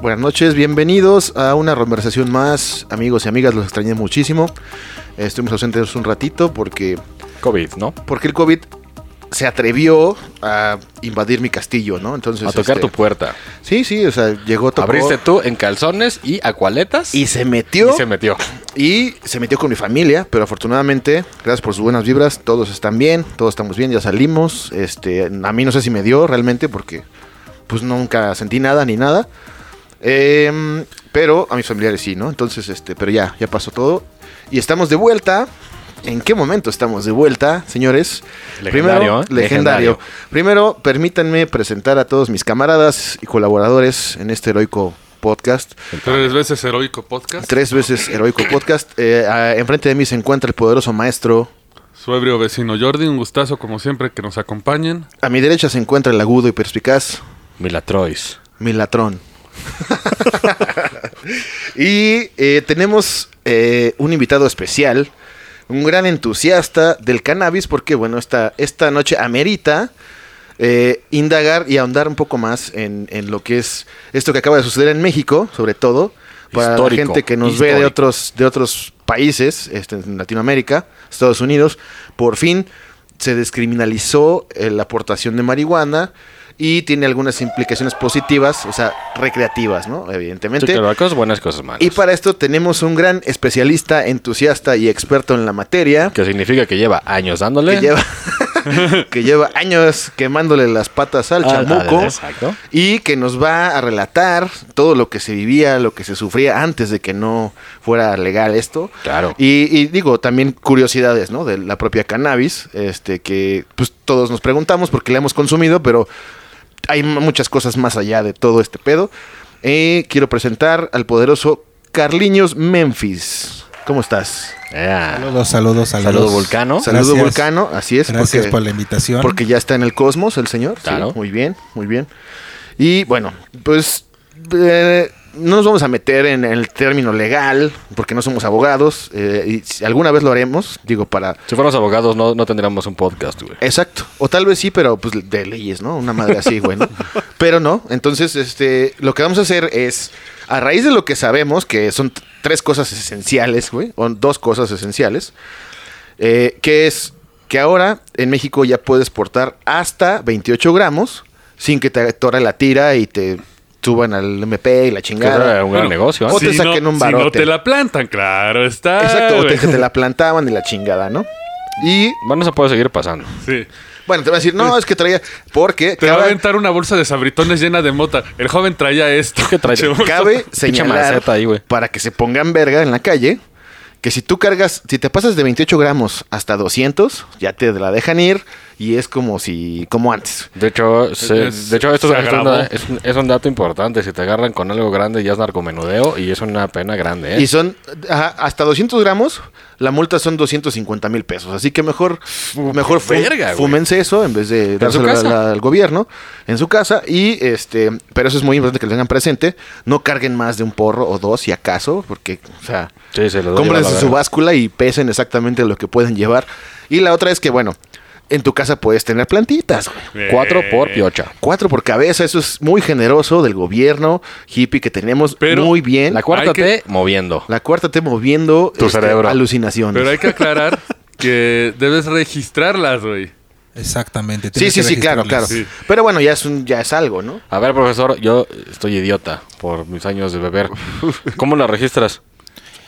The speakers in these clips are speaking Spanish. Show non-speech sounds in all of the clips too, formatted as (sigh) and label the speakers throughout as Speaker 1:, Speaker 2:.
Speaker 1: Buenas noches, bienvenidos a una conversación más, amigos y amigas, los extrañé muchísimo. Eh, Estuvimos ausentes un ratito porque,
Speaker 2: COVID, ¿no?
Speaker 1: porque el COVID se atrevió a invadir mi castillo, ¿no? Entonces,
Speaker 2: A tocar
Speaker 1: este,
Speaker 2: tu puerta.
Speaker 1: Sí, sí, o sea, llegó, tocó
Speaker 2: Abriste tú en calzones y acualetas
Speaker 1: y se metió
Speaker 2: y se metió.
Speaker 1: y se metió con mi familia, pero afortunadamente, gracias por sus buenas vibras, todos están bien, todos estamos bien, ya salimos. Este, a mí no sé si me dio realmente porque pues nunca sentí nada ni nada. Em, pero a mis familiares sí, ¿no? Entonces, este, pero ya, ya pasó todo y estamos de vuelta. ¿En qué momento estamos de vuelta, señores?
Speaker 2: Legendario,
Speaker 1: Primero,
Speaker 2: ¿eh?
Speaker 1: legendario.
Speaker 2: Legendario.
Speaker 1: Primero, permítanme presentar a todos mis camaradas y colaboradores en este heroico podcast.
Speaker 3: Tres veces heroico podcast.
Speaker 1: Tres veces Heroico Podcast. Eh, a- enfrente de mí se encuentra el poderoso maestro.
Speaker 3: Su ebrio vecino Jordi, un gustazo como siempre que nos acompañen.
Speaker 1: A mi derecha se encuentra el agudo y perspicaz
Speaker 2: Milatrois.
Speaker 1: Milatrón. (laughs) y eh, tenemos eh, un invitado especial, un gran entusiasta del cannabis, porque bueno, esta, esta noche amerita eh, indagar y ahondar un poco más en, en lo que es esto que acaba de suceder en México, sobre todo, para
Speaker 2: Histórico,
Speaker 1: la gente que nos ve de
Speaker 2: histórico.
Speaker 1: otros, de otros países, este, en Latinoamérica, Estados Unidos, por fin se descriminalizó eh, la aportación de marihuana y tiene algunas implicaciones positivas, o sea, recreativas, ¿no? Evidentemente.
Speaker 2: Sí, claro, hay cosas buenas, cosas malas.
Speaker 1: Y para esto tenemos un gran especialista, entusiasta y experto en la materia.
Speaker 2: Que significa que lleva años dándole.
Speaker 1: Que lleva, que lleva (laughs) años quemándole las patas al
Speaker 2: Al-
Speaker 1: chamuco.
Speaker 2: al- Ah, exacto.
Speaker 1: Y que nos va a relatar todo lo que se vivía, lo que se sufría antes de que no fuera legal esto.
Speaker 2: Claro.
Speaker 1: Y, y digo, también curiosidades, ¿no? De la propia cannabis, este, que pues todos nos preguntamos porque la hemos consumido, pero hay m- muchas cosas más allá de todo este pedo. Eh, quiero presentar al poderoso Carliños Memphis. ¿Cómo estás?
Speaker 2: Ea.
Speaker 4: Saludos, saludos, saludos.
Speaker 2: Saludo Vulcano.
Speaker 1: Saludo
Speaker 4: Gracias.
Speaker 1: Volcano, así es.
Speaker 4: Gracias
Speaker 1: porque-
Speaker 4: por la invitación.
Speaker 1: Porque ya está en el cosmos el señor. Sí,
Speaker 2: Claro.
Speaker 1: muy bien, muy bien. Y bueno, pues eh, no nos vamos a meter en el término legal, porque no somos abogados. eh, y si alguna vez lo haremos, digo, para...
Speaker 2: Si fuéramos abogados, no, no tendríamos un podcast, güey.
Speaker 1: Exacto. O tal vez sí, pero pues de leyes, ¿no? Una madre así, güey.
Speaker 3: (laughs)
Speaker 1: ¿no? Pero no. Entonces, este, lo que vamos a hacer es, a raíz de lo que sabemos, que son t- tres cosas esenciales, güey, o dos cosas esenciales, eh, que es que ahora en México ya puedes portar hasta 28 gramos sin que te atore la tira y te suban al MP y la
Speaker 2: Que era
Speaker 1: chingada.
Speaker 2: un gran
Speaker 3: Bueno,
Speaker 2: negocio. ¿eh?
Speaker 1: o te
Speaker 3: no-
Speaker 1: saquen un
Speaker 3: si
Speaker 1: barote.
Speaker 3: no te la plantan, claro está.
Speaker 1: Exacto, o te-
Speaker 3: güey.
Speaker 1: que te la plantaban y la chingada, ¿no? Y
Speaker 2: Bueno, se puede seguir pasando.
Speaker 3: (laughs) Sí.
Speaker 1: bueno, te van a decir, no, es que traía. Porque
Speaker 3: Pues, Te va a
Speaker 1: cabe-
Speaker 3: aventar una bolsa de sabritones llena de mota. El joven traía esto.
Speaker 2: ¿Qué
Speaker 3: (laughs)
Speaker 2: traes?
Speaker 3: Che, bolsa.
Speaker 1: Cabe señalar
Speaker 2: maceta ahí, güey.
Speaker 1: para que se pongan verga en la calle que si tú cargas, si te pasas de 28 gramos hasta 200, ya te la dejan ir y es como si, como antes.
Speaker 2: De hecho, se-
Speaker 3: Es-
Speaker 2: de hecho esto
Speaker 3: se
Speaker 2: es, un-
Speaker 3: agravó.
Speaker 2: es un, es un dato importante. Si te agarran con algo grande, ya es narcomenudeo y es una pena grande, ¿eh?
Speaker 1: Y son, ajá, hasta 200 gramos, la multa son 250 mil pesos. Así que mejor, mejor fu-
Speaker 2: verga, güey.
Speaker 1: fúmense eso en vez de dárselo
Speaker 2: casa.
Speaker 1: al- al gobierno en su casa. Y este, pero eso es muy importante que lo tengan presente. No carguen más de un porro o dos, si acaso, porque, o sea,
Speaker 2: Sí, se lo doy a la
Speaker 1: Cómprense su
Speaker 2: verga.
Speaker 1: báscula y pesen exactamente lo que pueden llevar. Y la otra es que, bueno, en tu casa puedes tener plantitas, güey.
Speaker 2: Cuatro por piocha.
Speaker 1: Cuatro por cabeza, eso es muy generoso del gobierno hippie que tenemos.
Speaker 3: Pero
Speaker 1: muy bien.
Speaker 2: La
Speaker 1: La,
Speaker 2: cuarta
Speaker 3: Hay que-
Speaker 2: T, moviendo.
Speaker 1: cuarta te moviendo este,
Speaker 2: Tu cerebro.
Speaker 1: alucinaciones.
Speaker 3: Pero hay que aclarar que debes registrarlas, güey.
Speaker 4: Exactamente.
Speaker 1: sí,
Speaker 4: tienes
Speaker 1: sí,
Speaker 4: que
Speaker 1: sí, claro, claro.
Speaker 4: registrarlas.
Speaker 1: Pero bueno, ya es, un, ya es algo, ¿no?
Speaker 2: A ver, profesor, yo estoy idiota por mis años de
Speaker 1: (laughs)
Speaker 2: beber. ¿Cómo la registras?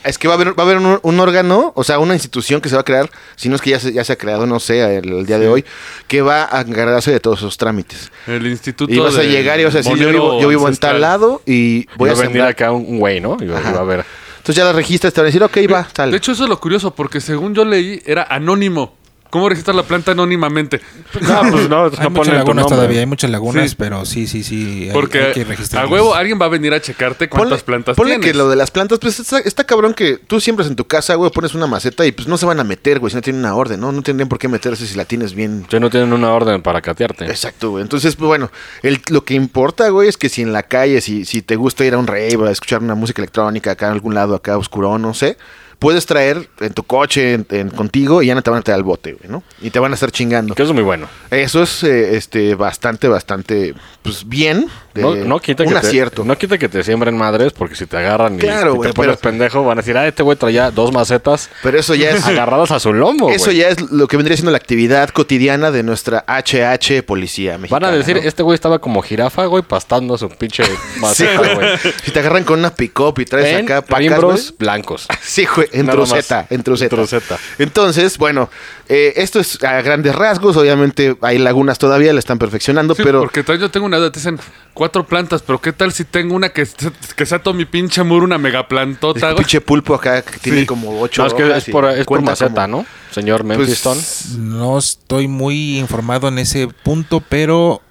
Speaker 1: Es que va a haber, va a haber un, un órgano, o sea, una institución que se va a crear, si no es que ya se, ya se ha creado, no sé, el, el día de hoy, que va a encargarse de todos esos trámites.
Speaker 3: El instituto.
Speaker 1: Y vas a
Speaker 3: del
Speaker 1: llegar y vas a decir, yo
Speaker 3: monero
Speaker 1: vivo, yo vivo en
Speaker 3: ancestral.
Speaker 1: tal lado y voy
Speaker 2: Voy
Speaker 1: a
Speaker 2: a venir
Speaker 1: sembrar.
Speaker 2: acá un un güey, ¿no? Y va y va
Speaker 1: (laughs)
Speaker 2: a ver.
Speaker 1: Entonces ya la registras, te van a decir, ok, va, sale.
Speaker 3: De hecho, eso es lo curioso, porque según yo leí, era anónimo. ¿Cómo registrar la planta anónimamente?
Speaker 2: No, pues no, no
Speaker 4: Hay muchas
Speaker 2: ponen tu
Speaker 4: lagunas
Speaker 2: nombre.
Speaker 4: todavía, hay muchas lagunas,
Speaker 3: Sí.
Speaker 4: pero sí, sí, sí. hay-
Speaker 3: Porque
Speaker 4: hay que registrar.
Speaker 3: a huevo alguien va a venir a checarte cuántas
Speaker 1: Ponle-
Speaker 3: plantas
Speaker 1: ponle
Speaker 3: tienes.
Speaker 1: que lo de las plantas, pues está, está cabrón que tú siembras en tu casa, güey, pones una maceta y pues no se van a meter, güey, si no tienen una orden, ¿no? No tendrían por qué meterse si la tienes bien.
Speaker 2: Sí, no tienen una orden para catearte.
Speaker 1: Exacto, güey. Entonces, pues bueno, el- lo que importa, güey, es que si en la calle, si, si te gusta ir a un rave, a escuchar una música electrónica acá en algún lado, acá oscuro, no sé, puedes traer en tu coche, en, en- contigo, y ya no te van a traer al bote, güey, ¿no? Y te van a estar chingando.
Speaker 2: Que eso es muy bueno.
Speaker 1: Eso es eh, este bastante, bastante, pues bien. de-
Speaker 2: No, no quita
Speaker 1: un
Speaker 2: que
Speaker 1: acierto.
Speaker 2: Te, no quita que te siembren madres, porque si te agarran y,
Speaker 1: Claro,
Speaker 2: y
Speaker 1: güey,
Speaker 2: te pones
Speaker 1: pero-
Speaker 2: pendejo, van a decir, ah, este güey traía dos macetas
Speaker 1: Pero eso ya es.
Speaker 2: agarradas a su lomo,
Speaker 1: Eso
Speaker 2: güey".
Speaker 1: ya es lo que vendría siendo la actividad cotidiana de nuestra HH policía
Speaker 2: Van
Speaker 1: mexicana.
Speaker 2: a decir,
Speaker 1: ¿no?
Speaker 2: este güey estaba como jirafa, güey, pastando su
Speaker 1: (laughs)
Speaker 2: pinche maceta, güey.
Speaker 1: Si te agarran con una pick-up y traes
Speaker 2: En
Speaker 1: acá pacas, güey. (laughs)
Speaker 2: miembros blancos.
Speaker 1: Sí, güey, en
Speaker 2: Nada más.
Speaker 1: Troceta, en Troceta.
Speaker 2: En Troceta.
Speaker 1: Entonces, bueno, eh, esto es a grandes rasgos. Obviamente hay lagunas todavía, la están perfeccionando,
Speaker 3: Sí,
Speaker 1: pero
Speaker 3: Porque tal, yo tengo una duda, te dicen cuatro plantas, pero ¿qué tal si tengo una que, se- que sea todo mi pinche muro, una
Speaker 1: es
Speaker 3: megaplantota,
Speaker 1: que
Speaker 3: güey?
Speaker 1: este pinche pulpo acá que tiene como ocho.
Speaker 2: No, es que
Speaker 1: hojas
Speaker 2: es
Speaker 1: y
Speaker 2: por, es por
Speaker 1: cuenta
Speaker 2: maceta,
Speaker 1: como-
Speaker 2: ¿no? Señor
Speaker 1: Pues,
Speaker 2: Memphis Stone.
Speaker 4: No estoy muy informado en ese punto, pero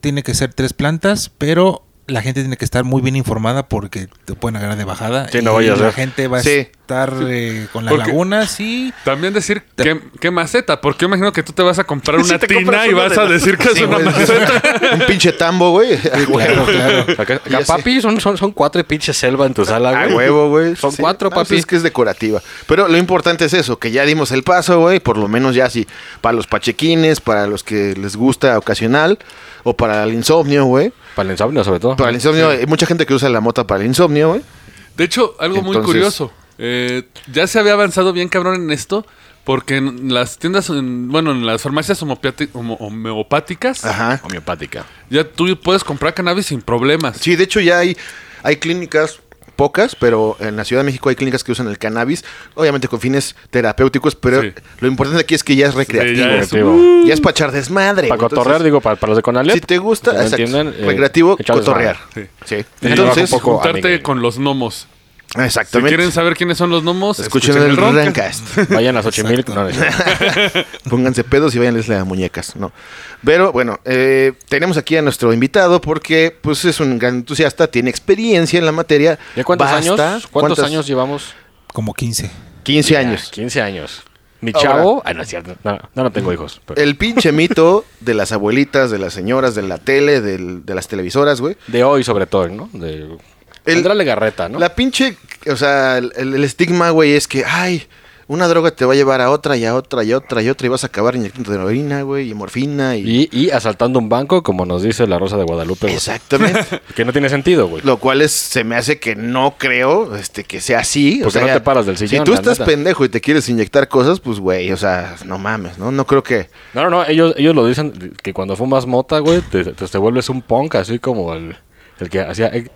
Speaker 4: tiene que ser tres plantas, pero la gente tiene que estar muy bien informada porque te pueden agarrar de bajada.
Speaker 2: Sí, no
Speaker 4: y
Speaker 2: vaya a
Speaker 4: la
Speaker 2: ser.
Speaker 4: gente va
Speaker 1: Sí.
Speaker 4: a estar eh, con las
Speaker 3: Porque-
Speaker 4: lagunas y...
Speaker 3: También decir qué, qué maceta, porque yo imagino que tú te vas
Speaker 1: (laughs)
Speaker 3: a comprar
Speaker 1: Si
Speaker 3: una
Speaker 1: te compras
Speaker 3: tina y
Speaker 1: una
Speaker 3: vas
Speaker 1: de
Speaker 3: a
Speaker 1: las-
Speaker 3: decir
Speaker 1: Sí,
Speaker 3: que es una
Speaker 1: güey,
Speaker 3: maceta.
Speaker 1: (laughs) Un pinche tambo, güey. (laughs) A
Speaker 4: Claro,
Speaker 1: huevo.
Speaker 4: claro.
Speaker 2: Acá, acá,
Speaker 1: Ya sé.
Speaker 2: papi, son, son, son cuatro pinches selva en tu sala,
Speaker 1: A
Speaker 2: güey.
Speaker 1: huevo, güey.
Speaker 2: Son
Speaker 1: Sí.
Speaker 2: cuatro,
Speaker 1: No, pues
Speaker 2: papi.
Speaker 1: Es que es decorativa. Pero lo importante es eso, que ya dimos el paso, güey. Por lo menos ya sí. Para los pachequines, para los que les gusta ocasional, o para el insomnio, güey.
Speaker 2: Para el insomnio, sobre todo.
Speaker 1: Para el insomnio, hay mucha gente que usa la mota para el insomnio, güey.
Speaker 3: De hecho, algo muy
Speaker 1: Entonces-
Speaker 3: curioso. eh, ya se había avanzado bien cabrón en esto, porque en las tiendas, en- bueno, en las farmacias homeopati- homo- homeopáticas,
Speaker 1: Ajá.
Speaker 2: Homeopática.
Speaker 3: ya tú puedes comprar cannabis sin problemas.
Speaker 1: Sí, de hecho ya hay, hay clínicas pocas, pero en la Ciudad de México hay clínicas que usan el cannabis, obviamente con fines terapéuticos, pero
Speaker 3: Sí.
Speaker 1: lo importante aquí es que ya es recreativo.
Speaker 3: ya
Speaker 1: ya,
Speaker 3: es
Speaker 1: es,
Speaker 2: Recreativo.
Speaker 1: para echar desmadre.
Speaker 2: Para
Speaker 1: güey. Entonces,
Speaker 2: cotorrear, digo, para, para los de Conalep.
Speaker 1: Si te gusta,
Speaker 2: que no
Speaker 1: exacto,
Speaker 2: entienden, eh,
Speaker 1: recreativo,
Speaker 2: echarles
Speaker 1: cotorrear.
Speaker 2: madre.
Speaker 3: Sí.
Speaker 1: Sí.
Speaker 2: Y
Speaker 1: Entonces,
Speaker 2: luego un poco
Speaker 3: Juntarte
Speaker 2: amigable.
Speaker 3: con los gnomos. Si
Speaker 1: exactamente.
Speaker 3: quieren saber quiénes son los gnomos,
Speaker 1: Escuchen, el
Speaker 3: Roncast. (laughs)
Speaker 1: Rancast.
Speaker 2: (laughs) Vayan a Xochimilco. No, no, no.
Speaker 1: Pónganse pedos y váyanles las muñecas, ¿no? Pero bueno, eh, tenemos aquí a nuestro invitado porque pues es un gran entusiasta, tiene experiencia en la materia.
Speaker 2: ¿Ya cuántos
Speaker 1: Basta.
Speaker 2: años? ¿Cuántos
Speaker 1: ¿Cuántas?
Speaker 2: años llevamos?
Speaker 4: Como 15.
Speaker 1: 15
Speaker 2: Ya,
Speaker 1: años.
Speaker 2: 15 años. Mi
Speaker 1: Ahora-
Speaker 2: chavo. Ay, no es cierto. No, no, no tengo hijos. pero-
Speaker 1: El pinche mito de las abuelitas, de las señoras, de la tele, del- de las televisoras, güey.
Speaker 2: De hoy, sobre todo, ¿no? De.
Speaker 1: El-
Speaker 2: Andrá Legarreta, ¿no?
Speaker 1: La pinche, o sea, el, el estigma, güey, es que, ay, una droga te va a llevar a otra y a otra y a otra y a otra y vas a acabar inyectando de orina, güey, y morfina y...
Speaker 2: Y, y asaltando un banco, como nos dice la Rosa de Guadalupe. güey. (laughs)
Speaker 1: Exactamente.
Speaker 2: Que no tiene sentido, güey.
Speaker 1: Lo cual es, se me hace que no creo este, que sea así. o
Speaker 2: Porque
Speaker 1: sea,
Speaker 2: no te
Speaker 1: ya-
Speaker 2: paras del sillón,
Speaker 1: Si tú
Speaker 2: la
Speaker 1: estás
Speaker 2: neta.
Speaker 1: pendejo y te quieres inyectar cosas, pues, güey, o sea, no mames, ¿no? No creo que... (laughs)
Speaker 2: No, no, no. Ellos, ellos lo dicen que cuando fumas mota, güey, te, te, te vuelves un punk, así como el, el que hacía eh,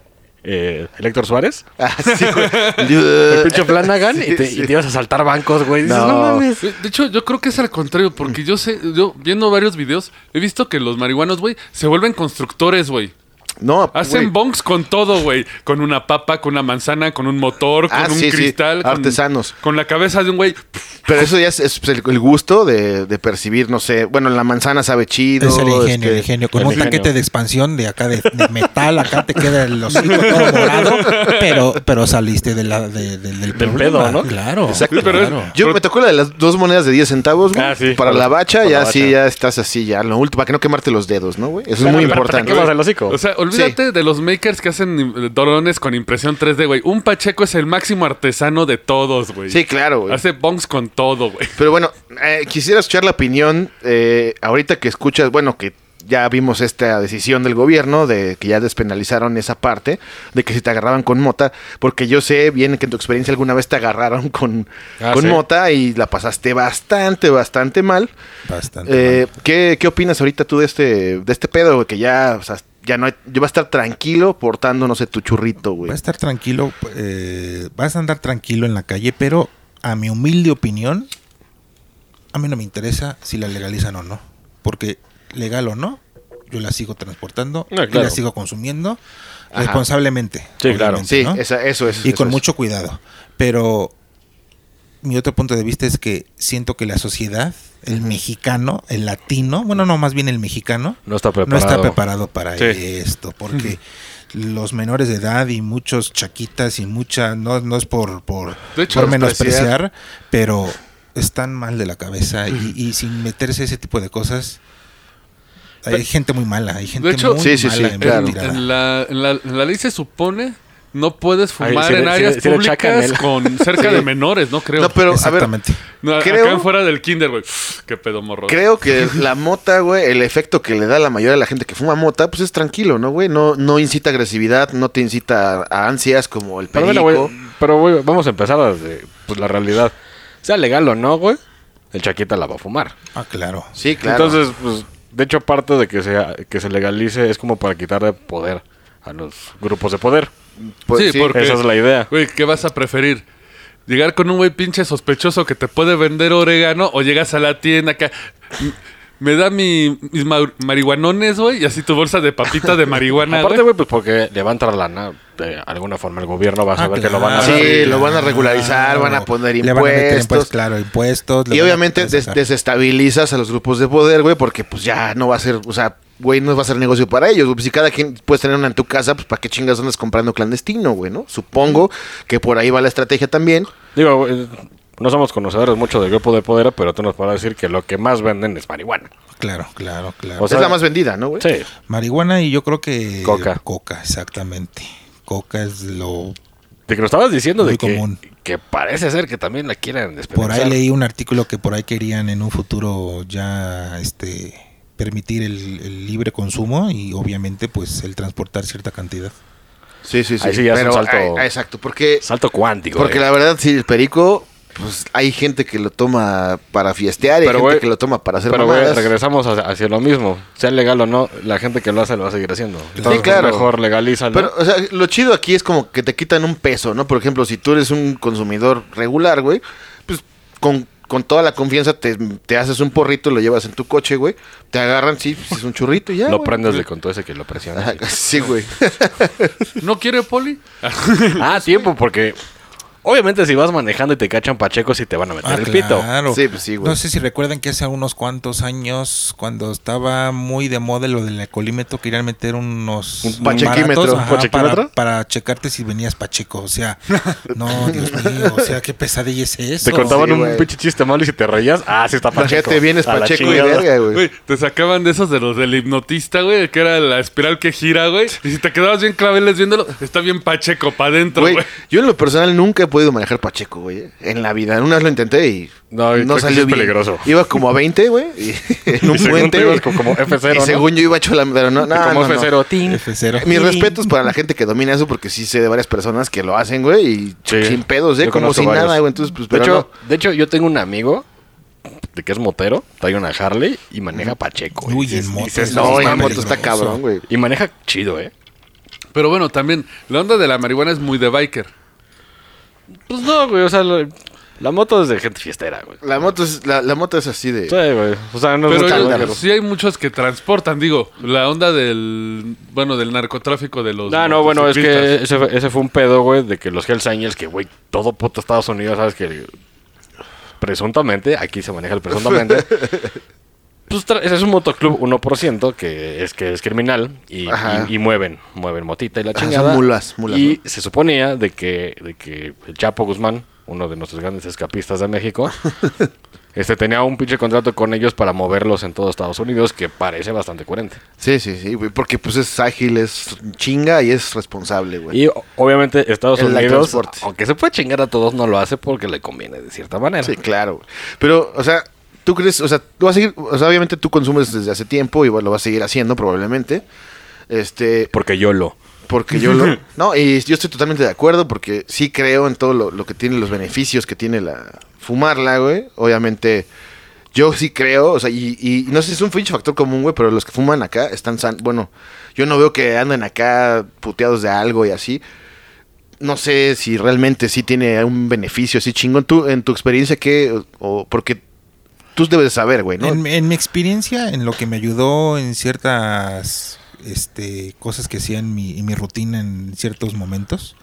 Speaker 2: eh, el Héctor Suárez.
Speaker 1: Ah, sí, güey.
Speaker 2: (laughs) El pinche Flanagan
Speaker 1: Eh, (laughs) Sí,
Speaker 2: y, te,
Speaker 1: sí.
Speaker 2: y te ibas a saltar bancos, güey. Dices,
Speaker 1: No.
Speaker 2: no. mames.
Speaker 3: De de hecho, yo creo que es al contrario, porque yo sé, yo viendo varios videos, he visto que los marihuanos, güey, se vuelven constructores, güey.
Speaker 1: No,
Speaker 3: Hacen
Speaker 1: güey.
Speaker 3: bonks con todo, güey. Con una papa, con una manzana, con un motor, con
Speaker 1: Ah,
Speaker 3: un
Speaker 1: sí, sí.
Speaker 3: cristal. con-
Speaker 1: Artesanos.
Speaker 3: Con, la cabeza de un güey.
Speaker 1: Pero eso ya es, es el, el gusto de, de percibir, no sé. Bueno, la manzana sabe chido.
Speaker 4: es el ingenio,
Speaker 1: este,
Speaker 4: el ingenio. Con
Speaker 2: el
Speaker 4: un
Speaker 2: ingenio.
Speaker 4: taquete de expansión de acá de, de metal, acá te queda el hocico todo morado, pero, pero saliste de la, de- de- del,
Speaker 2: Del
Speaker 4: problema.
Speaker 2: pedo, ¿no?
Speaker 4: Claro.
Speaker 1: Exacto.
Speaker 3: Sí, pero es-
Speaker 4: claro.
Speaker 1: Yo
Speaker 3: Pero-
Speaker 1: me tocó la de las dos monedas de 10 centavos, güey.
Speaker 2: Ah, sí.
Speaker 1: Para la bacha,
Speaker 2: Para
Speaker 1: ya
Speaker 2: la bacha.
Speaker 1: sí, ya estás así, ya. Lo último, para que no quemarte los dedos, ¿no, güey? Eso es
Speaker 2: Pero-
Speaker 1: muy
Speaker 2: pero- pero
Speaker 1: importante.
Speaker 2: ¿qué vas a el hocico?
Speaker 3: O sea, olvídate de los makers que hacen eh, dolones con impresión 3D, güey. Un Pacheco es el máximo artesano de todos, güey.
Speaker 1: Sí, claro, güey.
Speaker 3: Hace bonks con todo, güey.
Speaker 1: Pero bueno, eh, quisiera escuchar la opinión eh, ahorita que escuchas, bueno, que ya vimos esta decisión del gobierno de que ya despenalizaron esa parte de que si te agarraban con mota, porque yo sé bien que en tu experiencia alguna vez te agarraron con,
Speaker 2: Ah,
Speaker 1: con
Speaker 2: sí.
Speaker 1: mota y la pasaste bastante, bastante mal.
Speaker 4: Bastante.
Speaker 1: Eh, ¿qué, qué opinas ahorita tú de este, de este pedo, güey? Que ya, o sea, ya no hay- yo va a estar tranquilo portando, no sé, tu churrito,
Speaker 4: Va
Speaker 1: güey.
Speaker 4: a estar tranquilo, eh, vas a andar tranquilo en la calle, pero a mi humilde opinión, a mí no me interesa si la legalizan o no, porque legal o no, yo la sigo transportando,
Speaker 2: Ah,
Speaker 4: yo
Speaker 2: claro.
Speaker 4: la sigo consumiendo
Speaker 1: Ajá.
Speaker 4: responsablemente.
Speaker 2: Sí, claro.
Speaker 4: obviamente,
Speaker 1: Sí,
Speaker 4: ¿no?
Speaker 1: esa- eso Pues, es.
Speaker 4: y
Speaker 1: eso
Speaker 4: con
Speaker 1: es.
Speaker 4: mucho cuidado, pero mi otro punto de vista es que siento que la sociedad, el mexicano, el latino, bueno, no, más bien el mexicano,
Speaker 2: No está
Speaker 4: no
Speaker 2: preparado.
Speaker 4: está preparado para
Speaker 3: Sí.
Speaker 4: esto, porque los menores de edad y muchos chaquitas y mucha, no, no es por, por,
Speaker 3: De hecho,
Speaker 4: por menospreciar, pero están mal de la cabeza y, y sin meterse ese tipo de cosas. Hay
Speaker 3: Pero-
Speaker 4: gente muy mala, hay gente
Speaker 3: hecho-
Speaker 4: muy
Speaker 1: Sí, sí, sí,
Speaker 4: mala, y muy
Speaker 1: claro.
Speaker 3: En,
Speaker 4: tirada.
Speaker 3: en la, en la- en la ley se supone no puedes
Speaker 2: Ay,
Speaker 3: fumar
Speaker 2: sí le-
Speaker 3: en
Speaker 2: sí
Speaker 3: áreas
Speaker 2: le- sí le
Speaker 3: públicas
Speaker 2: chacan el- (laughs)
Speaker 3: con cerca
Speaker 1: Sí.
Speaker 3: de menores, no creo.
Speaker 1: No, pero a ver,
Speaker 4: Exactamente.
Speaker 3: No,
Speaker 1: creo-
Speaker 3: acá fuera del kinder, güey. Qué pedo morro.
Speaker 1: (laughs) creo
Speaker 4: (laughs)
Speaker 1: que la mota, güey, el efecto que le da a la mayoría de la gente que fuma mota, pues es tranquilo, ¿no, güey? No, no incita agresividad, no te incita a ansias como el
Speaker 2: Pero
Speaker 1: perico.
Speaker 2: bueno, güey, pero güey, vamos a empezar desde pues, la realidad. Sea legal o no, güey, el chaqueta la va a fumar.
Speaker 4: Ah, claro.
Speaker 1: sí, claro.
Speaker 2: Entonces, pues, de hecho, parte de que se, que se legalice es como para quitarle poder a los grupos de poder.
Speaker 1: Pues,
Speaker 3: sí, porque-
Speaker 2: Esa es la idea.
Speaker 3: Güey, ¿qué vas a preferir? ¿Llegar con un güey pinche sospechoso que te puede vender orégano o llegas a la tienda acá? "M- Me da mi- mis ma- marihuanones, güey, y así tu bolsa de papita de
Speaker 2: (laughs)
Speaker 3: marihuana.
Speaker 2: Aparte,
Speaker 3: güey.
Speaker 2: güey, pues porque le va a entrar lana, de alguna forma el gobierno va a
Speaker 4: Ah,
Speaker 2: saber que lo
Speaker 4: claro.
Speaker 2: van a
Speaker 1: Sí,
Speaker 2: hacer.
Speaker 1: lo van a regularizar, van a poner
Speaker 4: Le van a meter
Speaker 1: impuestos.
Speaker 4: claro, impuestos. le
Speaker 1: Y
Speaker 4: van a
Speaker 1: obviamente
Speaker 4: meter
Speaker 1: des- desestabilizas a los grupos de poder, güey, porque pues ya no va a ser, o sea, güey, no va a ser negocio para ellos. güey. Pues, si cada quien puedes tener una en tu casa, pues para qué chingas andas comprando clandestino, güey, ¿no? Supongo que por ahí va la estrategia también.
Speaker 2: Digo, güey, no somos conocedores mucho del grupo de poder, pero tú nos podrás decir que lo que más venden es marihuana.
Speaker 4: Claro, claro, claro.
Speaker 2: O sea,
Speaker 1: es la más vendida, ¿no, güey?
Speaker 2: Sí.
Speaker 4: Marihuana y yo creo que...
Speaker 2: Coca.
Speaker 4: Coca, exactamente. Coca es lo...
Speaker 2: De que lo estabas diciendo
Speaker 4: Muy
Speaker 2: de que,
Speaker 4: común.
Speaker 2: que parece ser que también la quieren despenalizar.
Speaker 4: Por ahí leí un artículo que por ahí querían en un futuro ya este permitir el, el libre consumo y obviamente pues el transportar cierta cantidad.
Speaker 1: Sí, sí, sí.
Speaker 2: Ahí sí ya es un salto-
Speaker 1: ah, ah, exacto, porque,
Speaker 2: Salto cuántico.
Speaker 1: porque
Speaker 2: güey.
Speaker 1: la verdad, si el perico, pues hay gente que lo toma para fiestear, y hay
Speaker 2: Pero,
Speaker 1: gente
Speaker 2: güey,
Speaker 1: que lo toma para hacer
Speaker 2: Pero güey,
Speaker 1: mamadas.
Speaker 2: regresamos hacia, hacia lo mismo. Sea legal o no, la gente que lo hace lo va a seguir haciendo. Entonces, pues,
Speaker 1: claro.
Speaker 2: Mejor legalízalo.
Speaker 1: Pero, o sea, lo chido aquí es como que te quitan un peso, ¿no? Por ejemplo, si tú eres un consumidor regular, güey, pues con, con toda la confianza te, te haces un porrito, lo llevas en tu coche, güey, te agarran, sí, pues, es un churrito y ya.
Speaker 2: lo
Speaker 1: güey.
Speaker 2: prendes de con todo ese que lo presiona.
Speaker 1: Ajá, (laughs) Sí,
Speaker 2: (laughs)
Speaker 1: güey.
Speaker 3: ¿No quiere poli?
Speaker 2: ah, tiempo, porque obviamente si vas manejando y te cachan pachecos y te van a
Speaker 4: Ah,
Speaker 2: meter el pito.
Speaker 1: Sí, pues sí, güey.
Speaker 4: No sé si recuerdan que hace unos cuantos años, cuando estaba muy de moda lo del alcoholímetro, querían meter unos
Speaker 1: Un pachequímetro,
Speaker 4: aparatos,
Speaker 1: ¿un
Speaker 4: para,
Speaker 1: pachequímetro?
Speaker 4: para checarte si venías pacheco.
Speaker 1: (laughs)
Speaker 4: O sea, no, Dios mío, o sea, qué pesadilla es eso.
Speaker 2: Te contaban
Speaker 1: Sí,
Speaker 2: un
Speaker 1: güey.
Speaker 2: pinche chiste malo y si te reías, ah, sí está pacheco.
Speaker 1: Imagínate, vienes
Speaker 2: A la
Speaker 1: Pacheco y
Speaker 2: chingada.
Speaker 1: verga, güey.
Speaker 3: Güey, te sacaban de esos de los del hipnotista, güey, que era la espiral que gira, güey. Y si te quedabas bien claveles viéndolo, está bien pacheco pa' adentro,
Speaker 1: Güey,
Speaker 3: güey.
Speaker 1: yo en lo personal nunca he podido manejar Pacheco, güey. eh. En la vida. Una vez lo intenté y
Speaker 2: No,
Speaker 1: no,
Speaker 2: y creo que sí
Speaker 1: salió
Speaker 2: es
Speaker 1: bien.
Speaker 2: peligroso.
Speaker 1: Iba como a 20, güey.
Speaker 2: (laughs)
Speaker 1: Y, en
Speaker 2: Y
Speaker 1: un
Speaker 2: según
Speaker 1: puente.
Speaker 2: tú
Speaker 1: güey.
Speaker 2: ibas como- como F0,
Speaker 1: Y
Speaker 2: ¿no?
Speaker 1: según yo iba hecho la... Pero no,
Speaker 2: Y
Speaker 1: no,
Speaker 2: como
Speaker 1: no, no.
Speaker 2: F0, tin.
Speaker 4: F0.
Speaker 1: Mis respetos para la gente que domina eso, porque sí sé de varias personas que lo hacen, güey, y
Speaker 2: Sí.
Speaker 1: sin pedos, ¿eh?
Speaker 2: Yo
Speaker 1: Como
Speaker 2: conozco
Speaker 1: si
Speaker 2: varios.
Speaker 1: nada, güey. Entonces, pues,
Speaker 2: de,
Speaker 1: pero
Speaker 2: hecho, de hecho, yo tengo un amigo de que es motero, trae una Harley y maneja Pacheco. güey.
Speaker 4: Uy, en
Speaker 2: Y
Speaker 4: moto
Speaker 2: dices,
Speaker 4: es
Speaker 1: no. No,
Speaker 4: Eso
Speaker 1: en
Speaker 4: está
Speaker 1: la moto está
Speaker 4: peligroso.
Speaker 1: cabrón, güey.
Speaker 2: Y maneja chido, ¿eh?
Speaker 3: Pero bueno, también, la onda de la marihuana es muy de biker.
Speaker 2: Pues no, güey, o sea, la, la moto es de gente fiestera, güey.
Speaker 1: La moto, es, la, la moto es así de...
Speaker 2: Sí, güey. O sea, no es
Speaker 3: Pero
Speaker 2: mucho
Speaker 3: yo-
Speaker 2: dinero.
Speaker 3: sí hay muchos que transportan, digo, la onda del, bueno, del narcotráfico de los...
Speaker 2: No, Ah, no, bueno, es que
Speaker 3: motociclistas.
Speaker 2: ese fue, ese fue un pedo, güey, de que los Hells Angels, que, güey, todo puto Estados Unidos, ¿sabes? Que presuntamente, aquí se maneja el presuntamente. Pues tra- ese es un motoclub 1% que es que es criminal y,
Speaker 1: Ajá.
Speaker 2: y- y mueven, mueven motita y la
Speaker 1: Ajá, son
Speaker 2: chingada.
Speaker 1: mulas, mulas,
Speaker 2: Y se suponía de que, de que el Chapo Guzmán, uno de nuestros grandes escapistas
Speaker 1: (laughs)
Speaker 2: de México, este tenía un pinche contrato con ellos para moverlos en todo Estados Unidos, que parece bastante coherente.
Speaker 1: Sí, sí, sí, güey, porque pues es ágil, es chinga y es responsable, güey.
Speaker 2: Y o- obviamente Estados
Speaker 1: El
Speaker 2: Unidos,
Speaker 1: transporte.
Speaker 2: aunque se puede chingar a todos, no lo hace porque le conviene de cierta manera.
Speaker 1: Sí, claro. güey. Pero, o sea, tú crees, o sea, tú vas a seguir, o sea, obviamente tú consumes desde hace tiempo y bueno, lo vas a seguir haciendo probablemente. Este,
Speaker 2: Porque yo lo.
Speaker 1: Porque yo lo... No, y yo estoy totalmente de acuerdo porque sí creo en todo lo, lo que tiene, los beneficios que tiene la fumarla, güey. Obviamente, yo sí creo, o sea, y, y no sé si es un pinche factor común, güey, pero los que fuman acá están... san- Bueno, yo no veo que anden acá puteados de algo y así. No sé si realmente sí tiene un beneficio así chingón. Tú, en tu experiencia, ¿qué? O, porque tú debes de saber, güey, ¿no?
Speaker 4: En, en mi experiencia, en lo que me ayudó en ciertas este, cosas que hacía en mi, en mi rutina en ciertos momentos,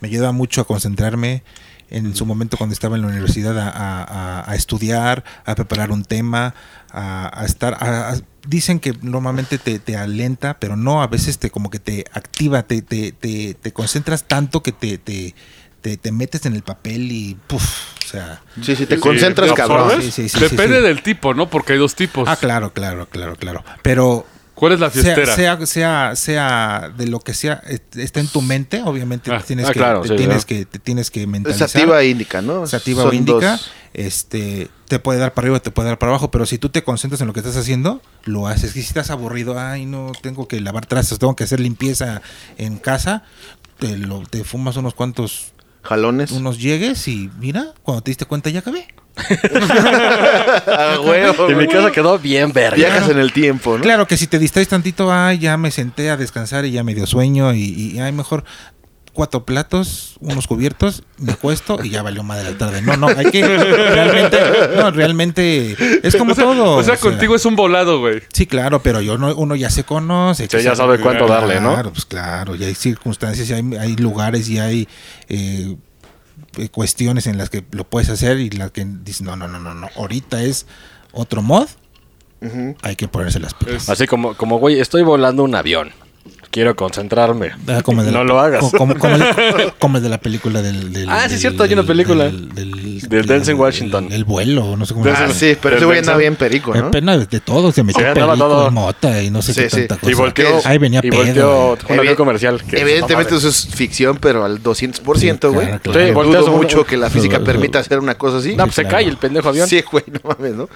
Speaker 4: me ayuda mucho a concentrarme, en su momento cuando estaba en la universidad a, a- a- a estudiar, a preparar un tema, a, a estar... a- a- dicen que normalmente te, te alenta, pero no, a veces te como que te activa, te, te, te, te concentras tanto que te, te, te, te metes en el papel y... Puf, o sea...
Speaker 1: Sí, sí, te
Speaker 2: Sí,
Speaker 1: concentras,
Speaker 2: ¿te
Speaker 1: cabrón.
Speaker 2: absorbes?
Speaker 4: Sí, sí, sí, sí,
Speaker 3: Depende
Speaker 4: sí.
Speaker 3: del tipo, ¿no? Porque hay dos tipos.
Speaker 4: Ah, claro, claro, claro, claro. Pero
Speaker 3: ¿Cuál es la
Speaker 4: sea,
Speaker 3: fiestera?
Speaker 4: sea, sea, sea de lo que sea, est- está en tu mente, obviamente
Speaker 3: Ah,
Speaker 4: te tienes,
Speaker 2: ah,
Speaker 4: que,
Speaker 2: claro,
Speaker 4: te
Speaker 2: sí,
Speaker 4: tienes
Speaker 2: claro.
Speaker 4: que te tienes que
Speaker 1: Es
Speaker 4: mentalizar.
Speaker 1: sativa e indica, ¿no?
Speaker 4: Sativa o
Speaker 1: Son
Speaker 4: indica,
Speaker 1: dos.
Speaker 4: este, te puede dar para arriba, te puede dar para abajo, pero si tú te concentras en lo que estás haciendo, lo haces. Y si estás aburrido, ay, no, tengo que lavar trastes, tengo que hacer limpieza en casa, te, lo, te fumas unos cuantos,
Speaker 1: Jalones.
Speaker 4: unos llegues y mira, cuando te diste cuenta ya acabé.
Speaker 1: (laughs) Ah,
Speaker 4: Oh,
Speaker 1: huevo,
Speaker 2: Y mi
Speaker 1: güey.
Speaker 2: casa quedó bien verga.
Speaker 1: Viajas en el tiempo, ¿no?
Speaker 4: Claro que si te distraes tantito, ay, ya me senté a descansar y ya me dio sueño y, y ay, mejor cuatro platos, unos cubiertos, me acuesto y ya valió madre la tarde. No, no, hay que realmente, no, realmente es como
Speaker 3: o sea,
Speaker 4: todo.
Speaker 3: o sea, contigo es un volado, güey.
Speaker 4: Sí, claro, pero yo no, uno ya se conoce.
Speaker 2: Sí,
Speaker 4: que
Speaker 2: ya sabe cuánto darle, ¿no?
Speaker 4: Claro, pues claro, y hay circunstancias, y hay, hay lugares y hay eh, eh, cuestiones en las que lo puedes hacer y las que dices, no, no, no, no, no, ahorita es otro mod,
Speaker 1: Ujú.
Speaker 4: hay que ponerse las pilas.
Speaker 3: Es-
Speaker 2: Así como, como, güey, estoy volando un avión. Quiero concentrarme.
Speaker 4: Ah, como el de la-
Speaker 2: no lo hagas.
Speaker 4: co-
Speaker 2: (laughs)
Speaker 4: Como, como el, como el de la película del. del-
Speaker 2: Ah, sí,
Speaker 4: del-
Speaker 2: es cierto, hay una película.
Speaker 4: Del, del,
Speaker 2: Del Dance in Washington.
Speaker 4: El, el vuelo, no sé cómo
Speaker 1: Ah, sí, pero ese güey andaba bien perico,
Speaker 4: El
Speaker 1: ¿no?
Speaker 4: pena de todo, se metió
Speaker 2: Sí, andaba
Speaker 4: perico,
Speaker 2: todo.
Speaker 4: mota y no sé
Speaker 1: Sí,
Speaker 4: qué
Speaker 1: sí.
Speaker 4: tanta cosa.
Speaker 2: Y volteó.
Speaker 4: Ahí venía
Speaker 2: y
Speaker 4: pedo,
Speaker 2: volteó
Speaker 4: güey.
Speaker 2: un avión
Speaker 1: Evi-
Speaker 2: comercial. que-
Speaker 1: Evidentemente
Speaker 2: no
Speaker 1: eso es ficción, pero al 200%,
Speaker 4: Sí,
Speaker 1: güey.
Speaker 4: claro, claro.
Speaker 2: Sí,
Speaker 1: Dudo
Speaker 2: volteas un-
Speaker 1: mucho que la física
Speaker 4: Lo- lo-
Speaker 1: permita hacer una cosa así.
Speaker 2: mames. No, pues se
Speaker 4: claro.
Speaker 2: cae el pendejo
Speaker 1: (laughs)
Speaker 2: avión.
Speaker 1: Sí, güey, no mames, ¿no?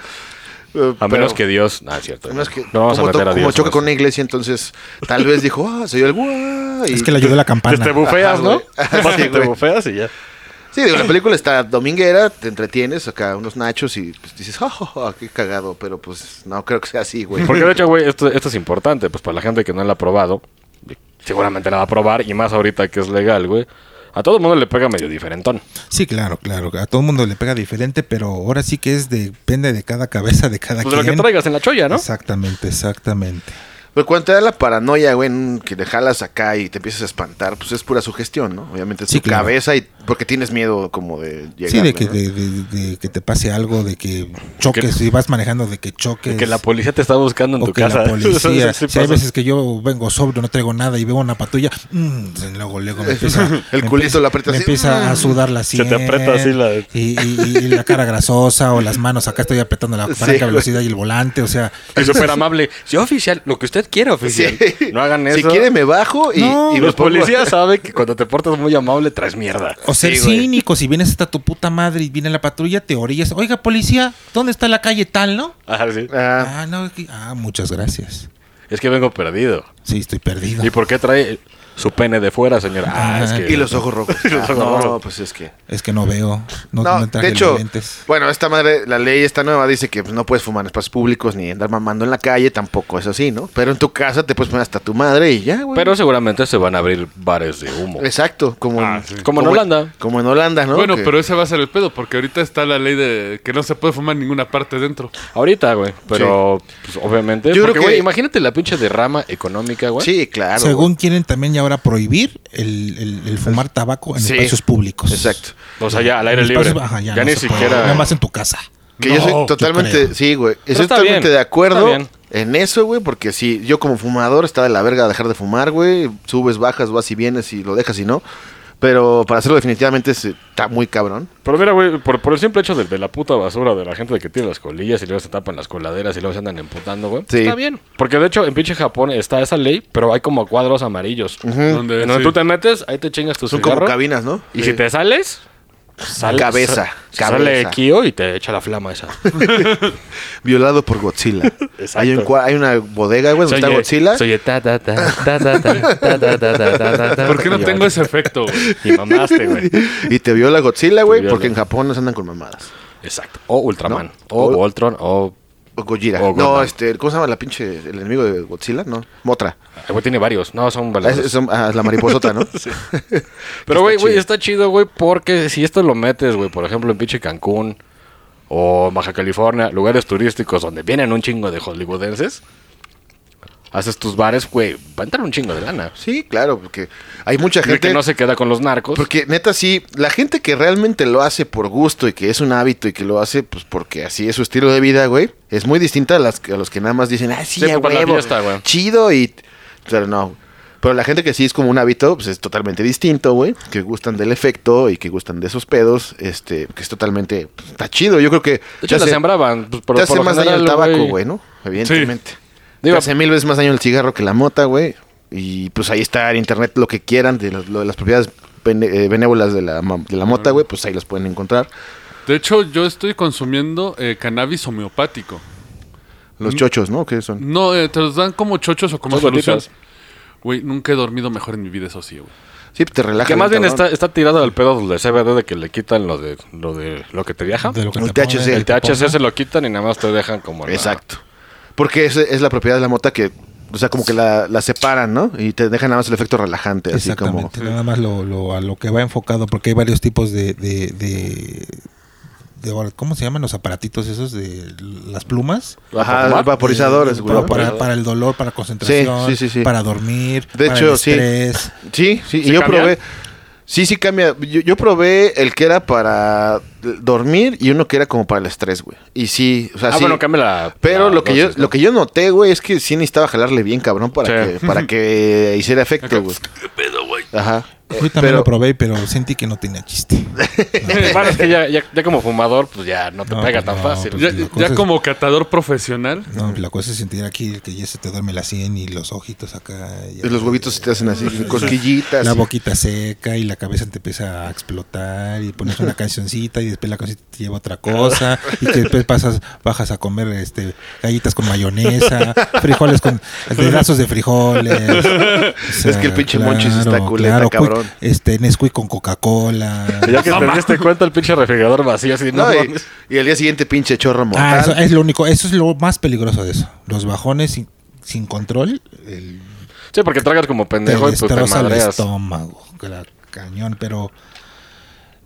Speaker 1: Eh,
Speaker 2: A
Speaker 1: pero-
Speaker 2: menos que Dios. No, es cierto.
Speaker 1: a menos que-
Speaker 2: no vamos a
Speaker 1: como, to-
Speaker 2: meter a
Speaker 1: como
Speaker 2: Dios.
Speaker 1: choca
Speaker 2: más.
Speaker 1: con una iglesia, entonces tal vez dijo, ah, soy el guá. y-
Speaker 4: Es que
Speaker 2: (laughs)
Speaker 4: le ayudó la campana.
Speaker 2: Te, te bufeas,
Speaker 1: Ajá,
Speaker 2: (laughs) ¿no?
Speaker 1: güey.
Speaker 2: Vas y
Speaker 1: Sí,
Speaker 2: te
Speaker 1: güey.
Speaker 2: bufeas y ya.
Speaker 1: Sí, digo, la película está dominguera, te entretienes, acá unos nachos y pues, dices, ah, ah, ah, qué cagado, pero pues no creo que sea así, güey.
Speaker 2: Porque de hecho, güey, esto, esto es importante. Pues para la gente que no la ha probado, seguramente la va a probar. Y más ahorita que es legal, güey. A todo el mundo le pega medio diferentón.
Speaker 4: Sí, claro, claro. A todo el mundo le pega diferente, pero ahora sí que es de- depende de cada cabeza, de cada
Speaker 2: Pues de lo
Speaker 4: quien.
Speaker 2: que traigas en la cholla, ¿no?
Speaker 4: Exactamente, exactamente.
Speaker 1: Pero Pues, cuando te da la paranoia, güey, en que te jalas acá y te empiezas a espantar, pues es pura sugestión, ¿no? Obviamente es
Speaker 4: Sí,
Speaker 1: tu
Speaker 4: claro.
Speaker 1: cabeza y porque tienes miedo como de llegar.
Speaker 4: sí, de que,
Speaker 1: ¿no?
Speaker 4: de, de- de que te pase algo, de que choques, si vas manejando, de que choques.
Speaker 2: Que la policía te está buscando en
Speaker 4: o
Speaker 2: tu
Speaker 4: que
Speaker 2: casa. (laughs)
Speaker 4: la policía.
Speaker 2: Sí, sí
Speaker 4: si hay
Speaker 2: pasa.
Speaker 4: veces que yo vengo sobrio, no traigo nada y veo una patrulla, mm, luego, luego
Speaker 2: (laughs)
Speaker 4: me empieza.
Speaker 1: El
Speaker 4: me
Speaker 1: culito
Speaker 4: empieza-
Speaker 1: lo aprietas
Speaker 4: me
Speaker 1: así,
Speaker 4: empieza a
Speaker 1: mm.
Speaker 4: sudar la
Speaker 2: Se te
Speaker 4: sien.
Speaker 2: aprieta así la-
Speaker 4: Y, y- y la cara grasosa o las manos. Acá estoy apretando la palanca
Speaker 1: güey.
Speaker 4: velocidad y el volante, o sea.
Speaker 2: Es súper amable. Sí, oficial, lo que usted quiera, oficial.
Speaker 1: (laughs) Sí.
Speaker 2: No hagan eso.
Speaker 1: Si quiere me bajo y,
Speaker 4: No,
Speaker 1: y me
Speaker 2: los
Speaker 1: pongo- (laughs)
Speaker 2: policías (laughs) saben que cuando te portas muy amable traes mierda.
Speaker 4: O ser
Speaker 1: Sí, güey.
Speaker 4: cínico, si vienes hasta tu puta madre y viene la patrulla, te orillas. Oiga, policía, ¿dónde está la calle tal, no?
Speaker 2: Ajá, sí.
Speaker 1: Ah,
Speaker 4: Ah, no, aquí- ah, muchas gracias.
Speaker 2: Es que vengo perdido.
Speaker 4: Sí, estoy perdido.
Speaker 2: ¿Y por qué trae su pene de fuera, señora? Ah, es que.
Speaker 1: y los ojos rojos.
Speaker 2: (laughs) Y los
Speaker 1: Ah,
Speaker 2: ojos
Speaker 1: no,
Speaker 2: rojos.
Speaker 1: pues es que.
Speaker 4: Es que no veo. No,
Speaker 1: No,
Speaker 4: no traje
Speaker 1: de hecho,
Speaker 4: los lentes.
Speaker 1: bueno, esta madre, la ley esta nueva dice que pues, no puedes fumar en espacios públicos ni andar mamando en la calle, tampoco es así, ¿no? Pero en tu casa te puedes poner hasta tu madre y ya, güey.
Speaker 2: Pero seguramente se van a abrir bares de humo.
Speaker 1: Exacto, como,
Speaker 3: Ah,
Speaker 1: en,
Speaker 3: sí.
Speaker 2: Como en Holanda.
Speaker 1: Como en Holanda, ¿no?
Speaker 3: Bueno,
Speaker 1: Que-
Speaker 3: pero ese va a ser el pedo, porque ahorita está la ley de que no se puede fumar en ninguna parte dentro.
Speaker 2: Ahorita, güey. Pero, pues, obviamente.
Speaker 1: Yo creo
Speaker 2: porque,
Speaker 1: que-
Speaker 2: güey, imagínate la pinche derrama económica, güey.
Speaker 1: Sí, claro. Pues,
Speaker 4: Según quieren también ya ahora prohibir el, el- el fumar tabaco en
Speaker 1: Sí.
Speaker 4: espacios públicos.
Speaker 1: Exacto.
Speaker 2: O sea, ya al aire
Speaker 4: En
Speaker 2: libre.
Speaker 4: espacios- ajá,
Speaker 2: ya
Speaker 4: no
Speaker 2: ni
Speaker 4: se puede.
Speaker 2: siquiera.
Speaker 4: Nada más en tu casa.
Speaker 1: Que
Speaker 4: No,
Speaker 1: yo
Speaker 4: yo
Speaker 1: soy totalmente,
Speaker 4: creo.
Speaker 1: sí, güey.
Speaker 2: Pero
Speaker 1: Estoy
Speaker 2: está
Speaker 1: totalmente
Speaker 2: bien,
Speaker 1: de
Speaker 2: está
Speaker 1: acuerdo
Speaker 2: bien.
Speaker 1: en eso, güey, porque sí, yo como fumador estaba de la verga dejar de fumar, güey. Subes, bajas, vas y vienes y lo dejas y no. Pero para hacerlo definitivamente es, eh, está muy cabrón.
Speaker 2: Pero mira, güey, por, por el simple hecho de, de la puta basura de la gente de que tiene las colillas y luego se tapan las coladeras y luego se andan emputando, güey.
Speaker 1: Sí.
Speaker 2: Está bien. Porque de hecho, en pinche Japón está esa ley, pero hay como cuadros amarillos.
Speaker 1: Ah.
Speaker 3: Donde,
Speaker 2: En donde
Speaker 3: sí.
Speaker 2: tú te metes, ahí te chingas tu
Speaker 1: Son
Speaker 2: cigarro.
Speaker 1: como cabinas, ¿no?
Speaker 2: Y
Speaker 1: Sí.
Speaker 2: si te sales, sale,
Speaker 1: Cabeza,
Speaker 2: sa- sale
Speaker 1: cabeza.
Speaker 2: Kyo y te echa la
Speaker 1: (laughs)
Speaker 2: flama esa.
Speaker 1: Violado por
Speaker 2: (laughs)
Speaker 1: Godzilla.
Speaker 2: Exacto.
Speaker 1: hay, un cua- hay una bodega, güey, donde está
Speaker 2: Soy-
Speaker 1: Godzilla.
Speaker 2: soy- ta, ta, ta, ta, ta, ta, ta, ta, ta, ta, ta,
Speaker 3: ¿Por qué no
Speaker 2: y
Speaker 3: tengo
Speaker 2: ahora-
Speaker 3: ese
Speaker 2: (laughs)
Speaker 3: efecto? güey?
Speaker 2: Y mamaste, güey.
Speaker 1: (laughs) Y te viola Godzilla, güey,
Speaker 2: viola.
Speaker 1: porque en Japón nos andan con mamadas.
Speaker 2: Exacto. O Ultraman.
Speaker 1: No.
Speaker 2: O
Speaker 1: O-
Speaker 2: Voltron. O.
Speaker 1: O Gojira.
Speaker 2: O
Speaker 1: no,
Speaker 2: Gundam.
Speaker 1: este, ¿cómo se llama la pinche, el enemigo de Godzilla? No, Motra.
Speaker 2: El eh, güey tiene varios. No, son
Speaker 1: Ah, es-
Speaker 2: valores.
Speaker 1: es- ah, la mariposota,
Speaker 2: (laughs)
Speaker 1: ¿no?
Speaker 2: Pero, güey, güey,
Speaker 1: chido.
Speaker 2: está chido, güey, porque si esto lo metes, güey, por ejemplo, en pinche Cancún o Baja California, lugares turísticos donde vienen un chingo de hollywoodenses, haces tus bares, güey, va a entrar un chingo de lana.
Speaker 1: Sí, claro, porque hay mucha
Speaker 2: Gente
Speaker 1: gente.
Speaker 2: que no se queda con los narcos.
Speaker 1: Porque neta, sí, la gente que realmente lo hace por gusto y que es un hábito y que lo hace pues porque así es su estilo de vida, güey, es muy distinta a, las, a los que nada más dicen, ah, sí,
Speaker 2: Sí, pues,
Speaker 1: a
Speaker 2: para la
Speaker 1: huevo,
Speaker 2: fiesta, güey.
Speaker 1: chido y... Pero no, pero la gente que sí es como un hábito, pues es totalmente distinto, güey, que gustan del efecto y que gustan de esos pedos, este, que es totalmente... pues, está chido, yo creo que...
Speaker 2: de hecho,
Speaker 1: te
Speaker 2: la
Speaker 1: hace-
Speaker 2: sembraban. Pues, por,
Speaker 1: te
Speaker 2: por
Speaker 1: hace
Speaker 2: lo
Speaker 1: más daño el
Speaker 2: general,
Speaker 1: tabaco, güey, ¿no? Evidentemente.
Speaker 2: Digo,
Speaker 1: Te hace mil veces más daño el cigarro que la mota, güey. Y pues ahí está en internet lo que quieran de, las- lo de las propiedades bene- eh, benévolas de la, ma- de la mota, güey. Pues ahí los pueden encontrar.
Speaker 3: De hecho, yo estoy consumiendo eh, cannabis homeopático.
Speaker 2: Mm.
Speaker 1: Los chochos, ¿no? ¿Qué son?
Speaker 3: No, eh, te los dan como chochos o como
Speaker 2: Son gotitas.
Speaker 3: soluciones. Güey, nunca he dormido mejor en mi vida, eso sí, güey.
Speaker 1: Sí, pues te relaja.
Speaker 2: Que más bien está,
Speaker 1: cabrón.
Speaker 2: está tirado al pedo del CBD de que le quitan lo de lo, de, lo que te viaja.
Speaker 4: De lo que
Speaker 1: El
Speaker 4: te
Speaker 1: THC,
Speaker 4: pongan,
Speaker 2: el
Speaker 4: te
Speaker 2: THC se
Speaker 4: pongan.
Speaker 2: lo quitan y nada más te dejan como la-
Speaker 1: Exacto. Porque es, es la propiedad de la mota que, o sea, como que la, la separan, ¿no? Y te dejan nada más el efecto relajante, así como.
Speaker 4: Exactamente, nada más lo, lo- a lo que va enfocado, porque hay varios tipos de, de, de, de- ¿Cómo se llaman los aparatitos esos de las plumas?
Speaker 1: Ajá, vaporizadores,
Speaker 4: Eh,
Speaker 1: güey.
Speaker 4: Para, para, para el dolor, para concentración,
Speaker 1: Sí, sí, sí, sí.
Speaker 4: para dormir,
Speaker 1: De
Speaker 4: para
Speaker 1: hecho,
Speaker 4: el
Speaker 1: sí.
Speaker 4: estrés.
Speaker 1: Sí, sí, y
Speaker 2: ¿Sí
Speaker 1: yo
Speaker 2: cambia?
Speaker 1: probé. Sí, sí cambia. Yo, yo probé el que era para dormir y uno que era como para el estrés, güey. Y sí, o sea,
Speaker 2: Ah,
Speaker 1: sí.
Speaker 2: bueno, cambia la.
Speaker 1: Pero
Speaker 2: la
Speaker 1: lo que yo,
Speaker 2: dosis, ¿no?
Speaker 1: lo que yo noté, güey, es que sí necesitaba jalarle bien, cabrón, para
Speaker 2: Sí.
Speaker 1: que, para
Speaker 2: (laughs)
Speaker 1: que hiciera efecto, güey. ¿Qué pedo, güey? Ajá.
Speaker 4: Yo
Speaker 1: Eh,
Speaker 4: también
Speaker 1: pero-
Speaker 4: lo probé, pero sentí que no
Speaker 1: (laughs)
Speaker 4: tenía chiste.
Speaker 2: (laughs) Bueno, es que ya, ya, ya como fumador, pues ya no te
Speaker 4: No,
Speaker 2: pega
Speaker 4: pues
Speaker 2: tan
Speaker 4: no,
Speaker 2: fácil.
Speaker 4: pues
Speaker 3: Ya,
Speaker 4: la
Speaker 3: ya
Speaker 4: cosa es-
Speaker 3: como catador profesional.
Speaker 4: No, la cosa es sentir aquí que ya se te duerme la sien y los ojitos acá. y-
Speaker 1: Y los huevitos se te hacen
Speaker 2: (laughs)
Speaker 1: así, cosquillitas.
Speaker 4: La
Speaker 1: y-
Speaker 4: boquita seca y la cabeza te empieza a explotar y
Speaker 1: (laughs)
Speaker 4: pones una cancioncita y después la cancioncita te lleva a otra cosa y que después pasas, bajas a comer este galletas con mayonesa,
Speaker 1: (laughs)
Speaker 4: frijoles con pedazos de frijoles. O
Speaker 1: Es que el pinche Monchis está culeta,
Speaker 4: claro,
Speaker 1: cabrón.
Speaker 4: cuy- Este Nesquik
Speaker 1: (laughs)
Speaker 4: con Coca-Cola.
Speaker 2: (laughs) Ya que te diste cuenta el pinche refrigerador vacío, así no,
Speaker 1: No, y,
Speaker 2: mames.
Speaker 1: y al día siguiente, pinche chorro
Speaker 4: Ah,
Speaker 1: mortal.
Speaker 4: eso es lo único, eso es lo más peligroso de eso. Los bajones sin, sin control el-
Speaker 2: Sí, porque tragas como
Speaker 4: te
Speaker 2: pendejo y pues te
Speaker 4: destroza el
Speaker 2: madreas.
Speaker 4: estómago, claro, cañón, pero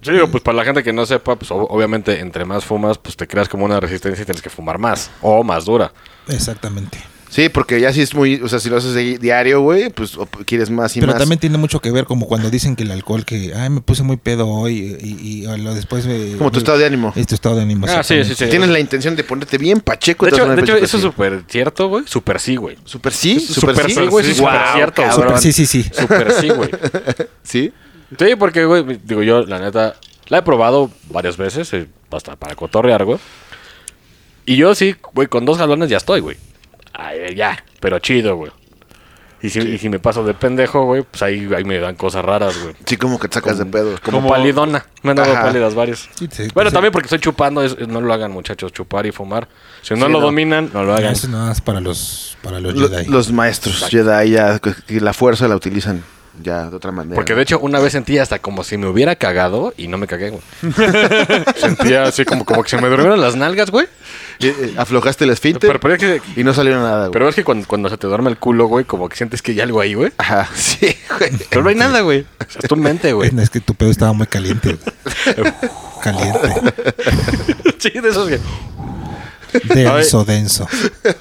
Speaker 2: Sí, digo, pues para la gente que no sepa, pues ob- obviamente entre más fumas, pues te creas como una resistencia y tienes que fumar más o más dura.
Speaker 4: exactamente.
Speaker 1: Sí, porque ya sí es muy, o sea, si lo haces di- diario, güey, pues o- quieres más y
Speaker 4: pero
Speaker 1: más.
Speaker 4: también tiene mucho que ver como cuando dicen que el alcohol que ay me puse muy pedo hoy y, y- y lo después me-
Speaker 1: Como tu
Speaker 4: me-
Speaker 1: estado de ánimo.
Speaker 4: es tu estado de ánimo
Speaker 2: Ah, sí,
Speaker 4: exactamente.
Speaker 2: sí, sí.
Speaker 1: Si tienes la intención de ponerte bien pacheco.
Speaker 2: De
Speaker 1: te vas
Speaker 2: hecho,
Speaker 1: a poner
Speaker 2: de hecho
Speaker 1: pacheco,
Speaker 2: eso es
Speaker 1: sí.
Speaker 2: súper cierto, güey. Súper sí, güey.
Speaker 1: Súper sí,
Speaker 2: Eso es
Speaker 1: súper
Speaker 2: súper
Speaker 1: sí,
Speaker 2: sí,
Speaker 1: güey.
Speaker 2: sí,
Speaker 1: sí,
Speaker 2: súper
Speaker 1: guau,
Speaker 2: cierto,
Speaker 1: cabrón.
Speaker 4: Súper, sí sí sí (laughs)
Speaker 2: Súper sí, güey.
Speaker 1: (laughs) Sí.
Speaker 2: Sí, porque, güey, digo yo, la neta, la he probado varias veces, eh, hasta para cotorrear, güey. Y yo sí, güey, con dos galones ya estoy, güey. Ay, eh, ya, pero chido, güey. Y si, y si me paso de pendejo, güey, pues ahí, ahí me dan cosas raras, güey.
Speaker 1: Sí, como que te sacas de pedo.
Speaker 2: Como,
Speaker 3: Como-
Speaker 2: palidona. Me han dado
Speaker 1: Ajá.
Speaker 2: pálidas varias.
Speaker 4: Sí, sí,
Speaker 2: bueno,
Speaker 4: sí.
Speaker 2: también porque estoy chupando, es- no lo hagan, muchachos, chupar y fumar. Si no
Speaker 1: Sí,
Speaker 2: lo
Speaker 1: no.
Speaker 2: dominan, no lo hagan.
Speaker 4: eso nada más para los para los
Speaker 1: Lo-
Speaker 4: Jedi
Speaker 1: los maestros Jedi ya que- que la fuerza la utilizan ya de otra manera.
Speaker 2: Porque de hecho una vez sentía hasta como si me hubiera cagado y no me cagué, güey. sentía así como, como que se me durmieron las nalgas, güey.
Speaker 1: Eh, eh, aflojaste el esfínter
Speaker 2: Pero, pero es que,
Speaker 1: y no salió nada, güey.
Speaker 2: pero es que cuando, cuando se te duerme el culo, güey, como que sientes que hay algo ahí, güey.
Speaker 1: Ajá, (laughs) sí, güey.
Speaker 2: Pero no hay nada, güey. O sea, Es tu mente, güey.
Speaker 4: (laughs) es que tu pedo estaba muy caliente
Speaker 1: (laughs)
Speaker 4: güey. caliente
Speaker 2: (laughs) sí, de esos que...
Speaker 4: denso denso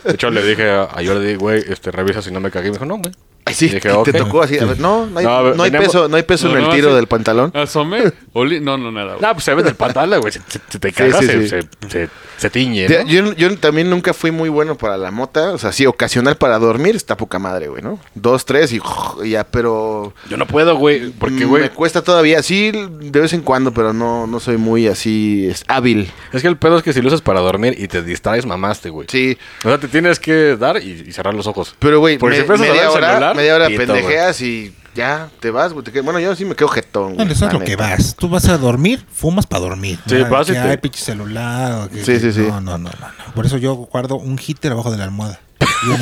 Speaker 2: De hecho, le dije a, a Jordi, güey, este, revisa si no me cagué. Me dijo, no, güey.
Speaker 1: Ay, sí,
Speaker 2: Y dije,
Speaker 1: te
Speaker 2: ok.
Speaker 1: tocó así. A ver, no, no hay,
Speaker 2: No, a ver,
Speaker 1: no hay
Speaker 2: tenemos-
Speaker 1: peso, no hay peso
Speaker 3: No,
Speaker 1: en el
Speaker 3: no,
Speaker 1: tiro
Speaker 3: sí.
Speaker 1: del pantalón.
Speaker 2: Ah,
Speaker 3: Asomé, oli, no, no, nada, güey.
Speaker 2: No, pues se ve del pantalón, güey. Se, se- se te cagas,
Speaker 1: sí,
Speaker 2: se,
Speaker 1: sí.
Speaker 2: Se, se- se tiñe,
Speaker 1: Ya,
Speaker 2: ¿no?
Speaker 1: Yo, yo también nunca fui muy bueno para la mota. O sea, sí, ocasional para dormir está poca madre, güey, ¿no? Dos, tres y, y ya, pero...
Speaker 2: Yo no puedo, güey, porque,
Speaker 1: mm,
Speaker 2: güey...
Speaker 1: Me cuesta todavía, sí, de vez en cuando, pero no, no soy muy así es, hábil.
Speaker 2: Es que el pedo es que si lo usas para dormir y te distraes, mamaste, güey.
Speaker 1: Sí,
Speaker 2: O sea, te tienes que dar y, y cerrar los ojos.
Speaker 1: Pero, güey,
Speaker 2: Porque
Speaker 1: me-
Speaker 2: si empiezas a
Speaker 1: media,
Speaker 2: dar el
Speaker 1: hora,
Speaker 2: celular,
Speaker 1: media hora
Speaker 2: pito, güey.
Speaker 1: pendejeas y ya te vas, güey. te quedas- Bueno, yo sí me quedo jetón,
Speaker 4: no
Speaker 1: güey.
Speaker 4: eso
Speaker 1: la
Speaker 4: es lo que
Speaker 1: neta.
Speaker 4: vas tú vas a dormir fumas para dormir
Speaker 2: Sí,
Speaker 4: Nada de
Speaker 2: vas y
Speaker 4: que,
Speaker 2: te-
Speaker 4: ay pinche celular o que-
Speaker 1: Sí, sí, sí.
Speaker 4: no no no no no. por eso yo guardo un hitter abajo de la almohada y un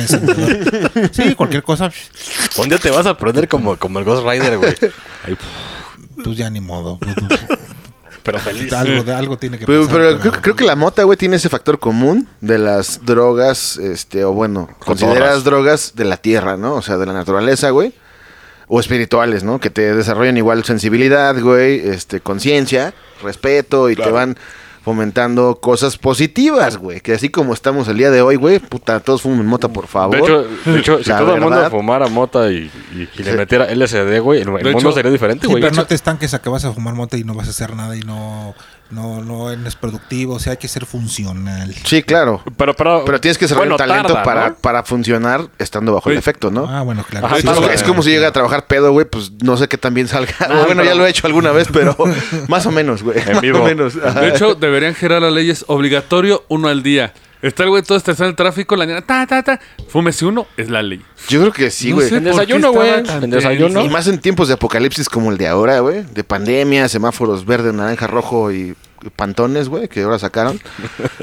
Speaker 1: (laughs)
Speaker 4: encendedor sí cualquier cosa
Speaker 2: Un día te vas a prender como, como el Ghost
Speaker 1: (laughs)
Speaker 2: Rider, güey. Ay,
Speaker 4: pues ya ni modo.
Speaker 2: (laughs) Pero feliz.
Speaker 4: algo, de, algo tiene que
Speaker 1: Pero,
Speaker 4: pasar.
Speaker 1: pero
Speaker 4: para-
Speaker 1: creo, creo que la mota, güey, tiene ese factor común de las drogas, este, o bueno, consideradas drogas de la tierra, ¿no? O sea, de la naturaleza, güey. O espirituales, ¿no? Que te desarrollan igual sensibilidad, güey, este, conciencia, respeto y te van fomentando cosas positivas, güey. Que así como estamos el día de hoy, güey, puta, todos fumen mota, por favor.
Speaker 2: De hecho, de hecho, si
Speaker 1: La
Speaker 2: todo el mundo
Speaker 1: verdad.
Speaker 2: fumara mota y, y- y le metiera LSD, güey, el, el
Speaker 3: De
Speaker 2: mundo
Speaker 3: hecho-
Speaker 2: sería diferente,
Speaker 4: Sí,
Speaker 2: güey.
Speaker 4: pero no te estanques a que vas a fumar mota y no vas a hacer nada y no, no, no eres productivo. O sea, hay que ser funcional.
Speaker 1: Sí, claro.
Speaker 2: Pero, pero,
Speaker 1: Pero tienes que saber
Speaker 2: bueno,
Speaker 1: el talento
Speaker 2: tarda,
Speaker 1: para,
Speaker 2: ¿no?
Speaker 1: para funcionar estando bajo el
Speaker 3: Oye.
Speaker 1: efecto, ¿no?
Speaker 4: Ah, bueno, claro.
Speaker 2: Ajá,
Speaker 4: Sí,
Speaker 1: Pues Es como-
Speaker 4: sí,
Speaker 1: es
Speaker 4: claro.
Speaker 1: como si llega a trabajar pedo, güey, pues no sé qué también
Speaker 2: (laughs)
Speaker 1: salga. bueno, ya
Speaker 2: pero-
Speaker 1: lo he hecho alguna vez,
Speaker 2: (laughs)
Speaker 1: pero más o menos, güey. (laughs)
Speaker 2: En
Speaker 1: Más
Speaker 2: vivo.
Speaker 1: o menos. Ajá.
Speaker 3: De hecho, deberían girar las leyes obligatorio uno al día. Está el güey todo estresado en el tráfico, en la niña, ta, ta, ta. Fúmese uno, es la ley.
Speaker 1: Yo creo que sí,
Speaker 3: No
Speaker 1: güey.
Speaker 3: sé
Speaker 2: En
Speaker 3: por qué
Speaker 2: desayuno,
Speaker 3: estaba
Speaker 2: güey.
Speaker 3: tan
Speaker 2: En desayuno.
Speaker 1: Y
Speaker 3: tenso.
Speaker 1: más en tiempos de apocalipsis como el de ahora, güey. De pandemia, semáforos verde, naranja, rojo y pantones, güey, que ahora
Speaker 2: (laughs)
Speaker 1: sacaron.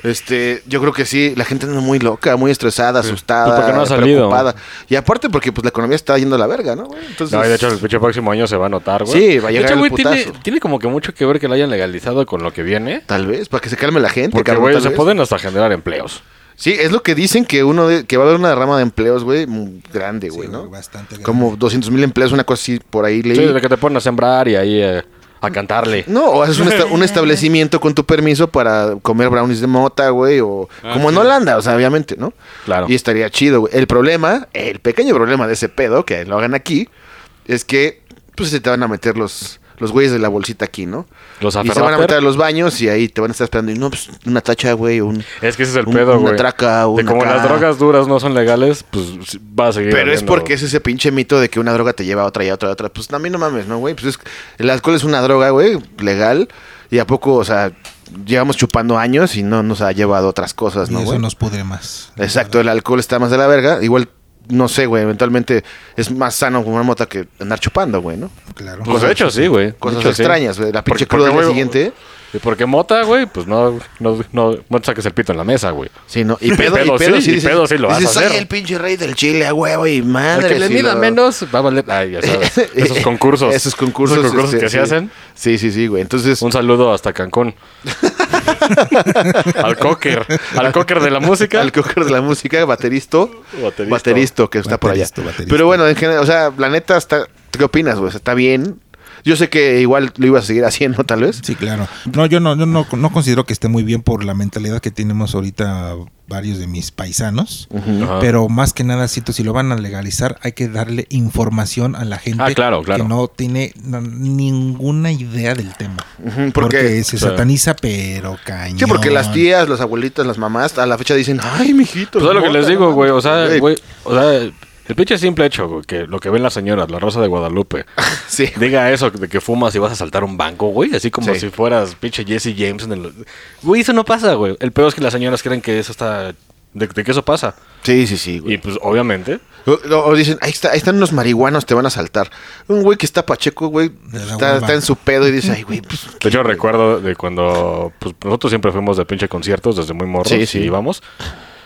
Speaker 1: este, yo creo que sí, la gente anda muy loca, muy estresada, asustada,
Speaker 2: Pues porque no ha salido.
Speaker 1: preocupada. Y aparte porque pues la economía está yendo a la verga, ¿no, güey? Entonces,
Speaker 2: No, y de hecho, el pinche próximo año se va a notar, güey.
Speaker 1: Sí, va a
Speaker 2: De
Speaker 1: llegar
Speaker 2: hecho,
Speaker 1: el
Speaker 2: güey, tiene,
Speaker 1: putazo.
Speaker 2: tiene como que mucho que ver que lo hayan legalizado con lo que viene.
Speaker 1: tal vez, para que se calme la gente.
Speaker 2: Porque,
Speaker 1: cabrón,
Speaker 2: güey,
Speaker 1: tal
Speaker 2: se
Speaker 1: vez.
Speaker 2: pueden hasta generar empleos.
Speaker 1: Sí, es lo que dicen que uno de- que va a haber una derrama de empleos, güey, muy grande, güey, ¿no?
Speaker 4: güey, bastante grande.
Speaker 1: Como 200 mil empleos, una cosa así, por ahí leí.
Speaker 2: Sí, desde que te ponen a sembrar y ahí eh, a cantarle.
Speaker 1: No, o haces un, esta- un establecimiento con tu permiso para comer brownies de mota, güey, o como en Holanda, o sea, obviamente, ¿no?
Speaker 2: Ah, Claro.
Speaker 1: Y estaría chido, güey. El problema, el pequeño problema de ese pedo, que lo hagan aquí, es que, pues, se te van a meter los, los güeyes de la bolsita aquí, ¿no?
Speaker 2: Los
Speaker 1: Y se van a
Speaker 2: aferrater.
Speaker 1: meter a los baños y ahí te van a estar esperando, y no, pues, una tacha, güey, o un...
Speaker 2: Es que ese es el
Speaker 1: un-
Speaker 2: pedo,
Speaker 1: una
Speaker 2: güey.
Speaker 1: traca,
Speaker 2: De
Speaker 1: una
Speaker 2: como
Speaker 1: acá.
Speaker 2: las drogas duras no son legales, pues sí, va a seguir.
Speaker 1: Pero es
Speaker 2: habiendo-
Speaker 1: porque es ese pinche mito de que una droga te lleva a otra y a otra y a otra. Pues a mí no mames, ¿no, güey? Pues es- el alcohol es una droga, güey, legal. Y a poco, o sea, llevamos chupando años y no nos ha llevado a otras cosas,
Speaker 4: Y
Speaker 1: ¿no,
Speaker 4: eso
Speaker 1: güey?
Speaker 4: nos pudre más.
Speaker 1: Exacto, el alcohol está más de la verga. Igual, no sé, güey, eventualmente es más sano con una mota que andar chupando, güey, ¿no?
Speaker 4: Claro.
Speaker 2: Pues de hecho, sí, güey. De
Speaker 1: Cosas
Speaker 2: hecho, sí.
Speaker 1: extrañas, güey. La pinche
Speaker 2: Porque- porque,
Speaker 1: cruda del
Speaker 2: güey,
Speaker 1: siguiente.
Speaker 2: Y porque mota, güey, pues no, no, no, no te saques el pito en la mesa, güey.
Speaker 1: Sí,
Speaker 2: (laughs)
Speaker 1: ¿no? Y pedo,
Speaker 2: pedo
Speaker 1: y pedo,
Speaker 2: sí,
Speaker 1: sí,
Speaker 2: y
Speaker 1: dices-
Speaker 2: pedo sí lo vas a
Speaker 1: dices,
Speaker 2: hacer".
Speaker 1: soy el pinche rey del chile, a huevo, y
Speaker 2: El
Speaker 1: madre.
Speaker 2: que le
Speaker 1: Ah, sí
Speaker 2: mida
Speaker 1: lo-
Speaker 2: menos va a valer. Ay,
Speaker 1: (laughs)
Speaker 2: ya sabes. Esos concursos.
Speaker 1: Eh, Esos concursos.
Speaker 2: Esos concursos
Speaker 1: este,
Speaker 2: que se
Speaker 1: sí.
Speaker 2: hacen.
Speaker 1: Sí, sí, sí, güey. Entonces,
Speaker 2: Un saludo
Speaker 1: (laughs)
Speaker 2: hasta Cancún. al cocker. Al cocker de la música.
Speaker 1: Al cocker de la música, baterista.
Speaker 2: Bateristo.
Speaker 1: Bateristo, que está por allá.
Speaker 4: Bateristo, baterista.
Speaker 1: Pero bueno, en general, o sea, la neta, está, ¿qué opinas, güey? O sea, ¿Está bien? Yo sé que igual lo ibas a seguir haciendo, tal vez.
Speaker 4: Sí, claro. No, yo no, yo no, no considero que esté muy bien por la mentalidad que tenemos ahorita varios de mis paisanos.
Speaker 2: Ajá.
Speaker 4: Pero más que nada, si, si lo van a legalizar, hay que darle información a la gente
Speaker 2: Ah, claro, claro.
Speaker 4: que no tiene na- ninguna idea del tema.
Speaker 1: Ujú,
Speaker 4: porque
Speaker 1: porque,
Speaker 4: se
Speaker 2: o sea,
Speaker 4: sataniza, pero cañón.
Speaker 1: sí, porque las tías, las abuelitas, las mamás, a la fecha dicen, ay, mijito.
Speaker 2: Pues es lo que
Speaker 1: mota,
Speaker 2: les digo,
Speaker 1: ¿no?
Speaker 2: güey. O sea, güey. O sea, el pinche simple hecho, güey, que lo que ven las señoras, la rosa de Guadalupe,
Speaker 1: Sí.
Speaker 2: (laughs) diga eso de que fumas y vas a saltar un banco, güey. Así como
Speaker 1: Sí.
Speaker 2: si fueras pinche Jesse James en el. Güey, eso no pasa, güey. El peor es que las señoras creen que eso está. De, de que eso pasa.
Speaker 1: Sí, sí, sí, güey.
Speaker 2: Y pues, obviamente.
Speaker 1: O, o dicen, ahí, está, ahí están unos marihuanos, te van a saltar. Un güey que está pacheco, güey,
Speaker 4: De la
Speaker 1: está,
Speaker 4: hueva.
Speaker 1: está en su pedo y dice, ay, güey, pues,
Speaker 2: De hecho, recuerdo de cuando pues, nosotros siempre fuimos de pinche conciertos desde muy morros
Speaker 1: Sí, sí.
Speaker 2: y íbamos.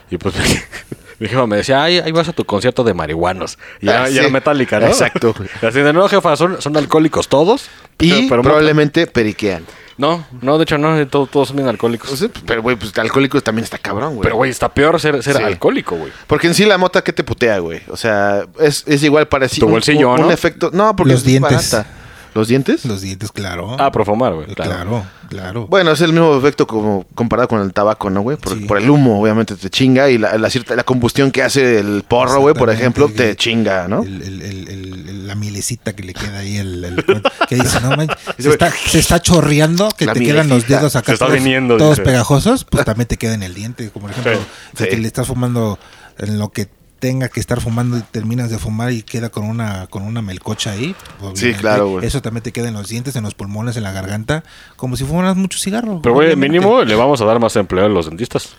Speaker 2: Y pues (laughs) mi jefa me decía, ay, ahí vas a tu concierto de marihuanos. Y ya,
Speaker 1: Ah,
Speaker 2: ya
Speaker 1: sí.
Speaker 2: era metálica, ¿no?
Speaker 1: Exacto.
Speaker 2: Y Así de, no, jefa, son, son alcohólicos todos.
Speaker 1: y
Speaker 2: Pero- pero-
Speaker 1: probablemente periquean.
Speaker 2: No, no, de hecho, no, todo- todos son bien
Speaker 1: O
Speaker 2: alcohólicos.
Speaker 1: sea, pero, güey, pues alcohólicos también está cabrón, güey.
Speaker 2: Pero, güey, está peor ser, ser
Speaker 1: Sí.
Speaker 2: alcohólico, güey.
Speaker 1: Porque en sí la mota que te putea, güey. O sea, es, es igual para sí-
Speaker 2: Tu
Speaker 1: un-
Speaker 2: bolsillo,
Speaker 1: un, un
Speaker 2: ¿no?
Speaker 1: efecto. No, porque
Speaker 4: Los
Speaker 1: es
Speaker 4: dientes.
Speaker 1: barata. ¿Los dientes?
Speaker 4: Los dientes, claro.
Speaker 2: Ah, por fumar, güey. Claro.
Speaker 4: claro, claro.
Speaker 1: Bueno, es el mismo efecto como comparado con el tabaco, ¿no, güey? Por,
Speaker 4: Sí.
Speaker 1: por el humo, obviamente te chinga y la, la cierta, la combustión que hace el porro, güey, por ejemplo,
Speaker 4: Exactamente.
Speaker 1: te chinga, ¿no?
Speaker 4: El- el- el- el- el- la mielecita que le queda ahí, el, el- que dice,
Speaker 2: (laughs)
Speaker 4: no manches, se está, se está chorreando, que
Speaker 1: La
Speaker 4: te quedan los
Speaker 1: mielecita.
Speaker 4: dedos acá
Speaker 2: Se está
Speaker 4: todos,
Speaker 2: viniendo,
Speaker 4: todos
Speaker 2: dice.
Speaker 4: pegajosos,
Speaker 2: (laughs)
Speaker 4: pues también te queda en el diente, como por ejemplo,
Speaker 1: Sí,
Speaker 4: si
Speaker 1: sí.
Speaker 4: te le estás fumando en lo que tenga que estar fumando y terminas de fumar y queda con una con una melcocha ahí. pues,
Speaker 1: Sí, claro, güey.
Speaker 4: Eso también te queda en los dientes, en los pulmones, en la garganta, como si fumaras mucho cigarro.
Speaker 2: Pero, güey,
Speaker 4: obviamente.
Speaker 2: mínimo le vamos a dar más empleo a los dentistas.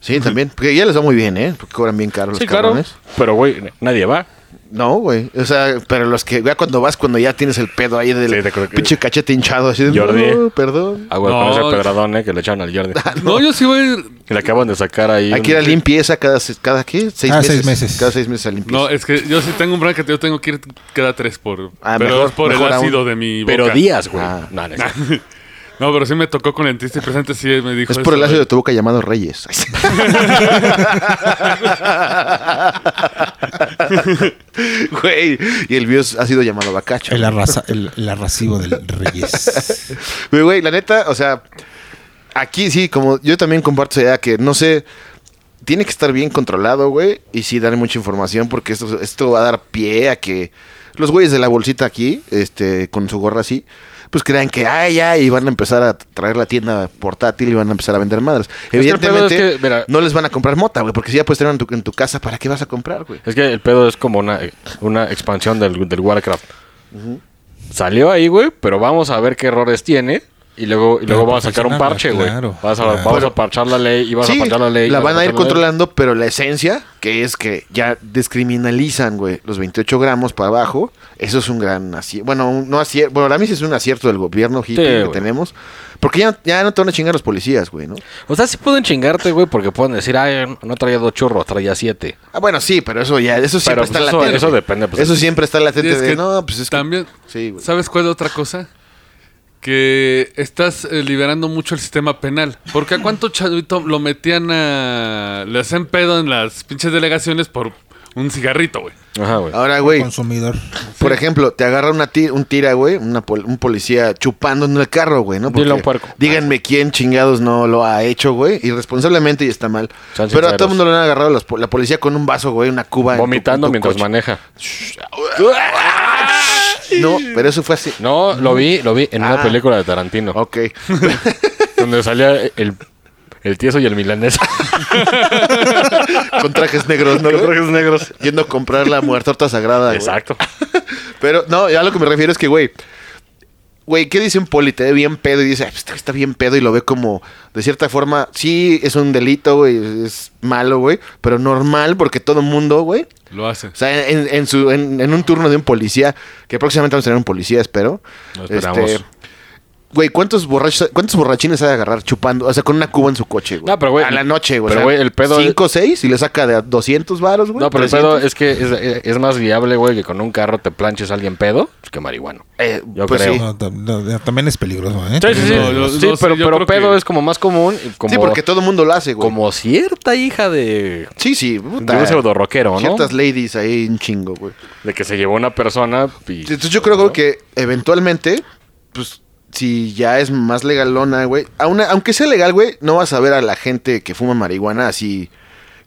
Speaker 1: Sí, también. Porque ya les va muy bien, ¿eh? Porque cobran bien caro los
Speaker 2: sí, claro.
Speaker 1: cabrones.
Speaker 2: Pero, güey, nadie va.
Speaker 1: No, güey. O sea, pero los que, ya cuando vas, cuando ya tienes el pedo ahí del
Speaker 2: Sí, te creo que-
Speaker 1: pinche cachete hinchado, así de,
Speaker 2: Jordi.
Speaker 1: "No, perdón.
Speaker 2: Agua
Speaker 3: No.
Speaker 2: con ese pedradón, eh, que le echaron
Speaker 1: (laughs)
Speaker 2: al Jordi.
Speaker 3: No, yo sí voy.
Speaker 2: Que le acaban de sacar ahí.
Speaker 1: Hay que ir a
Speaker 2: un-
Speaker 1: limpieza cada, se- cada ¿qué? Seis
Speaker 4: Cada
Speaker 1: meses.
Speaker 4: seis meses.
Speaker 1: Cada seis meses a limpieza.
Speaker 3: No, es que yo sí tengo un bracket, yo tengo que ir cada tres por.
Speaker 1: Ah,
Speaker 3: pero
Speaker 1: mejor-
Speaker 3: es por el
Speaker 1: mejor aún.
Speaker 3: ácido de mi boca.
Speaker 2: Pero días, güey.
Speaker 1: Ah.
Speaker 2: No, no es-
Speaker 3: No, pero sí me tocó con el dentista y presente, sí me dijo.
Speaker 1: Es por
Speaker 3: eso, eh.
Speaker 1: el ácido
Speaker 3: güey.
Speaker 1: de tu boca llamado
Speaker 3: (laughs)
Speaker 1: Reyes. (laughs) Güey, y el mío es- ha sido llamado Bacacho.
Speaker 2: (laughs)
Speaker 4: El, arrasa- el, el arrasivo del Reyes.
Speaker 1: Pero, güey, la neta, o sea, aquí sí, como yo también comparto esa idea que no sé, tiene que estar bien controlado, güey, y sí darle mucha información porque esto, esto va a dar pie a que los güeyes de la bolsita aquí, este, con su gorra así, pues crean que, ay, ya, y van a empezar a traer la tienda portátil y van a empezar a vender madres.
Speaker 2: el pedo es
Speaker 1: Evidentemente,
Speaker 2: que, mira-
Speaker 1: no les van a comprar mota, güey, porque si ya puedes tener en tu, en tu casa, ¿para qué vas a comprar, güey?
Speaker 2: Es que el pedo es como una, una expansión del, del Warcraft. Salió ahí, güey, pero vamos a ver qué errores tiene. Y luego, y
Speaker 4: Pero
Speaker 2: luego vamos a sacar un
Speaker 4: perfeccionarla,
Speaker 2: parche, güey.
Speaker 4: claro,
Speaker 2: Vas a-
Speaker 4: claro.
Speaker 2: Vamos
Speaker 1: Pero-
Speaker 2: a parchar la ley y vas a
Speaker 1: sí,
Speaker 2: parchar la ley. y
Speaker 1: la
Speaker 2: vas
Speaker 1: van a ir
Speaker 2: parchar la ley.
Speaker 1: controlando, pero la esencia, que es que ya descriminalizan, güey, los 28 gramos para abajo, eso es un gran acierto. Bueno, un- no acierto, bueno, para mí sí es un acierto del gobierno hippie
Speaker 2: Sí,
Speaker 1: que
Speaker 2: güey.
Speaker 1: tenemos, porque ya, ya no te van a chingar los policías, güey, ¿no?
Speaker 2: O sea, sí pueden chingarte, güey, porque pueden decir, ay, no traía dos churros, traía siete.
Speaker 1: Ah, bueno, sí, pero eso ya, eso siempre
Speaker 2: pues,
Speaker 1: está
Speaker 2: eso-
Speaker 1: latente.
Speaker 2: eso
Speaker 1: güey.
Speaker 2: depende, pues,
Speaker 1: eso
Speaker 2: de-
Speaker 1: siempre está latente
Speaker 3: Y es
Speaker 1: de,
Speaker 3: que
Speaker 1: no, pues es que-
Speaker 3: también,
Speaker 1: Sí, güey.
Speaker 3: ¿sabes cuál es otra cosa? Que estás eh, liberando mucho el sistema penal. Porque a cuánto chavito lo metían a... Le hacen pedo en las pinches delegaciones por un cigarrito, güey.
Speaker 2: Ajá, güey.
Speaker 1: Ahora, güey,
Speaker 4: consumidor.
Speaker 1: por ejemplo, te agarra una ti- un tira, güey, una pol- un policía chupando en el carro, güey, ¿no?
Speaker 2: Dile a un
Speaker 1: Porque
Speaker 2: puerco.
Speaker 1: Díganme quién chingados no lo ha hecho, güey, irresponsablemente y está mal.
Speaker 2: Sean
Speaker 1: Pero a
Speaker 2: sinceros.
Speaker 1: todo el mundo lo han agarrado los po- la policía con un vaso, güey, una cuba. Ah, en tu-
Speaker 2: Vomitando
Speaker 1: en tu
Speaker 2: mientras
Speaker 1: coche.
Speaker 2: maneja.
Speaker 1: No, pero eso fue así.
Speaker 2: No, lo vi, lo vi en una
Speaker 1: Ah.
Speaker 2: película de Tarantino. (laughs)
Speaker 1: Ok.
Speaker 2: Donde salía el, el tieso y
Speaker 1: (laughs)
Speaker 2: el milanés.
Speaker 1: con trajes negros, ¿no? güey?
Speaker 2: negros.
Speaker 1: Yendo a comprar la muertorta sagrada, güey.
Speaker 2: Exacto.
Speaker 1: (laughs) Pero no, ya lo que me refiero es que, güey. Güey, ¿qué dice un poli? Te ve bien pedo y dice, "Ay, pues, este güey está bien pedo y lo ve como, de cierta forma, sí, es un delito, güey, es malo, güey, pero normal porque todo mundo, güey,
Speaker 3: Lo hacen.
Speaker 1: o sea, en, en su, en, en un turno de un policía, que próximamente vamos a tener un policía, espero. Este,
Speaker 2: Lo esperamos.
Speaker 1: güey, ¿cuántos, borrachos, ¿cuántos borrachines ha de agarrar chupando? O sea, con una cuba en su coche, güey.
Speaker 2: No, pero, güey,
Speaker 1: A la noche, güey.
Speaker 2: pero, güey, el pedo-
Speaker 1: Cinco o seis y le saca de a 200 varos, güey.
Speaker 2: No, pero el
Speaker 1: 300.
Speaker 2: pedo es que es, es más viable, güey, que con un carro te planches a alguien pedo que marihuano.
Speaker 1: Eh,
Speaker 2: Yo
Speaker 1: pues
Speaker 2: creo.
Speaker 1: sí.
Speaker 4: No, tam- no, también es peligroso, ¿eh?
Speaker 2: Sí, sí, sí.
Speaker 3: No, yo-
Speaker 2: Sí,
Speaker 3: no, sí,
Speaker 2: pero,
Speaker 3: yo
Speaker 2: pero
Speaker 3: creo
Speaker 2: pedo
Speaker 3: que-
Speaker 2: es como más común. y Como,
Speaker 1: Sí, porque todo mundo lo hace, güey.
Speaker 2: como cierta hija de,
Speaker 1: Sí, sí. puta.
Speaker 2: de un pseudo rockero, ¿no?
Speaker 1: Ciertas ladies ahí un chingo, güey.
Speaker 2: De que se llevó una persona y...
Speaker 1: Entonces yo creo güey, que eventualmente, pues, si ya es más legalona, güey. aún- aunque sea legal, güey, no vas a ver a la gente que fuma marihuana así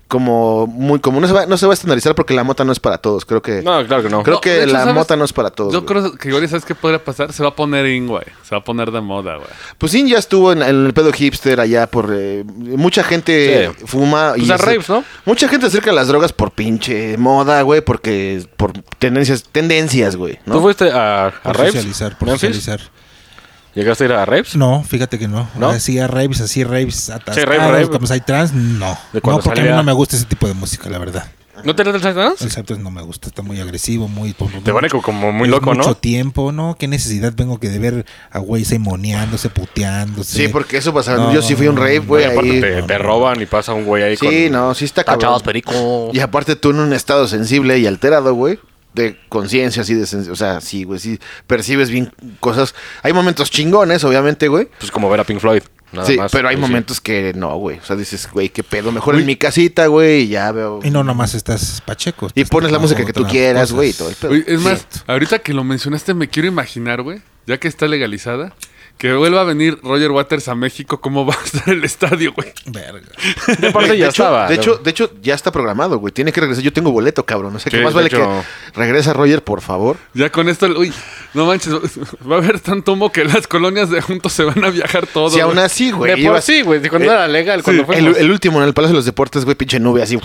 Speaker 1: como muy común. No se va, no se va a estandarizar porque la mota no es para todos. Creo que...
Speaker 2: No, claro que no.
Speaker 1: Creo
Speaker 3: No,
Speaker 1: que
Speaker 3: de hecho,
Speaker 1: la
Speaker 3: ¿sabes?
Speaker 1: mota no es para todos.
Speaker 3: Yo
Speaker 1: güey.
Speaker 3: creo que igual, ¿sabes qué podría pasar? Se va a poner in, güey. Se va a poner de moda, güey.
Speaker 1: Pues sí, ya estuvo en, en el pedo hipster allá por... eh, mucha gente
Speaker 2: Sí.
Speaker 1: fuma...
Speaker 2: Pues a
Speaker 1: se-
Speaker 2: raves, ¿no?
Speaker 1: Mucha gente se acerca a las drogas por pinche moda, güey, porque... Por tendencias, tendencias, güey, ¿no?
Speaker 2: ¿Tú fuiste a, a
Speaker 4: Por
Speaker 2: raves?
Speaker 4: socializar, por
Speaker 2: ¿Memphis?
Speaker 4: socializar.
Speaker 2: ¿Llegaste a ir a raves?
Speaker 4: No, fíjate que no.
Speaker 2: ¿No?
Speaker 4: Así a raves, así raves atascados,
Speaker 2: rave.
Speaker 4: como hay trans, no.
Speaker 2: De
Speaker 4: No,
Speaker 2: cuando
Speaker 4: porque a
Speaker 2: salía-
Speaker 4: mí no me gusta ese tipo de música, la verdad.
Speaker 2: ¿No te late el Psytrance?
Speaker 4: El Psytrance no me gusta, está muy agresivo, muy...
Speaker 2: Te pone como- como muy
Speaker 4: Es
Speaker 2: loco, ¿no?
Speaker 4: Mucho tiempo, ¿no? ¿Qué necesidad tengo que de ver a güey se moneándose, puteándose?
Speaker 1: Sí, porque eso pasaba.
Speaker 4: No,
Speaker 1: Yo sí fui a un
Speaker 4: no,
Speaker 1: rave,
Speaker 4: no,
Speaker 1: güey,
Speaker 2: Y aparte
Speaker 1: ahí.
Speaker 2: te, te roban y pasa un güey ahí con...
Speaker 1: Sí, no, sí está cabrón. (laughs)
Speaker 2: Cachados, perico.
Speaker 1: Y aparte tú en un estado sensible y alterado, güey, de conciencia, así de... sen- O sea, sí, güey, sí percibes bien cosas. Hay momentos chingones, obviamente, güey.
Speaker 2: Pues como ver a Pink Floyd. nada
Speaker 1: Sí,
Speaker 2: más.
Speaker 1: pero hay
Speaker 2: Sí.
Speaker 1: momentos que no, güey. O sea, dices, güey, qué pedo. Mejor en mi casita, güey, y ya veo.
Speaker 4: Y no nomás estás pacheco.
Speaker 1: Y
Speaker 4: estás
Speaker 1: pones la
Speaker 4: tocando
Speaker 1: música que tú
Speaker 4: otras
Speaker 1: quieras,
Speaker 4: cosas.
Speaker 1: güey, y todo el pedo.
Speaker 3: Oye, es más, ahorita que lo mencionaste, me quiero imaginar, güey, ya que está legalizada, que vuelva a venir Roger Waters a México, cómo va a estar el estadio, güey.
Speaker 4: Verga.
Speaker 2: De parte ya
Speaker 1: de hecho,
Speaker 2: estaba.
Speaker 1: De hecho, de hecho, ya está programado, güey. Tiene que regresar. Yo tengo boleto, cabrón. No sé qué
Speaker 2: Sí,
Speaker 1: más
Speaker 2: de
Speaker 1: vale
Speaker 2: hecho-
Speaker 1: que regresa Roger, por favor.
Speaker 3: Ya con esto, uy, no manches, va a haber tanto humo que las colonias de juntos se van a viajar todo.
Speaker 1: si aún
Speaker 3: güey.
Speaker 1: así, güey.
Speaker 2: de por
Speaker 1: ibas-
Speaker 2: sí, güey. Cuando
Speaker 1: Eh,
Speaker 2: era legal, cuando fue...
Speaker 1: el, el último en el Palacio de los Deportes, güey, pinche nube así.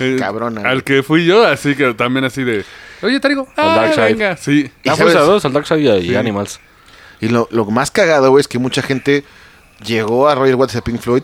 Speaker 3: Eh,
Speaker 1: cabrona, güey.
Speaker 3: Al que fui yo, así que también así de, oye, traigo, ah,
Speaker 2: Dark Side.
Speaker 3: venga, sí.
Speaker 1: ¿Y
Speaker 2: La
Speaker 1: sabes?
Speaker 2: Fuerza 2, Ah, pues al Dark Side y, y Animals.
Speaker 1: Y lo, lo más cagado, güey, es que mucha gente llegó a Roger Waters y a Pink Floyd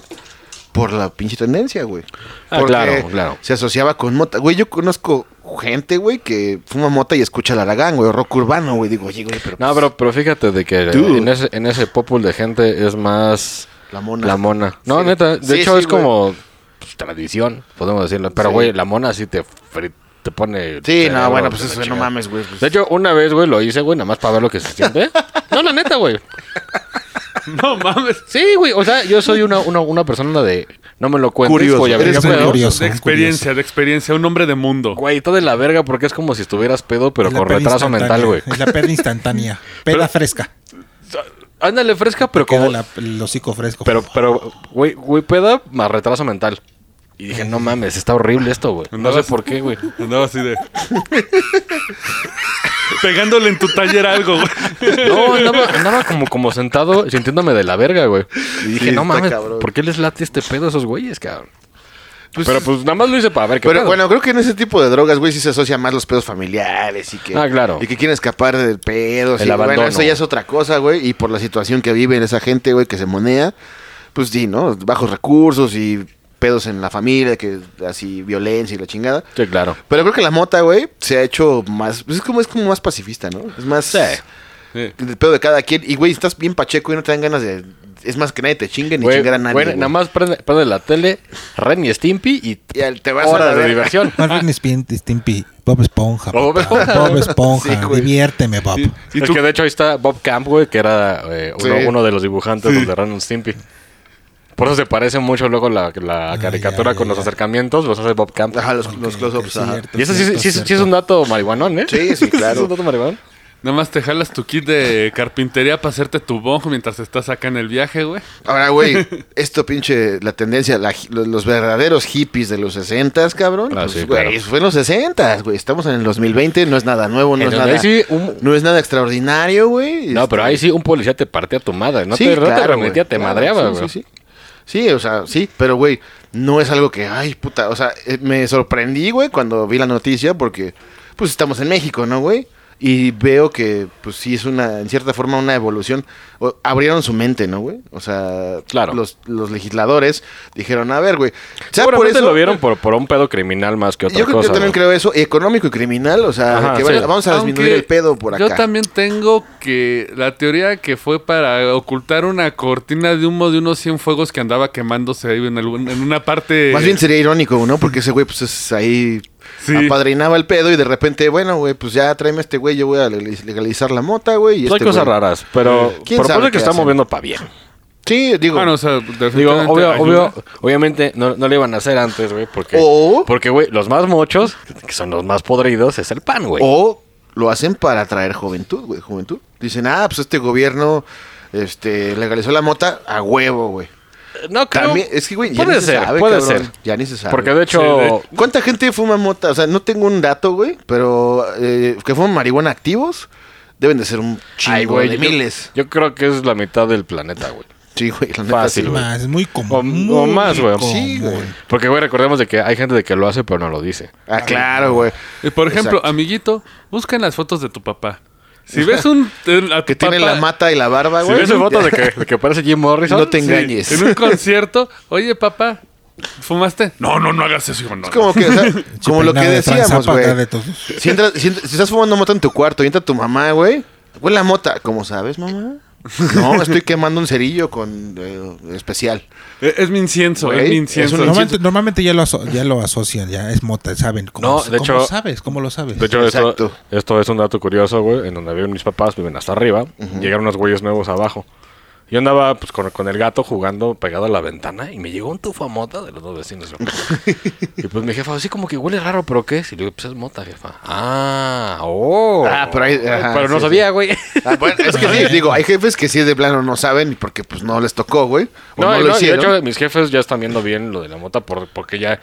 Speaker 1: por la pinche tendencia, güey.
Speaker 2: Ah,
Speaker 1: Porque
Speaker 2: claro, claro.
Speaker 1: Se asociaba con mota. Güey, yo conozco gente, güey, que fuma mota y escucha el Aragán, güey, o rock urbano, güey. Digo, oye, güey, pero. pues,
Speaker 2: No, pero, pero fíjate de que
Speaker 1: Dude.
Speaker 2: en ese, en ese popul de gente es más...
Speaker 1: La mona.
Speaker 2: La mona. No,
Speaker 1: Sí.
Speaker 2: neta. De
Speaker 1: Sí,
Speaker 2: hecho,
Speaker 1: sí,
Speaker 2: es
Speaker 1: güey.
Speaker 2: como pues, tradición, podemos decirlo. Pero,
Speaker 1: Sí.
Speaker 2: güey, la mona sí te, fri- te pone... el
Speaker 1: Sí, no,
Speaker 2: cerebro
Speaker 1: bueno,
Speaker 2: de
Speaker 1: pues
Speaker 2: la
Speaker 1: eso, no
Speaker 2: chingada.
Speaker 1: mames, güey. pues.
Speaker 2: De hecho, una vez, güey, lo hice, güey, nada más para ver lo que se
Speaker 1: (laughs)
Speaker 2: siente. No, la neta, güey.
Speaker 3: (laughs) No mames.
Speaker 2: Sí, güey. O sea, yo soy una, una, una persona de... No me lo cuentes,
Speaker 1: Curioso.
Speaker 2: voy a ver
Speaker 1: Eres
Speaker 2: qué
Speaker 4: un
Speaker 2: pedo.
Speaker 4: curioso.
Speaker 3: Este, de experiencia, de experiencia, un hombre de mundo.
Speaker 2: Güey, todo de la verga porque es como si estuvieras pedo, pero
Speaker 4: Es la
Speaker 2: con
Speaker 4: peda
Speaker 2: retraso mental, (laughs)
Speaker 4: instantánea,
Speaker 2: güey.
Speaker 4: Es la perda instantánea. Peda fresca.
Speaker 2: ándale fresca, pero
Speaker 4: Queda
Speaker 2: como.
Speaker 4: la- el hocico fresco.
Speaker 2: Pero, pero, güey, güey, peda más retraso mental. Y dije, no mames, está horrible esto, güey. No sé
Speaker 3: Andabas-
Speaker 2: por qué, güey.
Speaker 3: Andaba así de. (laughs) Pegándole en tu taller algo, güey.
Speaker 2: No, andaba, andaba como, como sentado sintiéndome de la verga, güey. Y dije,
Speaker 1: Sí,
Speaker 2: no
Speaker 1: está
Speaker 2: mames,
Speaker 1: cabrón.
Speaker 2: ¿por qué les late este pedo a esos güeyes, cabrón?
Speaker 1: Pues-
Speaker 2: pero pues nada más lo hice para ver qué
Speaker 1: Pero
Speaker 2: pedo.
Speaker 1: bueno, creo que en ese tipo de drogas, güey, sí se asocian más los pedos familiares y que.
Speaker 2: Ah, claro.
Speaker 1: Y que quieren escapar del pedo. sí,
Speaker 2: abandono.
Speaker 1: Bueno, eso ya es otra cosa, güey. Y por la situación que vive esa gente, güey, que se monea, pues sí, ¿no? Bajos recursos y pedos en la familia, que así violencia y la chingada.
Speaker 2: Sí, claro.
Speaker 1: Pero creo que la mota, güey, se ha hecho más. pues es como es como más pacifista, ¿no? Es más.
Speaker 3: Sí.
Speaker 1: El pedo de cada quien. Y, güey, estás bien pacheco y no te dan ganas de. Es más que nadie te chingue ni
Speaker 2: Güey,
Speaker 1: chingar a nadie.
Speaker 2: bueno,
Speaker 1: güey.
Speaker 2: nada más prende, prende la tele, Ren y Stimpy y
Speaker 1: Y al- te vas a
Speaker 2: hora
Speaker 1: la
Speaker 2: de
Speaker 1: verga. (laughs)
Speaker 2: diversión.
Speaker 4: Marvin Stimpy, Stimpy, Bob Esponja.
Speaker 2: Bob
Speaker 4: papá.
Speaker 2: Esponja.
Speaker 4: Bob Esponja,
Speaker 1: Sí, güey.
Speaker 4: diviérteme, Bob.
Speaker 3: Y
Speaker 2: es
Speaker 3: tú-
Speaker 2: que de hecho ahí está Bob Camp, güey, que era eh, uno,
Speaker 1: Sí.
Speaker 2: uno de los dibujantes de Ren y Stimpy. Por eso se parece mucho luego la, la caricatura
Speaker 4: ya,
Speaker 2: con los
Speaker 4: ya.
Speaker 2: acercamientos, los hace Bob Camp.
Speaker 1: Ajá, los, los
Speaker 4: Ok,
Speaker 1: close-ups.
Speaker 4: cierto,
Speaker 1: ajá.
Speaker 4: cierto,
Speaker 2: Y eso sí, sí, sí,
Speaker 4: cierto.
Speaker 2: es un dato marihuanón, ¿eh? (laughs)
Speaker 1: Sí, sí, claro.
Speaker 2: es un dato marihuanón.
Speaker 3: Nada más te jalas tu kit de carpintería para hacerte tu bonjo mientras estás acá en el viaje, güey.
Speaker 1: Ahora, güey, (laughs) esto pinche, la tendencia, la hi- los, los verdaderos hippies de los 60s, cabrón.
Speaker 2: Ah,
Speaker 1: pues,
Speaker 2: sí,
Speaker 1: güey,
Speaker 2: claro.
Speaker 1: fue en los 60s, güey. Estamos en el 2020, no es nada nuevo, no,
Speaker 2: En
Speaker 1: es
Speaker 2: el-
Speaker 1: nada,
Speaker 2: ahí sí, un-
Speaker 1: no es nada extraordinario, güey.
Speaker 2: No,
Speaker 1: Este,
Speaker 2: pero ahí sí un policía te partía tu madre. No
Speaker 1: sí,
Speaker 2: te, no te
Speaker 1: claro, güey,
Speaker 2: remitía, te
Speaker 1: claro,
Speaker 2: madreaba,
Speaker 1: sí,
Speaker 2: güey.
Speaker 1: Sí, sí. Sí, o sea, sí, pero, güey, no es algo que, ay, puta, o sea, eh, me sorprendí, güey, cuando vi la noticia porque, pues, estamos en México, ¿no, güey? Y veo que, pues, sí es una, en cierta forma, una evolución. O- abrieron su mente, ¿no, güey? O sea,
Speaker 2: Claro.
Speaker 1: los, los legisladores dijeron, a ver, güey, sea por
Speaker 2: Seguramente
Speaker 1: eso...
Speaker 2: lo vieron por, por un pedo criminal más que otra
Speaker 1: yo, creo- yo
Speaker 2: cosa.
Speaker 1: también
Speaker 2: güey.
Speaker 1: creo eso, económico y criminal, o sea,
Speaker 2: Ajá,
Speaker 1: que
Speaker 2: sí.
Speaker 1: vaya- vamos a disminuir
Speaker 3: Aunque
Speaker 1: el pedo por acá.
Speaker 3: Yo también tengo que la teoría que fue para ocultar una cortina de humo de unos 100 fuegos que andaba quemándose ahí en, algún- en una parte.
Speaker 1: Más bien sería irónico, ¿no? Porque ese güey, pues es ahí.
Speaker 3: Sí.
Speaker 1: Apadrinaba el pedo y de repente, bueno, güey, pues ya tráeme a este güey, yo voy a legaliz- legalizar la mota, güey. y
Speaker 2: Pues
Speaker 1: este
Speaker 2: hay cosas
Speaker 1: güey- Mm,
Speaker 2: raras, pero
Speaker 1: ¿Quién
Speaker 2: por
Speaker 1: sabe
Speaker 2: supuesto que
Speaker 1: qué
Speaker 2: está
Speaker 1: hacen?
Speaker 2: moviendo para bien.
Speaker 1: Sí, digo.
Speaker 3: Bueno, o sea,
Speaker 2: Digo,
Speaker 3: definitivamente
Speaker 2: obvio,
Speaker 3: ayuda.
Speaker 2: obvio, obviamente no, no lo iban a hacer antes, güey, porque,
Speaker 1: O-
Speaker 2: porque, güey, los más mochos, que son los más podridos, es el pan, güey.
Speaker 1: o lo hacen para atraer juventud, güey, juventud. Dicen, ah, pues este gobierno este, legalizó la mota a huevo, güey.
Speaker 2: No creo.
Speaker 1: También, es que, güey, ya
Speaker 2: puede
Speaker 1: ni se
Speaker 2: ser,
Speaker 1: sabe,
Speaker 2: puede
Speaker 1: cabrón.
Speaker 2: ser.
Speaker 1: Ya ni se sabe.
Speaker 2: Porque de hecho,
Speaker 3: Sí, de-
Speaker 1: ¿Cuánta gente fuma mota? O sea, no tengo un dato, güey, pero eh, que fuman marihuana activos deben de ser un chingo
Speaker 2: ay, güey,
Speaker 1: de
Speaker 2: yo-
Speaker 1: miles.
Speaker 2: Yo creo que es la mitad del planeta, güey.
Speaker 1: Sí, güey, la neta,
Speaker 2: Fácil,
Speaker 1: sí.
Speaker 2: güey.
Speaker 4: Más, es muy
Speaker 2: O,
Speaker 4: común.
Speaker 2: o más, güey.
Speaker 1: Sí, güey.
Speaker 2: Porque, güey, recordemos de que hay gente de que lo hace, pero no lo dice.
Speaker 1: Ah, claro, güey.
Speaker 3: Y por ejemplo,
Speaker 1: Exacto.
Speaker 3: amiguito, busca en las fotos de tu papá. Si ves un. eh, a tu
Speaker 1: que tiene
Speaker 3: papá
Speaker 1: la mata y la barba,
Speaker 2: Si
Speaker 1: Ah, güey.
Speaker 2: ves
Speaker 1: (laughs)
Speaker 2: fotos de que, de que parece Jim Morrison,
Speaker 1: No te
Speaker 2: sí.
Speaker 1: engañes.
Speaker 3: En un concierto, oye, papá, ¿fumaste? No, no, no hagas eso, hijo. No,
Speaker 1: Es como que, o
Speaker 3: (laughs)
Speaker 1: sea, como lo que decíamos, güey. Si, entras- si ent- si estás fumando mota en tu cuarto y entra tu mamá, güey, huele la mota. ¿Cómo sabes, mamá? No, estoy quemando un cerillo con eh, especial.
Speaker 3: Eh, Es mi incienso,
Speaker 1: Güey,
Speaker 3: es mi
Speaker 1: es
Speaker 3: incienso.
Speaker 1: un-
Speaker 4: Normalmente, normalmente ya, lo aso- ya lo asocian, ya es mota, saben. ¿Cómo,
Speaker 2: No, de
Speaker 4: cómo
Speaker 2: hecho-
Speaker 4: sabes? ¿Cómo lo sabes?
Speaker 2: De hecho, esto,
Speaker 1: Exacto.
Speaker 2: esto es un dato curioso, güey. En donde viven mis papás, viven hasta arriba. Llegaron unos güeyes nuevos abajo. Yo andaba pues, con, con el gato jugando pegado a la ventana y me llegó un tufo a mota de los dos vecinos. güey.
Speaker 1: (laughs)
Speaker 2: y pues mi jefa, así como que huele raro, ¿pero qué es? Y le digo, pues es mota, jefa. Ah, oh.
Speaker 1: Ah, pero ahí- ajá,
Speaker 2: Pero no
Speaker 1: sí,
Speaker 2: sabía, güey.
Speaker 1: Ah, bueno,
Speaker 2: pues,
Speaker 1: es que
Speaker 2: eh.
Speaker 1: sí, digo, hay jefes que sí de plano no saben porque pues no les tocó, güey. O
Speaker 2: (laughs) No,
Speaker 1: no,
Speaker 2: y
Speaker 1: lo
Speaker 2: no, y de
Speaker 1: hicieron.
Speaker 2: hecho, mis jefes ya están viendo bien lo de la mota por- porque ya,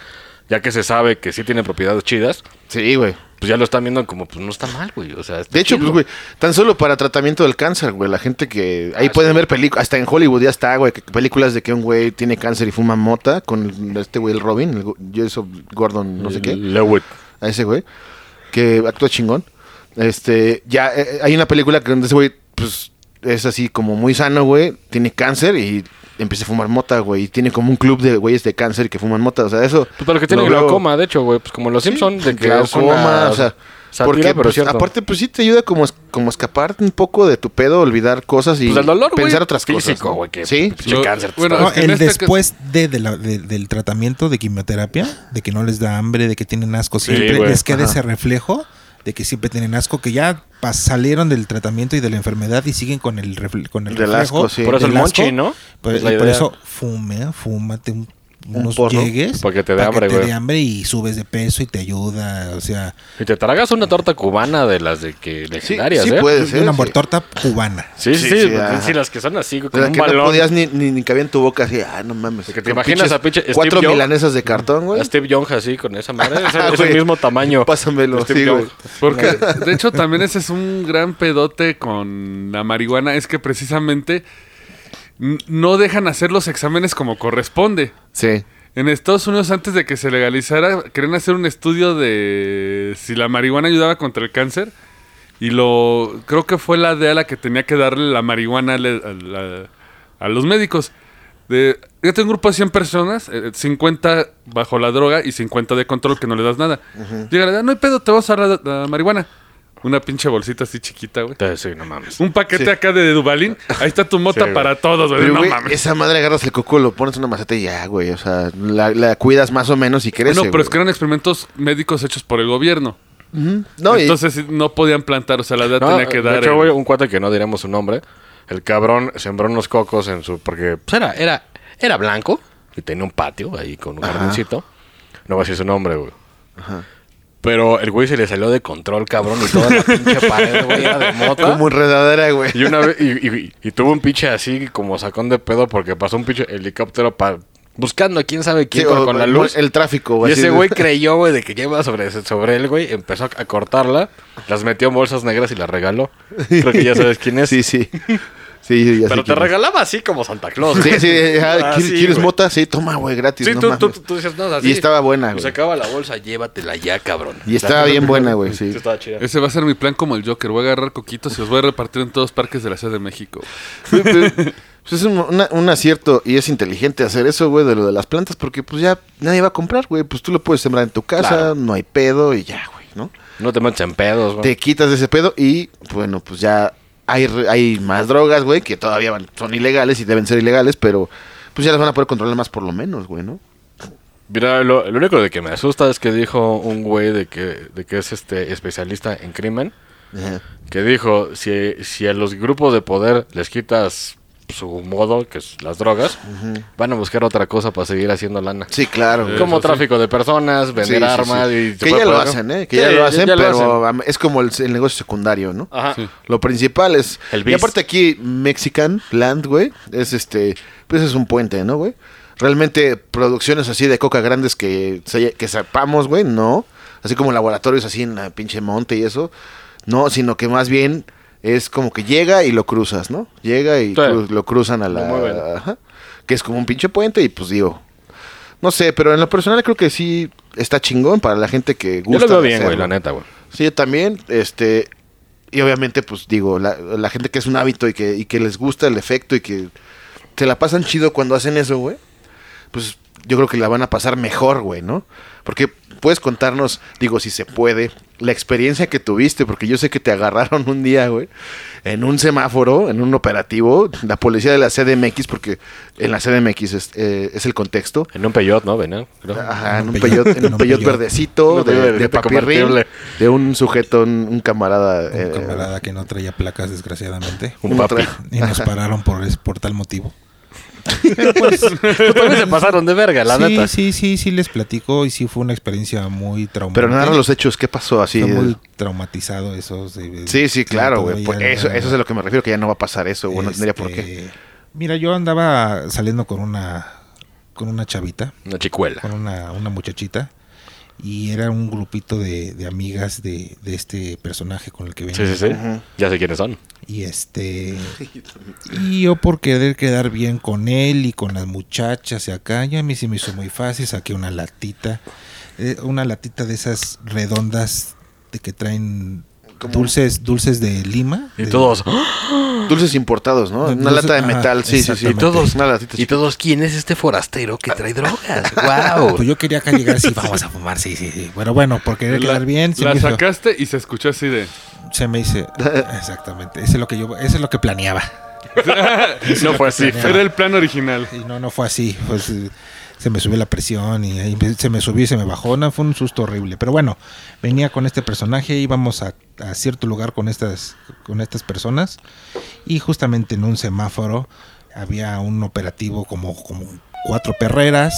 Speaker 2: ya que se sabe que sí tiene propiedades chidas,
Speaker 1: sí, güey.
Speaker 2: pues ya lo están viendo como, pues no está mal, güey. O sea, está
Speaker 1: De hecho, pues,
Speaker 2: chido.
Speaker 1: güey, tan solo para tratamiento del cáncer, güey. La gente que. Ahí pueden ver películas. Hasta en Hollywood ya está, güey. que- Películas de que un güey tiene cáncer y fuma mota con el- este güey, el Robin, el Go- Jason Gordon, no sé qué.
Speaker 2: Lewitt.
Speaker 1: a ese güey, que actúa chingón. Este, ya eh, hay una película que donde ese güey, pues, es así como muy sano, güey, tiene cáncer y empieza a fumar mota, güey, y tiene como un club de güeyes de cáncer que fuman mota, o sea, eso.
Speaker 2: Pues para los que tienen
Speaker 1: logró-
Speaker 2: glaucoma, de hecho, güey, pues como los
Speaker 1: Sí,
Speaker 2: Simpsons, de que
Speaker 1: glaucoma, o sea, porque
Speaker 2: porque, pero
Speaker 1: pues,
Speaker 2: cierto.
Speaker 1: aparte pues sí te ayuda como es- como escapar un poco de tu pedo, olvidar cosas y
Speaker 2: Pues el dolor, güey,
Speaker 1: pensar otras cosas.
Speaker 2: físico,
Speaker 1: ¿no?
Speaker 2: güey, que pues,
Speaker 1: Sí.
Speaker 2: pinche
Speaker 3: Lo-
Speaker 2: cáncer.
Speaker 3: bueno,
Speaker 4: No,
Speaker 3: es que en
Speaker 4: el
Speaker 3: este
Speaker 4: después de, de la- de- del tratamiento de quimioterapia, de que no les da hambre, de que tienen asco
Speaker 2: Sí,
Speaker 4: siempre,
Speaker 2: güey.
Speaker 4: les queda
Speaker 1: Ajá.
Speaker 4: ese reflejo de que siempre tienen asco, que ya pas- salieron del tratamiento y de la enfermedad y siguen con el, refle- con el
Speaker 1: Del
Speaker 4: reflejo.
Speaker 1: asco, sí.
Speaker 2: Por eso
Speaker 4: del Pues,
Speaker 2: el monchi, ¿no?
Speaker 4: Por,
Speaker 2: Es la
Speaker 4: y por
Speaker 2: idea.
Speaker 4: eso fume, fúmate un
Speaker 1: Un
Speaker 4: unos
Speaker 1: porno.
Speaker 4: llegues.
Speaker 2: Pa' que te dé
Speaker 4: pa'
Speaker 2: hambre,
Speaker 4: te
Speaker 2: güey.
Speaker 4: dé hambre y subes de peso y te ayuda. O sea,
Speaker 2: Y te tragas una torta cubana de las de que legendarias,
Speaker 1: sí
Speaker 2: ¿eh?
Speaker 1: puede ser.
Speaker 4: una
Speaker 1: sí.
Speaker 4: torta cubana.
Speaker 2: Sí, sí,
Speaker 1: Sí,
Speaker 2: sí. pues,
Speaker 1: sí, ajá.
Speaker 2: sí, las que son así,
Speaker 1: De
Speaker 2: con
Speaker 1: la
Speaker 2: un
Speaker 1: que no
Speaker 2: balón.
Speaker 1: podías ni, ni, ni cabía en tu boca así, ah, no mames.
Speaker 2: Porque te
Speaker 1: Con
Speaker 2: imaginas
Speaker 1: pinches
Speaker 2: a pinche Steve
Speaker 1: Cuatro
Speaker 2: Jobs.
Speaker 1: milanesas de cartón, güey.
Speaker 2: A Steve Young así, con
Speaker 1: (laughs)
Speaker 2: esa madre. Es,
Speaker 1: Ah,
Speaker 2: el- es el
Speaker 1: güey.
Speaker 2: mismo tamaño.
Speaker 1: Pásamelo,
Speaker 2: Steve
Speaker 1: sí,
Speaker 2: Jobs.
Speaker 1: güey.
Speaker 3: Porque, de hecho, también ese es un gran pedote con la marihuana. Es que precisamente n- no dejan hacer los exámenes como corresponde.
Speaker 1: Sí.
Speaker 3: En Estados Unidos, antes de que se legalizara, querían hacer un estudio de si la marihuana ayudaba contra el cáncer. Y lo creo que fue la DEA la que tenía que darle la marihuana al- al- al- a, los médicos. De, yo tengo un grupo de 100 personas, eh, 50 bajo la droga y 50 de control que no le das nada. Llega la DEA, no hay pedo, te vas a dar la, la marihuana. Una pinche bolsita así chiquita, güey.
Speaker 2: Entonces, sí, no mames.
Speaker 3: Un paquete
Speaker 1: Sí.
Speaker 3: acá de Dubalín. Ahí está tu mota
Speaker 2: güey.
Speaker 3: para todos, güey.
Speaker 1: Pero,
Speaker 3: No
Speaker 1: güey,
Speaker 3: mames.
Speaker 1: esa madre agarras el coco, lo pones en una maceta y ya, güey. O sea, la, la cuidas más o menos y crece,
Speaker 3: No, pero
Speaker 1: güey.
Speaker 3: es que eran experimentos médicos hechos por el gobierno.
Speaker 1: No, y-
Speaker 2: (laughs)
Speaker 3: Entonces sí, no podían plantar, o sea, la edad
Speaker 2: No,
Speaker 3: tenía que dar.
Speaker 2: De hecho,
Speaker 3: el-
Speaker 2: güey, un cuate que no diremos su nombre, el cabrón sembró unos cocos en su. Porque pues, era, era, era blanco y tenía un patio ahí con un
Speaker 1: Ajá.
Speaker 2: jardincito. No voy a decir su nombre, güey. Pero el güey se le salió de control, cabrón, y toda
Speaker 1: (laughs)
Speaker 2: la pinche pared, güey, era de mota.
Speaker 1: (laughs) como enredadera, güey.
Speaker 2: Y una vez, y, y- y tuvo un pinche así como sacón de pedo porque pasó un pinche helicóptero pa- buscando a quién sabe quién
Speaker 1: Sí,
Speaker 2: con,
Speaker 1: o-
Speaker 2: con la
Speaker 1: o
Speaker 2: luz.
Speaker 1: El tráfico,
Speaker 2: y
Speaker 1: güey. así
Speaker 2: ese
Speaker 1: de-
Speaker 2: güey creyó, güey, de que lleva sobre, sobre él, güey. Empezó a cortarla, las metió en bolsas negras y las regaló. Creo que ya sabes quién
Speaker 1: (laughs)
Speaker 2: es.
Speaker 1: Sí, sí. Sí, sí, ya sé
Speaker 2: Pero te
Speaker 1: quién es.
Speaker 2: regalaba así como Santa Claus.
Speaker 1: Sí,
Speaker 2: güey. (laughs)
Speaker 1: sí, ajá,
Speaker 2: Ah,
Speaker 1: ¿quieres,
Speaker 2: sí,
Speaker 1: quieres
Speaker 2: güey.
Speaker 1: mota? Sí, toma, güey, gratis.
Speaker 2: Sí,
Speaker 1: no
Speaker 2: tú,
Speaker 1: mames.
Speaker 2: tú, tú dices, no, así.
Speaker 1: Y estaba buena,
Speaker 2: Pues
Speaker 1: güey.
Speaker 2: acaba la bolsa, llévatela ya, cabrón.
Speaker 1: Y estaba bien buena, güey,
Speaker 2: Sí,
Speaker 1: sí.
Speaker 2: estaba chida.
Speaker 3: Ese va a ser mi plan como el Joker. Voy a agarrar coquitos y los voy a repartir en todos los parques de la Ciudad de México.
Speaker 1: Pues
Speaker 2: (laughs)
Speaker 1: es un, una- un acierto y es inteligente hacer eso, güey, de lo de las plantas, porque pues ya nadie va a comprar, güey. Pues tú lo puedes sembrar en tu casa,
Speaker 2: Claro.
Speaker 1: no hay pedo y ya, güey, ¿no?
Speaker 2: No te metas en pedos, güey.
Speaker 1: Te quitas de ese pedo y, bueno, pues ya hay, re- hay más drogas, güey, que todavía van- son ilegales y deben ser ilegales, pero pues ya las van a poder controlar más por lo menos, güey, ¿no?
Speaker 2: Mira, lo, lo único de que me asusta es que dijo un güey de que, de que es este especialista en crimen,
Speaker 1: Ajá.
Speaker 2: que dijo, si, si a los grupos de poder les quitas su modo, que es las drogas, van a buscar otra cosa para seguir haciendo lana.
Speaker 1: Sí, claro. güey.
Speaker 2: Como tráfico de personas,
Speaker 1: Sí,
Speaker 2: Eh, vender
Speaker 1: sí, sí.
Speaker 2: armas y... se
Speaker 1: Que
Speaker 2: puede
Speaker 1: ya lo
Speaker 2: poner-
Speaker 1: hacen, ¿eh? Que
Speaker 2: Sí,
Speaker 1: ya lo hacen, pero am,
Speaker 2: hacen.
Speaker 1: es como el, el negocio secundario, ¿no?
Speaker 2: Ajá.
Speaker 1: Lo principal es.
Speaker 2: El
Speaker 1: y
Speaker 2: Beast.
Speaker 1: aparte aquí, Mexican Land, güey, es este. Pues es un puente, ¿no, güey? Realmente producciones así de coca grandes que, se- que sepamos, güey, no. Así como laboratorios así en la pinche monte y eso. No, sino que más bien es como que llega y lo cruzas, ¿no? Llega y
Speaker 2: Sí.
Speaker 1: cru- lo cruzan a la.
Speaker 2: mueven.
Speaker 1: ajá, que es como un pinche puente y pues digo. No sé, pero en lo personal creo que sí está chingón para la gente que
Speaker 2: Yo
Speaker 1: gusta.
Speaker 2: lo veo
Speaker 1: de
Speaker 2: bien, güey,
Speaker 1: hacerlo.
Speaker 2: la neta, güey.
Speaker 1: Sí, yo también, este, y obviamente, pues digo, la, la gente que es un hábito y que, y que les gusta el efecto y que se la pasan chido cuando hacen eso, güey, pues yo creo que la van a pasar mejor, güey, ¿no? Porque puedes contarnos, digo, si se puede, la experiencia que tuviste, porque yo sé que te agarraron un día, güey, en un semáforo, en un operativo, la policía de la CDMX, porque en la CDMX es, eh, es el contexto.
Speaker 2: En un peyot, ¿no? Venía. creo.
Speaker 4: Ah.
Speaker 1: Ajá, en un peyot, en un peyot verdecito
Speaker 2: Un
Speaker 1: de,
Speaker 2: peyot
Speaker 1: de papirrín,
Speaker 2: convertible.
Speaker 1: de un sujeto, un, un camarada.
Speaker 4: Un
Speaker 1: eh,
Speaker 4: camarada que no traía placas, desgraciadamente.
Speaker 2: Un papi.
Speaker 1: tra-
Speaker 4: Y nos pararon por, es- por tal motivo.
Speaker 2: Pues también se pasaron de verga, la
Speaker 4: sí,
Speaker 2: neta.
Speaker 4: sí, sí, sí, les platico y sí fue una experiencia muy traumática.
Speaker 1: Pero narra los hechos, ¿qué pasó así?
Speaker 4: Fue muy traumatizado eso. se-
Speaker 1: Sí, sí, claro,
Speaker 4: todo
Speaker 1: güey.
Speaker 4: ya
Speaker 1: Pues
Speaker 4: era-
Speaker 1: eso, eso es a lo que me refiero, que ya no va a pasar eso, güey, no tendría por
Speaker 4: (laughs)
Speaker 1: qué.
Speaker 4: Este, Mira, yo andaba saliendo con una con una chavita,
Speaker 2: Una chicuela.
Speaker 4: con una, una muchachita, y era un grupito de, de amigas de, de este personaje con el que venía.
Speaker 2: Sí, sí, sí.
Speaker 1: Ujú.
Speaker 2: Ya sé quiénes son.
Speaker 4: Y este. Y yo por querer quedar bien con él y con las muchachas y acá, ya a mí se me hizo muy fácil, saqué una latita. eh, una latita de esas redondas de que traen
Speaker 1: Como-
Speaker 4: dulces, dulces de Lima.
Speaker 2: Y
Speaker 4: de-
Speaker 2: todos.
Speaker 1: Dulces importados, ¿no?
Speaker 4: No,
Speaker 1: Una
Speaker 4: dulces-
Speaker 1: lata de
Speaker 4: ajá,
Speaker 1: metal, sí, sí, sí.
Speaker 4: exactamente. Y todos-
Speaker 1: Una latita
Speaker 2: Y
Speaker 1: chiquita.
Speaker 2: todos, ¿quién es este forastero que trae drogas? ¡Wow!
Speaker 4: Pues yo quería acá llegar así, vamos a fumar, sí, sí, sí. Pero bueno, por querer
Speaker 3: La,
Speaker 4: quedar bien, se
Speaker 3: la
Speaker 4: me, hizo-
Speaker 3: sacaste y se escuchó así de.
Speaker 4: se me hice. Exactamente. Eso es lo que yo, eso es lo que planeaba.
Speaker 2: no fue así.
Speaker 4: tenía.
Speaker 3: Era el plan original.
Speaker 4: Y no, no fue así. Pues, eh, se me subió la presión y ahí se me subió y se me bajó. No, fue un susto horrible. Pero bueno, venía con este personaje, íbamos a, a cierto lugar con estas, con estas personas y justamente en un semáforo había un operativo como, como cuatro perreras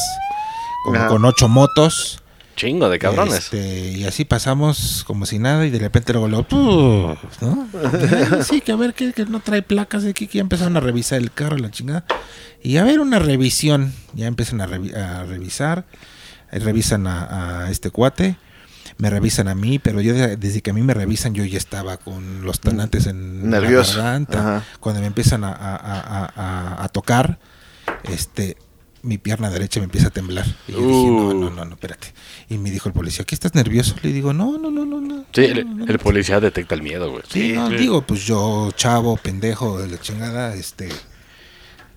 Speaker 4: con,
Speaker 1: Ajá.
Speaker 4: con ocho motos.
Speaker 2: Chingo de cabrones.
Speaker 4: Este, y así pasamos como si nada y de repente luego, luego, "Puf", ¿no? (laughs) Ah, Sí, que a ver, que, que no trae placas de aquí, que ya empezaron a revisar el carro, la chingada. Y a ver, una revisión, ya empiezan a, revi- a revisar, eh, revisan a, a este cuate, me revisan a mí, pero yo de- desde que a mí me revisan yo ya estaba con los tanantes en
Speaker 1: Nervioso.
Speaker 4: la garganta.
Speaker 1: Ajá.
Speaker 4: Cuando me empiezan a, a- a- a- a- a tocar, este, mi pierna derecha me empieza a temblar. Y yo dije, no,
Speaker 2: Uh.
Speaker 4: no, no, no, espérate. Y me dijo el policía, ¿qué estás nervioso? Le digo, no, no, no, no, no.
Speaker 2: Sí,
Speaker 4: no,
Speaker 2: el,
Speaker 4: no, no".
Speaker 2: el policía detecta el miedo, güey.
Speaker 4: Sí, no,
Speaker 2: sí.
Speaker 4: digo, pues yo, chavo, pendejo, de la chingada, este.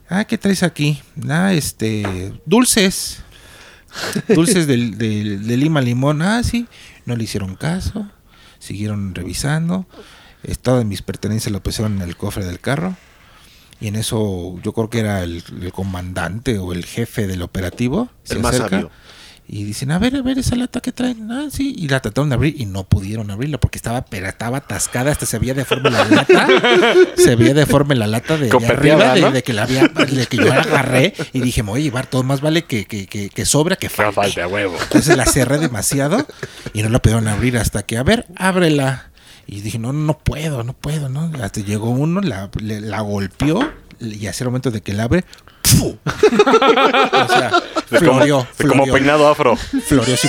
Speaker 4: Ah, ¿qué traes aquí? Ah, este.
Speaker 2: (laughs)
Speaker 4: Dulces. Dulces del, del- de Lima Limón. Ah, sí. No le hicieron caso. Siguieron revisando. Eh, Todas mis pertenencias lo pusieron en el cofre del carro. Y en eso yo creo que era el, el comandante o el jefe del operativo.
Speaker 1: El más sabio.
Speaker 4: Y dicen, a ver, a ver, esa lata que traen. Ah, sí. Y la trataron de abrir y no pudieron abrirla porque estaba, pero estaba atascada. Hasta se veía deforme
Speaker 2: (laughs)
Speaker 4: la lata. se veía deforme la lata de, de
Speaker 2: Copeteada,
Speaker 4: arriba, de,
Speaker 2: ¿no?
Speaker 4: de que la había, de que yo la agarré. Y dije, me voy a llevar todo. Más vale que, que, que, que sobra que
Speaker 2: No
Speaker 4: falte.
Speaker 2: falte a huevo.
Speaker 4: Entonces la cerré demasiado y no la pudieron abrir hasta que, a ver, ábrela. Y dije, no, no puedo, no puedo, ¿no? Hasta llegó uno, la, le- la golpeó y hace el momento de que la abre, ¡fu! (laughs) o sea,
Speaker 2: De como,
Speaker 4: floreó,
Speaker 2: de como
Speaker 4: floreó.
Speaker 2: peinado afro.
Speaker 4: Floreó así.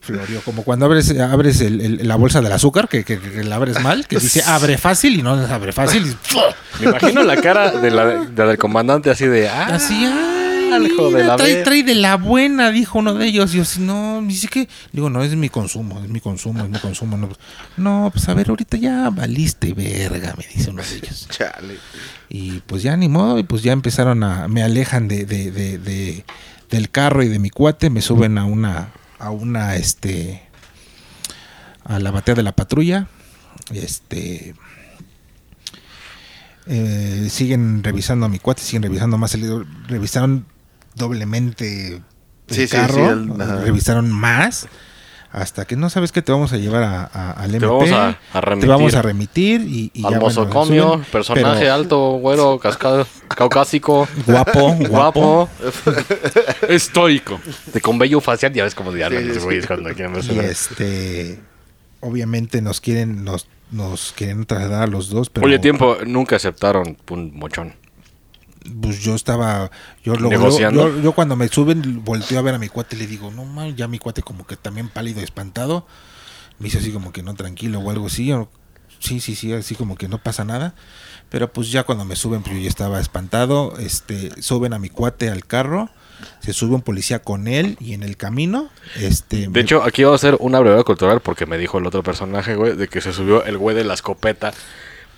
Speaker 4: Floreó, como cuando abres, abres el- el- la bolsa del azúcar, que, que- que la abres mal, que dice abre fácil y no abre fácil. y-
Speaker 2: Me imagino la cara de la, de la del comandante así de. Ah,
Speaker 4: así, ay,
Speaker 2: al hijo de
Speaker 4: mira,
Speaker 2: la
Speaker 4: trae,
Speaker 2: ver-
Speaker 4: trae de la buena, dijo uno de ellos. Yo, si no, me dice que, digo, no, es mi consumo, es mi consumo, es mi consumo. No, pues, no, pues a ver, ahorita ya valiste verga, me dice uno de ellos.
Speaker 1: Chale.
Speaker 4: Y pues ya ni modo, y pues ya empezaron a, me alejan de, de, de- de- del carro y de mi cuate, me suben a una, a una, este, a la batea de la patrulla, este, eh, siguen revisando a mi cuate, siguen revisando más, el, revisaron doblemente el
Speaker 1: Sí, sí, sí,
Speaker 4: carro,
Speaker 1: el- ajá.
Speaker 4: revisaron más, hasta que no sabes que te vamos a llevar a, a- al MP,
Speaker 2: vamos a- a
Speaker 4: te vamos
Speaker 2: remitir.
Speaker 4: a remitir y, y
Speaker 2: al
Speaker 4: ya, bueno,
Speaker 2: mozocomio,
Speaker 4: suben,
Speaker 2: personaje
Speaker 4: pero-
Speaker 2: alto, güero, cascado, caucásico,
Speaker 4: Guapo, (laughs) guapo.
Speaker 2: guapo,
Speaker 4: (laughs)
Speaker 3: Estoico.
Speaker 2: de con vello facial, ya ves cómo diablos
Speaker 1: Sí, sí,
Speaker 2: los
Speaker 1: sí.
Speaker 2: güeyes cuando quieren verse
Speaker 4: Y
Speaker 2: la-
Speaker 4: este. Obviamente nos quieren, nos, nos quieren trasladar a los dos, pero.
Speaker 2: Oye, tiempo, nunca aceptaron un mochón.
Speaker 4: Pues yo estaba. Yo, luego-
Speaker 2: ¿Negociando?
Speaker 4: yo, yo cuando me suben, volteo a ver a mi cuate y le digo, no man, ya mi cuate como que también pálido, espantado. Me dice así como que no tranquilo o algo así. o- sí, sí, sí, así como que no pasa nada. Pero pues ya cuando me suben, pues yo ya estaba espantado. Este, suben a mi cuate al carro, se sube un policía con él y en el camino, este.
Speaker 2: De hecho, aquí va a ser una brevedad cultural porque me dijo el otro personaje, güey, de que se subió el güey de la escopeta.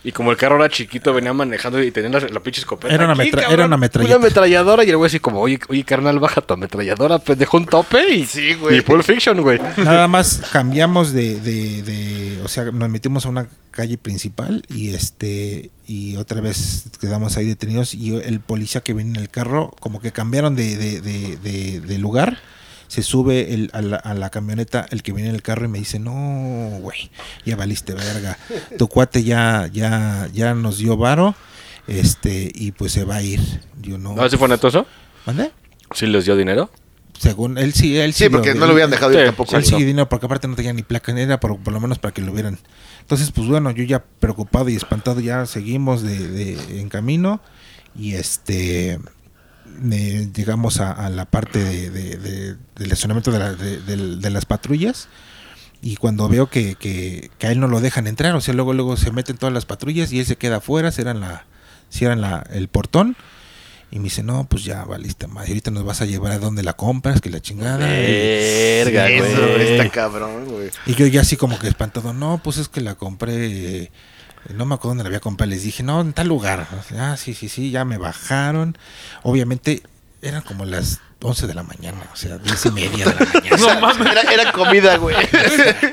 Speaker 2: Y como el carro era chiquito, venía manejando y tenía la, la pinche escopeta.
Speaker 4: Era una
Speaker 2: aquí,
Speaker 4: metra-
Speaker 2: cabrón,
Speaker 4: era una metralleta.
Speaker 2: Una ametralladora y el güey así como, oye, oye, carnal, baja tu ametralladora, pendejo, un tope y...
Speaker 1: Sí, güey.
Speaker 2: Y Pulp Fiction, güey.
Speaker 4: Nada más cambiamos de, de, de- o sea, nos metimos a una calle principal y este y otra vez quedamos ahí detenidos y el policía que venía en el carro como que cambiaron de, de, de- de- de lugar. Se sube el- a, la, a la camioneta el que viene en el carro y me dice, no, güey, ya valiste verga. Tu cuate ya, ya, ya nos dio varo, este, y pues se va a ir. Yo no.
Speaker 2: ¿No? ¿Sí fue neto eso?
Speaker 4: ¿Mande?
Speaker 2: ¿Sí les dio dinero?
Speaker 4: Según él sí, él
Speaker 1: Sí, porque no lo hubieran dejado ir
Speaker 2: Sí,
Speaker 1: tampoco.
Speaker 4: él
Speaker 2: sí.
Speaker 4: sigue dinero, porque aparte no tenía ni placa, era por, por lo menos para que lo vieran. Entonces, pues bueno, yo ya preocupado y espantado, ya seguimos de, de- en camino y este eh, llegamos a, a la parte de, de- de- del estacionamiento de, la- de- del- de las patrullas y cuando veo que, que- que a él no lo dejan entrar, o sea, luego luego se meten todas las patrullas y él se queda afuera, cierran, la, cierran la, el portón. Y me dice, no, pues ya, valiste, madre. Ahorita nos vas a llevar a donde la compras, que la chingada. Y-
Speaker 2: Verga,
Speaker 1: Eso,
Speaker 2: güey.
Speaker 1: está cabrón, güey.
Speaker 4: y yo ya así como que espantado, no, pues es que la compré, eh, no me acuerdo dónde la había comprado, les dije, no, en tal lugar. O sea, ah, sí, sí, sí, ya me bajaron. Obviamente eran como las 11 de la mañana, o sea, 10 y media de la mañana.
Speaker 3: No mames.
Speaker 1: Era, era comida,
Speaker 2: (laughs)
Speaker 1: güey.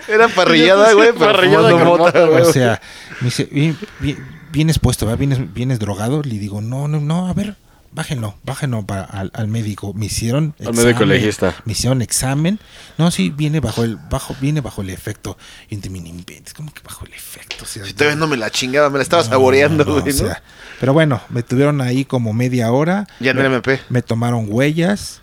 Speaker 1: Era parrillada, güey, pero
Speaker 2: Parrillada
Speaker 1: fumando
Speaker 2: con
Speaker 1: mota, güey.
Speaker 4: O sea, me dice, "Vi- vi- vienes puesto, ¿verdad? ¿Vienes, vienes drogado. Le digo, no, no, no, a ver, bájenlo, bájenlo para, al, al médico. Me hicieron
Speaker 2: Al médico legista.
Speaker 4: Me hicieron examen. No, sí, viene bajo el, bajo, viene bajo el efecto. Y te me inventes, ¿cómo que bajo el efecto? O sea,
Speaker 1: Si todavía no
Speaker 4: no-
Speaker 1: me la chingaba, me la estaba
Speaker 4: no,
Speaker 1: saboreando,
Speaker 4: no,
Speaker 1: güey.
Speaker 4: o
Speaker 1: ¿no?
Speaker 4: sea, pero bueno, me tuvieron ahí como media hora.
Speaker 1: Ya en el MP.
Speaker 4: Me tomaron huellas.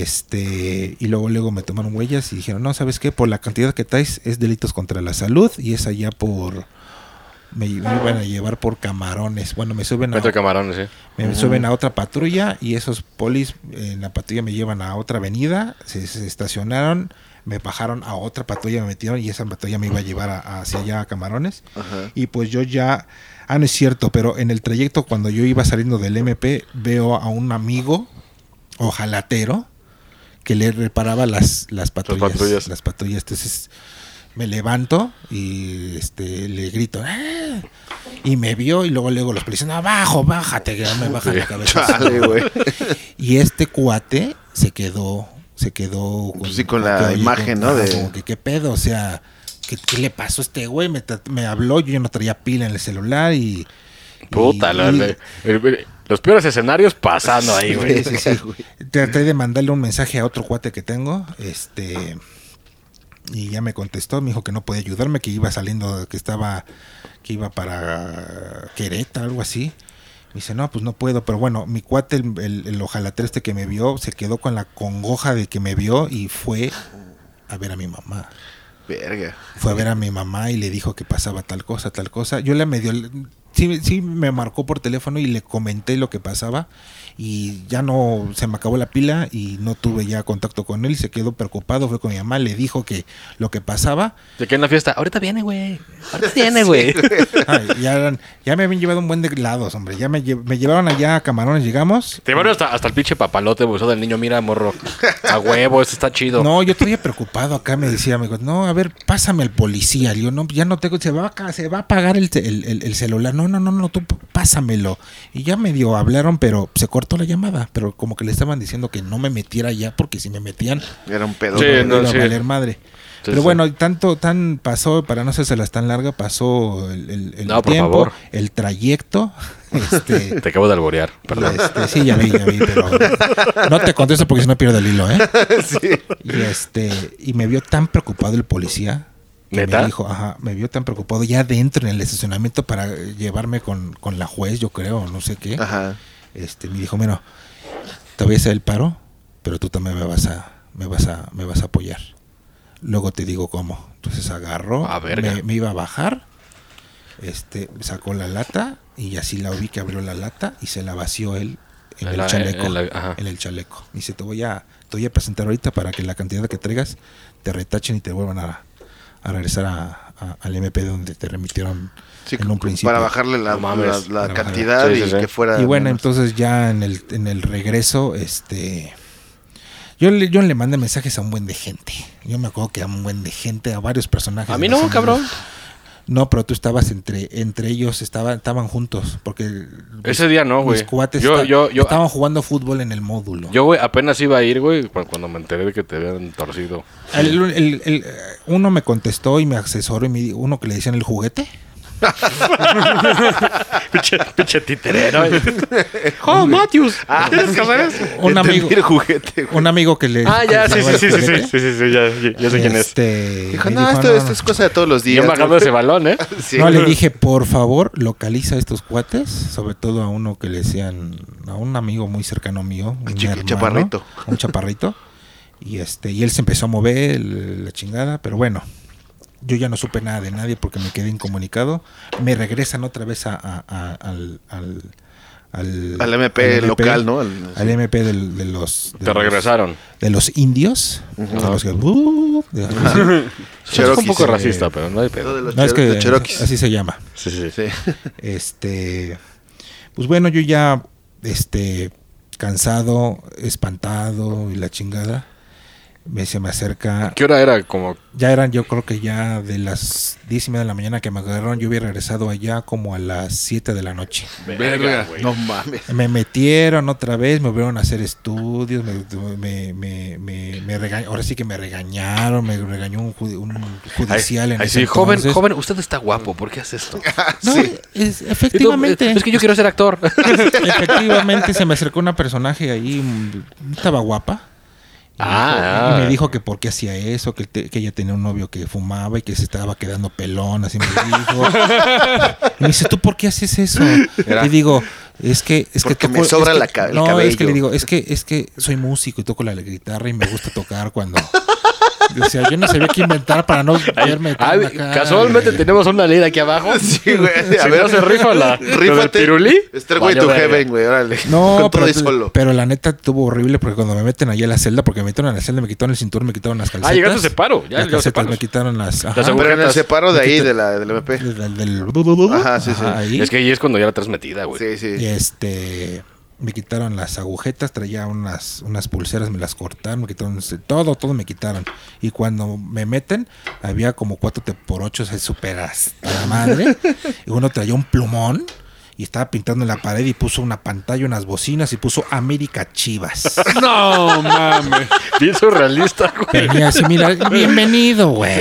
Speaker 4: Este, y luego, luego me tomaron huellas y dijeron, no, ¿sabes qué? Por la cantidad que traes es delitos contra la salud y es allá por... Me, me iban a llevar por camarones. Bueno, me suben a,
Speaker 2: Metro camarones, ¿eh?
Speaker 4: me suben a otra patrulla y esos polis eh, en la patrulla me llevan a otra avenida, se, se estacionaron, me bajaron a otra patrulla, me metieron y esa patrulla me iba a llevar a- hacia allá a Camarones.
Speaker 1: Ajá.
Speaker 4: Y pues yo ya, ah, no es cierto, pero en el trayecto cuando yo iba saliendo del MP veo a un amigo ojalatero que le reparaba las, las patrullas. Las patrullas.
Speaker 2: patrullas.
Speaker 4: Entonces me levanto y este le grito, ¡Ah! y me vio y luego luego los policías, abajo, bájate, que no me bajan la cabeza.
Speaker 1: Chale, güey. (laughs)
Speaker 4: Y este cuate se quedó, se quedó
Speaker 1: Pues sí, con la imagen, ¿no?
Speaker 4: ajá,
Speaker 1: de-
Speaker 4: Como que qué pedo, o sea, ¿qué, qué le pasó a este güey? Me, trat- me habló, yo ya no traía pila en el celular y...
Speaker 2: Puta,
Speaker 4: y-
Speaker 2: la-
Speaker 4: y-
Speaker 2: la- el- el- los peores escenarios pasando ahí, güey.
Speaker 4: Sí, sí, sí. Traté de mandarle un mensaje a otro cuate que tengo, este, y ya me contestó, me dijo que no podía ayudarme, que iba saliendo, que estaba, que iba para Querétaro, algo así. Me dice, no, pues no puedo, pero bueno, mi cuate, el, el, el ojalatero este que me vio, se quedó con la congoja de que me vio y fue a ver a mi mamá
Speaker 1: Verga.
Speaker 4: fue a ver a mi mamá y le dijo que pasaba tal cosa, tal cosa. Yo la medio... Sí, sí, me marcó por teléfono y le comenté lo que pasaba y ya no se me acabó la pila y no tuve ya contacto con él y se quedó preocupado, fue con mi mamá, le dijo que lo que pasaba,
Speaker 2: Se queda en la fiesta. Ahorita viene, (laughs) güey. Ahorita viene, güey.
Speaker 4: Ay, ya, eran- ya me habían llevado un buen de lados, hombre, ya me, lle- me llevaron allá a Camarones, llegamos.
Speaker 2: Te llevaron hasta, hasta el pinche papalote, bolsado del niño. Mira, morro. A huevo, esto está chido.
Speaker 4: No, yo estoy preocupado acá, me decía, amigo, no, a ver, pásame al policía. Le digo, no, ya no tengo, se va a, ca- se va a apagar el, te- el- el- el celular. No, no, no, no, tú p- pásamelo. Y ya medio hablaron, pero se cortó la llamada. Pero como que le estaban diciendo que no me metiera ya, porque si me metían,
Speaker 1: Era un pedo.
Speaker 2: Sí,
Speaker 4: iba-
Speaker 2: no,
Speaker 4: iba a
Speaker 2: sí.
Speaker 4: valer madre. Pero
Speaker 2: sí.
Speaker 4: bueno, tanto, tan pasó, para no hacerse las tan larga, pasó el, el- el
Speaker 2: No, por
Speaker 4: tiempo,
Speaker 2: favor.
Speaker 4: el trayecto. (laughs) Este,
Speaker 2: Te acabo de alborear. Perdón.
Speaker 4: este, sí, ya vi, ya vi, pero no te contesto porque si no pierdo el hilo,
Speaker 2: (laughs)
Speaker 4: ¿eh? Y este, y me vio tan preocupado el policía. que
Speaker 2: ¿Neta?
Speaker 4: Me dijo, ajá, me vio tan preocupado ya dentro en el estacionamiento para llevarme con, con la juez, yo creo, no sé qué.
Speaker 1: Ajá.
Speaker 4: Este, me dijo, mira, te voy a hacer el paro, pero tú también me vas a, me vas a, me vas a apoyar. Luego te digo cómo. Entonces agarró,
Speaker 2: Ah, verga.
Speaker 4: me, me iba a bajar, este, sacó la lata y así la vi que abrió la lata y se la vació él en
Speaker 2: En
Speaker 4: el
Speaker 2: la-
Speaker 4: chaleco.
Speaker 2: en la- ajá.
Speaker 4: en el chaleco. Y dice, te voy a, te voy a presentar ahorita para que la cantidad que traigas te retachen y te vuelvan a, a regresar a- a- al MP de donde te remitieron
Speaker 1: Sí,
Speaker 4: en un principio.
Speaker 1: para bajarle la,
Speaker 2: No mames.
Speaker 1: la- la
Speaker 4: Para
Speaker 1: cantidad
Speaker 2: bajarle. Sí,
Speaker 1: y
Speaker 2: sí, sí.
Speaker 1: que fuera.
Speaker 4: Y bueno,
Speaker 1: menos.
Speaker 4: entonces ya en el, en el regreso, este. Yo le, yo le mandé mensajes a un buen de gente. Yo me acuerdo que a un buen de gente, a varios personajes.
Speaker 2: A
Speaker 4: de
Speaker 2: mí
Speaker 4: los
Speaker 2: no,
Speaker 4: amigos.
Speaker 2: cabrón.
Speaker 4: No, pero tú estabas entre, entre ellos, estaba, estaban juntos. Porque.
Speaker 2: Ese día no, güey.
Speaker 4: Mis cuates
Speaker 2: Yo,
Speaker 4: esta-
Speaker 2: yo, yo,
Speaker 4: estaban jugando fútbol en el módulo.
Speaker 2: yo, güey, apenas iba a ir, güey, cu- cuando me enteré de que te habían torcido.
Speaker 4: El- el- el- uno me contestó y me asesoró y me di- uno que le decían
Speaker 2: (laughs)
Speaker 4: el juguete.
Speaker 2: pinche, pinche titerero. oh, Matthews.
Speaker 4: (laughs)
Speaker 2: Ah, ¿Tienes que hacer eso?
Speaker 4: Un
Speaker 1: Entendí
Speaker 4: amigo,
Speaker 1: el juguete, güey.
Speaker 4: un amigo que le.
Speaker 2: Ah, ya, sí,
Speaker 4: asesoró
Speaker 2: sí,
Speaker 4: el
Speaker 2: sí, sí, sí,
Speaker 4: juguete.
Speaker 2: sí, sí, sí, ya, ya, ya sé quién es.
Speaker 4: Este,
Speaker 1: Dijo,
Speaker 4: me
Speaker 1: no,
Speaker 4: dijo,
Speaker 1: esto, esto es cosa de todos los días.
Speaker 2: Bien bajando ese balón, ¿eh?
Speaker 1: Sí.
Speaker 4: No, le dije, por favor, localiza a estos cuates, sobre todo a uno que le decían, a un amigo muy cercano mío, un
Speaker 1: chiqui-
Speaker 4: hermano,
Speaker 1: chaparrito.
Speaker 4: Un chaparrito. Y este, y él se empezó a mover el- la chingada, pero bueno, yo ya no supe nada de nadie porque me quedé incomunicado. Me regresan otra vez a, a- a- al, al, al-
Speaker 1: Al MP local, ¿no? Al-
Speaker 4: Al, MP del- de los de
Speaker 2: Te
Speaker 4: los-
Speaker 2: regresaron.
Speaker 4: de los indios, de los que- de-
Speaker 2: Sí, es un
Speaker 1: Cherokee,
Speaker 2: poco
Speaker 1: sí.
Speaker 2: racista, pero no hay
Speaker 1: Todo de
Speaker 2: pedo.
Speaker 1: (laughs) los
Speaker 4: no es
Speaker 1: Chero-
Speaker 4: que
Speaker 1: de Cherokees.
Speaker 4: así se llama.
Speaker 2: Sí, sí, sí.
Speaker 1: Sí.
Speaker 4: Este, pues bueno, yo ya, este, cansado, espantado y la chingada, me, se me acerca.
Speaker 2: ¿Qué hora era? Como
Speaker 4: Ya eran, yo creo que ya de las 10 y media de la mañana que me agarraron, yo hubiera regresado allá como a las 7 de la
Speaker 2: (laughs)
Speaker 4: noche.
Speaker 3: Verga.
Speaker 2: güey.
Speaker 1: No mames.
Speaker 4: Me metieron otra vez, me volvieron a hacer estudios, me, me, me, me, me regañ- ahora sí que me regañaron, me regañó un, ju- un judicial en
Speaker 2: Ay,
Speaker 4: ese
Speaker 2: sí, joven,
Speaker 4: entonces.
Speaker 2: joven, usted está guapo, ¿por qué hace esto?
Speaker 4: No,
Speaker 1: Sí.
Speaker 4: es-
Speaker 2: Y tú, eh,
Speaker 4: efectivamente.
Speaker 2: Es que yo quiero ser
Speaker 4: (laughs)
Speaker 2: actor.
Speaker 4: Efectivamente, se me acercó una personaje ahí, mm, estaba guapa. Y me
Speaker 2: Ah.
Speaker 4: dijo- y me dijo que por qué hacía eso, que, te- que ella tenía un novio que fumaba y que se estaba quedando pelón, así me dijo. y me dice, ¿tú por qué haces eso?
Speaker 1: Era-
Speaker 4: Y digo, es que... Es
Speaker 1: Porque
Speaker 4: que
Speaker 1: me sobra
Speaker 4: es que-
Speaker 1: la ca- el
Speaker 4: No, es que
Speaker 1: cabello.
Speaker 4: le digo, es que, es que soy músico y toco la guitarra y me gusta tocar cuando... O sea, yo no sabía qué inventar para no verme
Speaker 2: ah. Ay,
Speaker 4: tan acá. eh,
Speaker 2: casualmente tenemos una ley aquí abajo.
Speaker 1: Sí,
Speaker 4: (laughs)
Speaker 1: güey. A
Speaker 2: (laughs) Si
Speaker 1: ver,
Speaker 2: no se rifa
Speaker 1: (laughs)
Speaker 2: la, la del pirulí. Ah,
Speaker 1: Este güey
Speaker 2: vaya
Speaker 1: tu
Speaker 2: verga.
Speaker 1: heaven, güey. Órale.
Speaker 4: No,
Speaker 1: Con todo
Speaker 4: pero,
Speaker 1: y solo.
Speaker 4: pero la neta estuvo horrible porque cuando me meten allá a la celda, porque me metieron a la celda, me quitaron el cinturón, me quitaron las calcetas.
Speaker 2: Ah, llegaste a separo. Ya llegaste
Speaker 4: las
Speaker 2: a
Speaker 4: calcetas
Speaker 2: separos.
Speaker 4: me quitaron las. ajá,
Speaker 2: Las
Speaker 1: Pero en el
Speaker 2: agujetas.
Speaker 1: separo de ahí, de la, del MP.
Speaker 4: del- del- del-
Speaker 1: Ajá, sí, sí.
Speaker 4: ahí.
Speaker 2: Es que ahí es cuando ya la traes metida, güey.
Speaker 1: Sí, sí.
Speaker 4: Y este. Me quitaron las agujetas, traía unas, unas pulseras, me las cortaron, me quitaron ese- todo, todo me quitaron. Y cuando me meten, había como cuatro te- por ocho, se superas a
Speaker 2: (laughs)
Speaker 4: la madre. Y uno traía un plumón y estaba pintando en la pared y puso una pantalla, unas bocinas y puso América Chivas.
Speaker 3: (laughs) No mames.
Speaker 2: Bien surrealista, güey.
Speaker 4: Venía así, mira,
Speaker 2: (laughs)
Speaker 4: bienvenido, güey.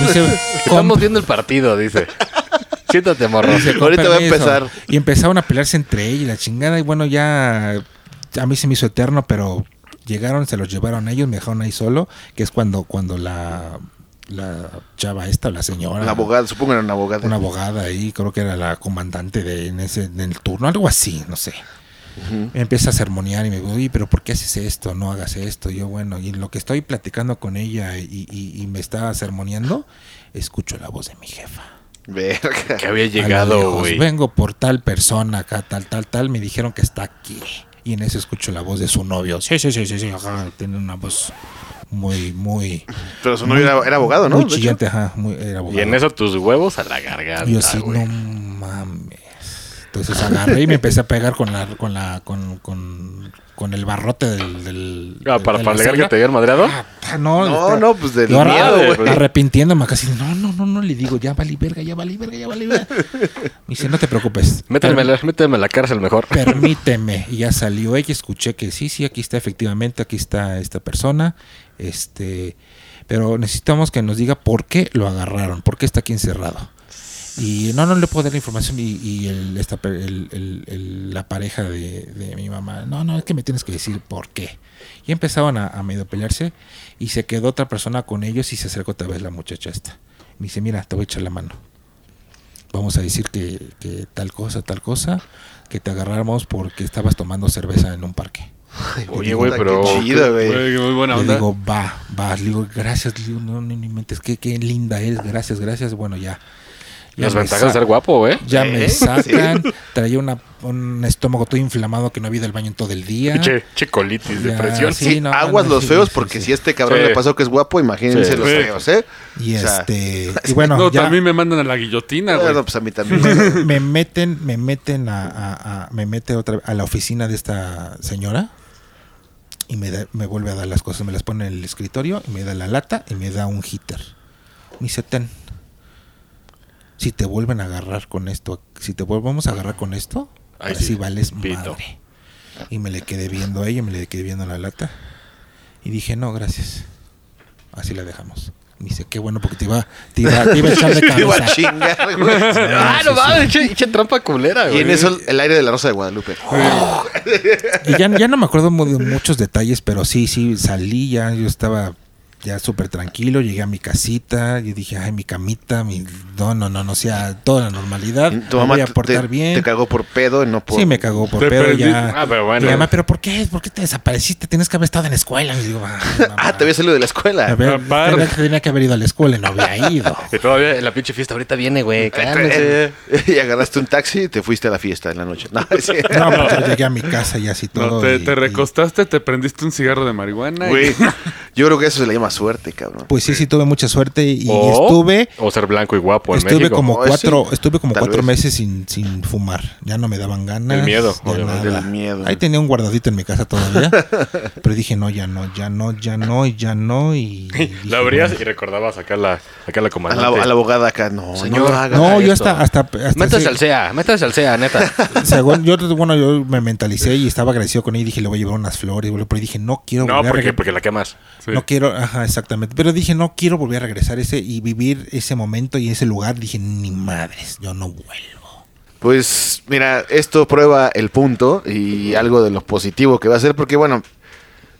Speaker 4: Me dice, "Com-
Speaker 2: Estamos viendo el partido, dice. Siéntate, morro.
Speaker 4: dice, "Con
Speaker 1: Ahorita va a
Speaker 4: permiso".
Speaker 1: empezar.
Speaker 4: Y empezaron a pelearse entre ellos, y la chingada, y bueno, ya a mí se me hizo eterno, pero llegaron, se los llevaron ellos, me dejaron ahí solo, que es cuando, cuando la, la chava esta, la señora.
Speaker 1: La abogada, supongo era una abogada.
Speaker 4: Una abogada ahí, creo que era la comandante de, en, ese, en el turno, algo así, no sé. Me empieza a sermonear y me dice, oye, pero ¿por qué haces esto? No hagas esto. Y yo, bueno, y en lo que estoy platicando con ella y, y- y me está sermoneando, escucho la voz de mi jefa.
Speaker 1: Verga.
Speaker 2: Que había
Speaker 4: A lo
Speaker 2: llegado,
Speaker 4: lejos,
Speaker 2: güey.
Speaker 4: Vengo por tal persona acá, tal, tal, tal. Me dijeron que está aquí. Y en eso escucho la voz de su novio. Sí, sí, sí, sí, sí. ajá. Tiene una voz muy, muy...
Speaker 1: Pero su novio era, era abogado, ¿no?
Speaker 4: Muy
Speaker 1: De hecho.
Speaker 4: chillante, ajá. Muy, era
Speaker 2: Y en
Speaker 4: abogado.
Speaker 2: eso tus huevos a la garganta,
Speaker 4: Yo sí,
Speaker 2: güey.
Speaker 4: no mames. Entonces agarré y me empecé a pegar con la, con la, con, con, con el barrote del, del-
Speaker 2: Ah,
Speaker 4: del-
Speaker 2: para,
Speaker 4: de la
Speaker 2: para alegar que
Speaker 4: celda.
Speaker 2: te habían madreado.
Speaker 4: Ah, No,
Speaker 1: No,
Speaker 4: estaba-
Speaker 1: no, pues del
Speaker 4: y ahora,
Speaker 1: miedo,
Speaker 4: ah,
Speaker 2: güey.
Speaker 4: Arrepintiéndome casi, no, no, no, no, le digo, ya valí verga, ya valí verga, ya valí verga. Me dice, no te preocupes.
Speaker 2: Méteme, a
Speaker 4: per-
Speaker 2: la- méteme a la cárcel mejor.
Speaker 4: (laughs) Permíteme. Y ya salió ella, escuché que sí, sí, aquí está efectivamente, aquí está esta persona. Este, pero necesitamos que nos diga por qué lo agarraron, por qué está aquí encerrado. Y no, no le puedo dar la información. Y, y el- esta, per- el- el- el- la pareja de, de mi mamá, no, no, es que me tienes que decir por qué. Y empezaban a, a medio pelearse. Y se quedó otra persona con ellos y se acercó otra vez la muchacha esta. Me dice, mira, te voy a echar la mano. Vamos a decir que, que tal cosa, tal cosa, que te agarramos porque estabas tomando cerveza en un parque.
Speaker 2: (laughs) Oye, güey, pero.
Speaker 1: Qué chido, güey.
Speaker 3: Güey, muy buena
Speaker 4: Le
Speaker 3: onda.
Speaker 4: digo, va, va. Le digo, gracias, le digo, no, no, no inventes, qué, qué linda eres, gracias, gracias. Bueno, ya. Ya
Speaker 2: Las
Speaker 4: me
Speaker 2: ventajas de
Speaker 4: sa-
Speaker 2: ser guapo, ¿eh? güey.
Speaker 4: Ya
Speaker 1: Sí,
Speaker 3: ¿Eh?
Speaker 4: me
Speaker 1: sí.
Speaker 4: sacan, traía una, un estómago todo inflamado que no había ido al baño en todo el día.
Speaker 2: Che, che colitis,
Speaker 4: Ya,
Speaker 2: depresión.
Speaker 4: sí, no,
Speaker 1: Aguas
Speaker 4: no, no,
Speaker 1: los
Speaker 4: sí,
Speaker 1: feos,
Speaker 4: sí,
Speaker 1: porque
Speaker 4: sí.
Speaker 1: si este cabrón
Speaker 2: Sí.
Speaker 1: le pasó que es guapo, imagínense
Speaker 2: Sí.
Speaker 1: los
Speaker 3: Sí.
Speaker 1: feos, ¿eh?
Speaker 4: Y
Speaker 1: O sea,
Speaker 3: (laughs)
Speaker 4: este, y bueno,
Speaker 3: No,
Speaker 4: ya
Speaker 3: también me mandan a la guillotina, güey.
Speaker 1: Bueno, pues a mí (laughs) también.
Speaker 4: me meten, me meten a, a- a- me mete otra a la oficina de esta señora y me, da- me vuelve a dar las cosas, me las pone en el escritorio y me da la lata y me da un hitter. Me dice, ten, si te vuelven a agarrar con esto, si te volvemos a agarrar con esto,
Speaker 2: Ay,
Speaker 4: así
Speaker 2: sí,
Speaker 4: vales
Speaker 2: pito.
Speaker 4: madre. Y me le quedé viendo a ella, me le quedé viendo la lata y dije, no, gracias. Así la dejamos. Me dice, qué bueno porque te iba, te iba, te iba a echar de
Speaker 1: Te iba a
Speaker 4: cabeza.
Speaker 1: chingar, güey.
Speaker 2: Ah,
Speaker 4: Sí,
Speaker 2: no
Speaker 4: sí,
Speaker 2: mames, che, che trampa culera, güey.
Speaker 1: Y en eso el aire de la Rosa de Guadalupe.
Speaker 4: Y ya, ya no me acuerdo mu- de muchos detalles, pero sí, sí, salí, ya yo estaba ya súper tranquilo, llegué a mi casita, yo dije, ay, mi camita, mi... No, no, no, no, o sea, toda la normalidad,
Speaker 1: Tu
Speaker 4: me
Speaker 1: mamá
Speaker 4: voy a
Speaker 1: te-
Speaker 4: portar
Speaker 1: te,
Speaker 4: bien.
Speaker 1: te cagó por pedo y no por.
Speaker 4: Sí, me cagó por
Speaker 3: Te
Speaker 4: pedo
Speaker 3: perdí.
Speaker 4: ya.
Speaker 2: Ah, pero bueno.
Speaker 4: Y mi mamá, ¿pero por qué? ¿Por qué te desapareciste? Tienes que haber estado en la escuela. Y digo,
Speaker 1: (laughs)
Speaker 4: "Ay, mamá,
Speaker 1: Ah, te había salido de la escuela.
Speaker 4: a ver,
Speaker 3: Aparte.
Speaker 4: tenía que- tenía que haber ido a la escuela y no había ido.
Speaker 2: Y todavía la pinche fiesta ahorita viene,
Speaker 1: (laughs)
Speaker 2: güey. Cálmese.
Speaker 1: Eh, Y agarraste un taxi y te fuiste a la fiesta en la noche. No,
Speaker 4: (laughs)
Speaker 1: sí.
Speaker 4: No, pero llegué a mi casa y así todo.
Speaker 3: No, te,
Speaker 4: y-
Speaker 3: te
Speaker 4: y-
Speaker 3: recostaste, te prendiste un cigarro de marihuana. y-
Speaker 1: Güey, Yo creo que eso se le llama suerte, cabrón.
Speaker 4: Pues sí, sí tuve mucha suerte y
Speaker 2: O-
Speaker 3: Oh.
Speaker 4: estuve
Speaker 2: O ser blanco y guapo en
Speaker 4: estuve
Speaker 2: México.
Speaker 4: como
Speaker 1: Oh,
Speaker 4: cuatro
Speaker 1: sí.
Speaker 4: estuve como
Speaker 1: Tal
Speaker 4: cuatro
Speaker 1: vez.
Speaker 4: meses sin, sin fumar. Ya no me daban ganas.
Speaker 2: El miedo,
Speaker 4: ya
Speaker 2: obviamente,
Speaker 4: nada.
Speaker 1: el miedo.
Speaker 4: Ahí tenía un guardadito en mi
Speaker 1: (laughs)
Speaker 4: casa todavía, pero dije no, ya no, ya no, ya no, y ya
Speaker 2: (laughs)
Speaker 4: no y dije,
Speaker 2: La abrías y recordabas acá la, acá la
Speaker 1: A
Speaker 2: comandante.
Speaker 1: la, a la abogada acá, no,
Speaker 2: Señor.
Speaker 1: no haga
Speaker 4: no, yo
Speaker 1: esto.
Speaker 4: hasta hasta, hasta
Speaker 2: Métase
Speaker 4: ese-
Speaker 2: al SEA, métase al SEA,
Speaker 4: (laughs)
Speaker 2: neta.
Speaker 4: según- yo bueno, yo me mentalicé y estaba agradecido con ella y dije le voy a llevar unas flores, boludo, pero dije no quiero
Speaker 2: No,
Speaker 4: volver a
Speaker 2: porque,
Speaker 4: regre-
Speaker 2: porque la quemas.
Speaker 3: Sí.
Speaker 4: No quiero, ajá, exactamente. Pero dije, no quiero volver a regresar ese y vivir ese momento y ese lugar. Dije, ni madres, yo no vuelvo.
Speaker 1: Pues mira, esto prueba el punto y algo de lo positivo que va a ser, porque bueno,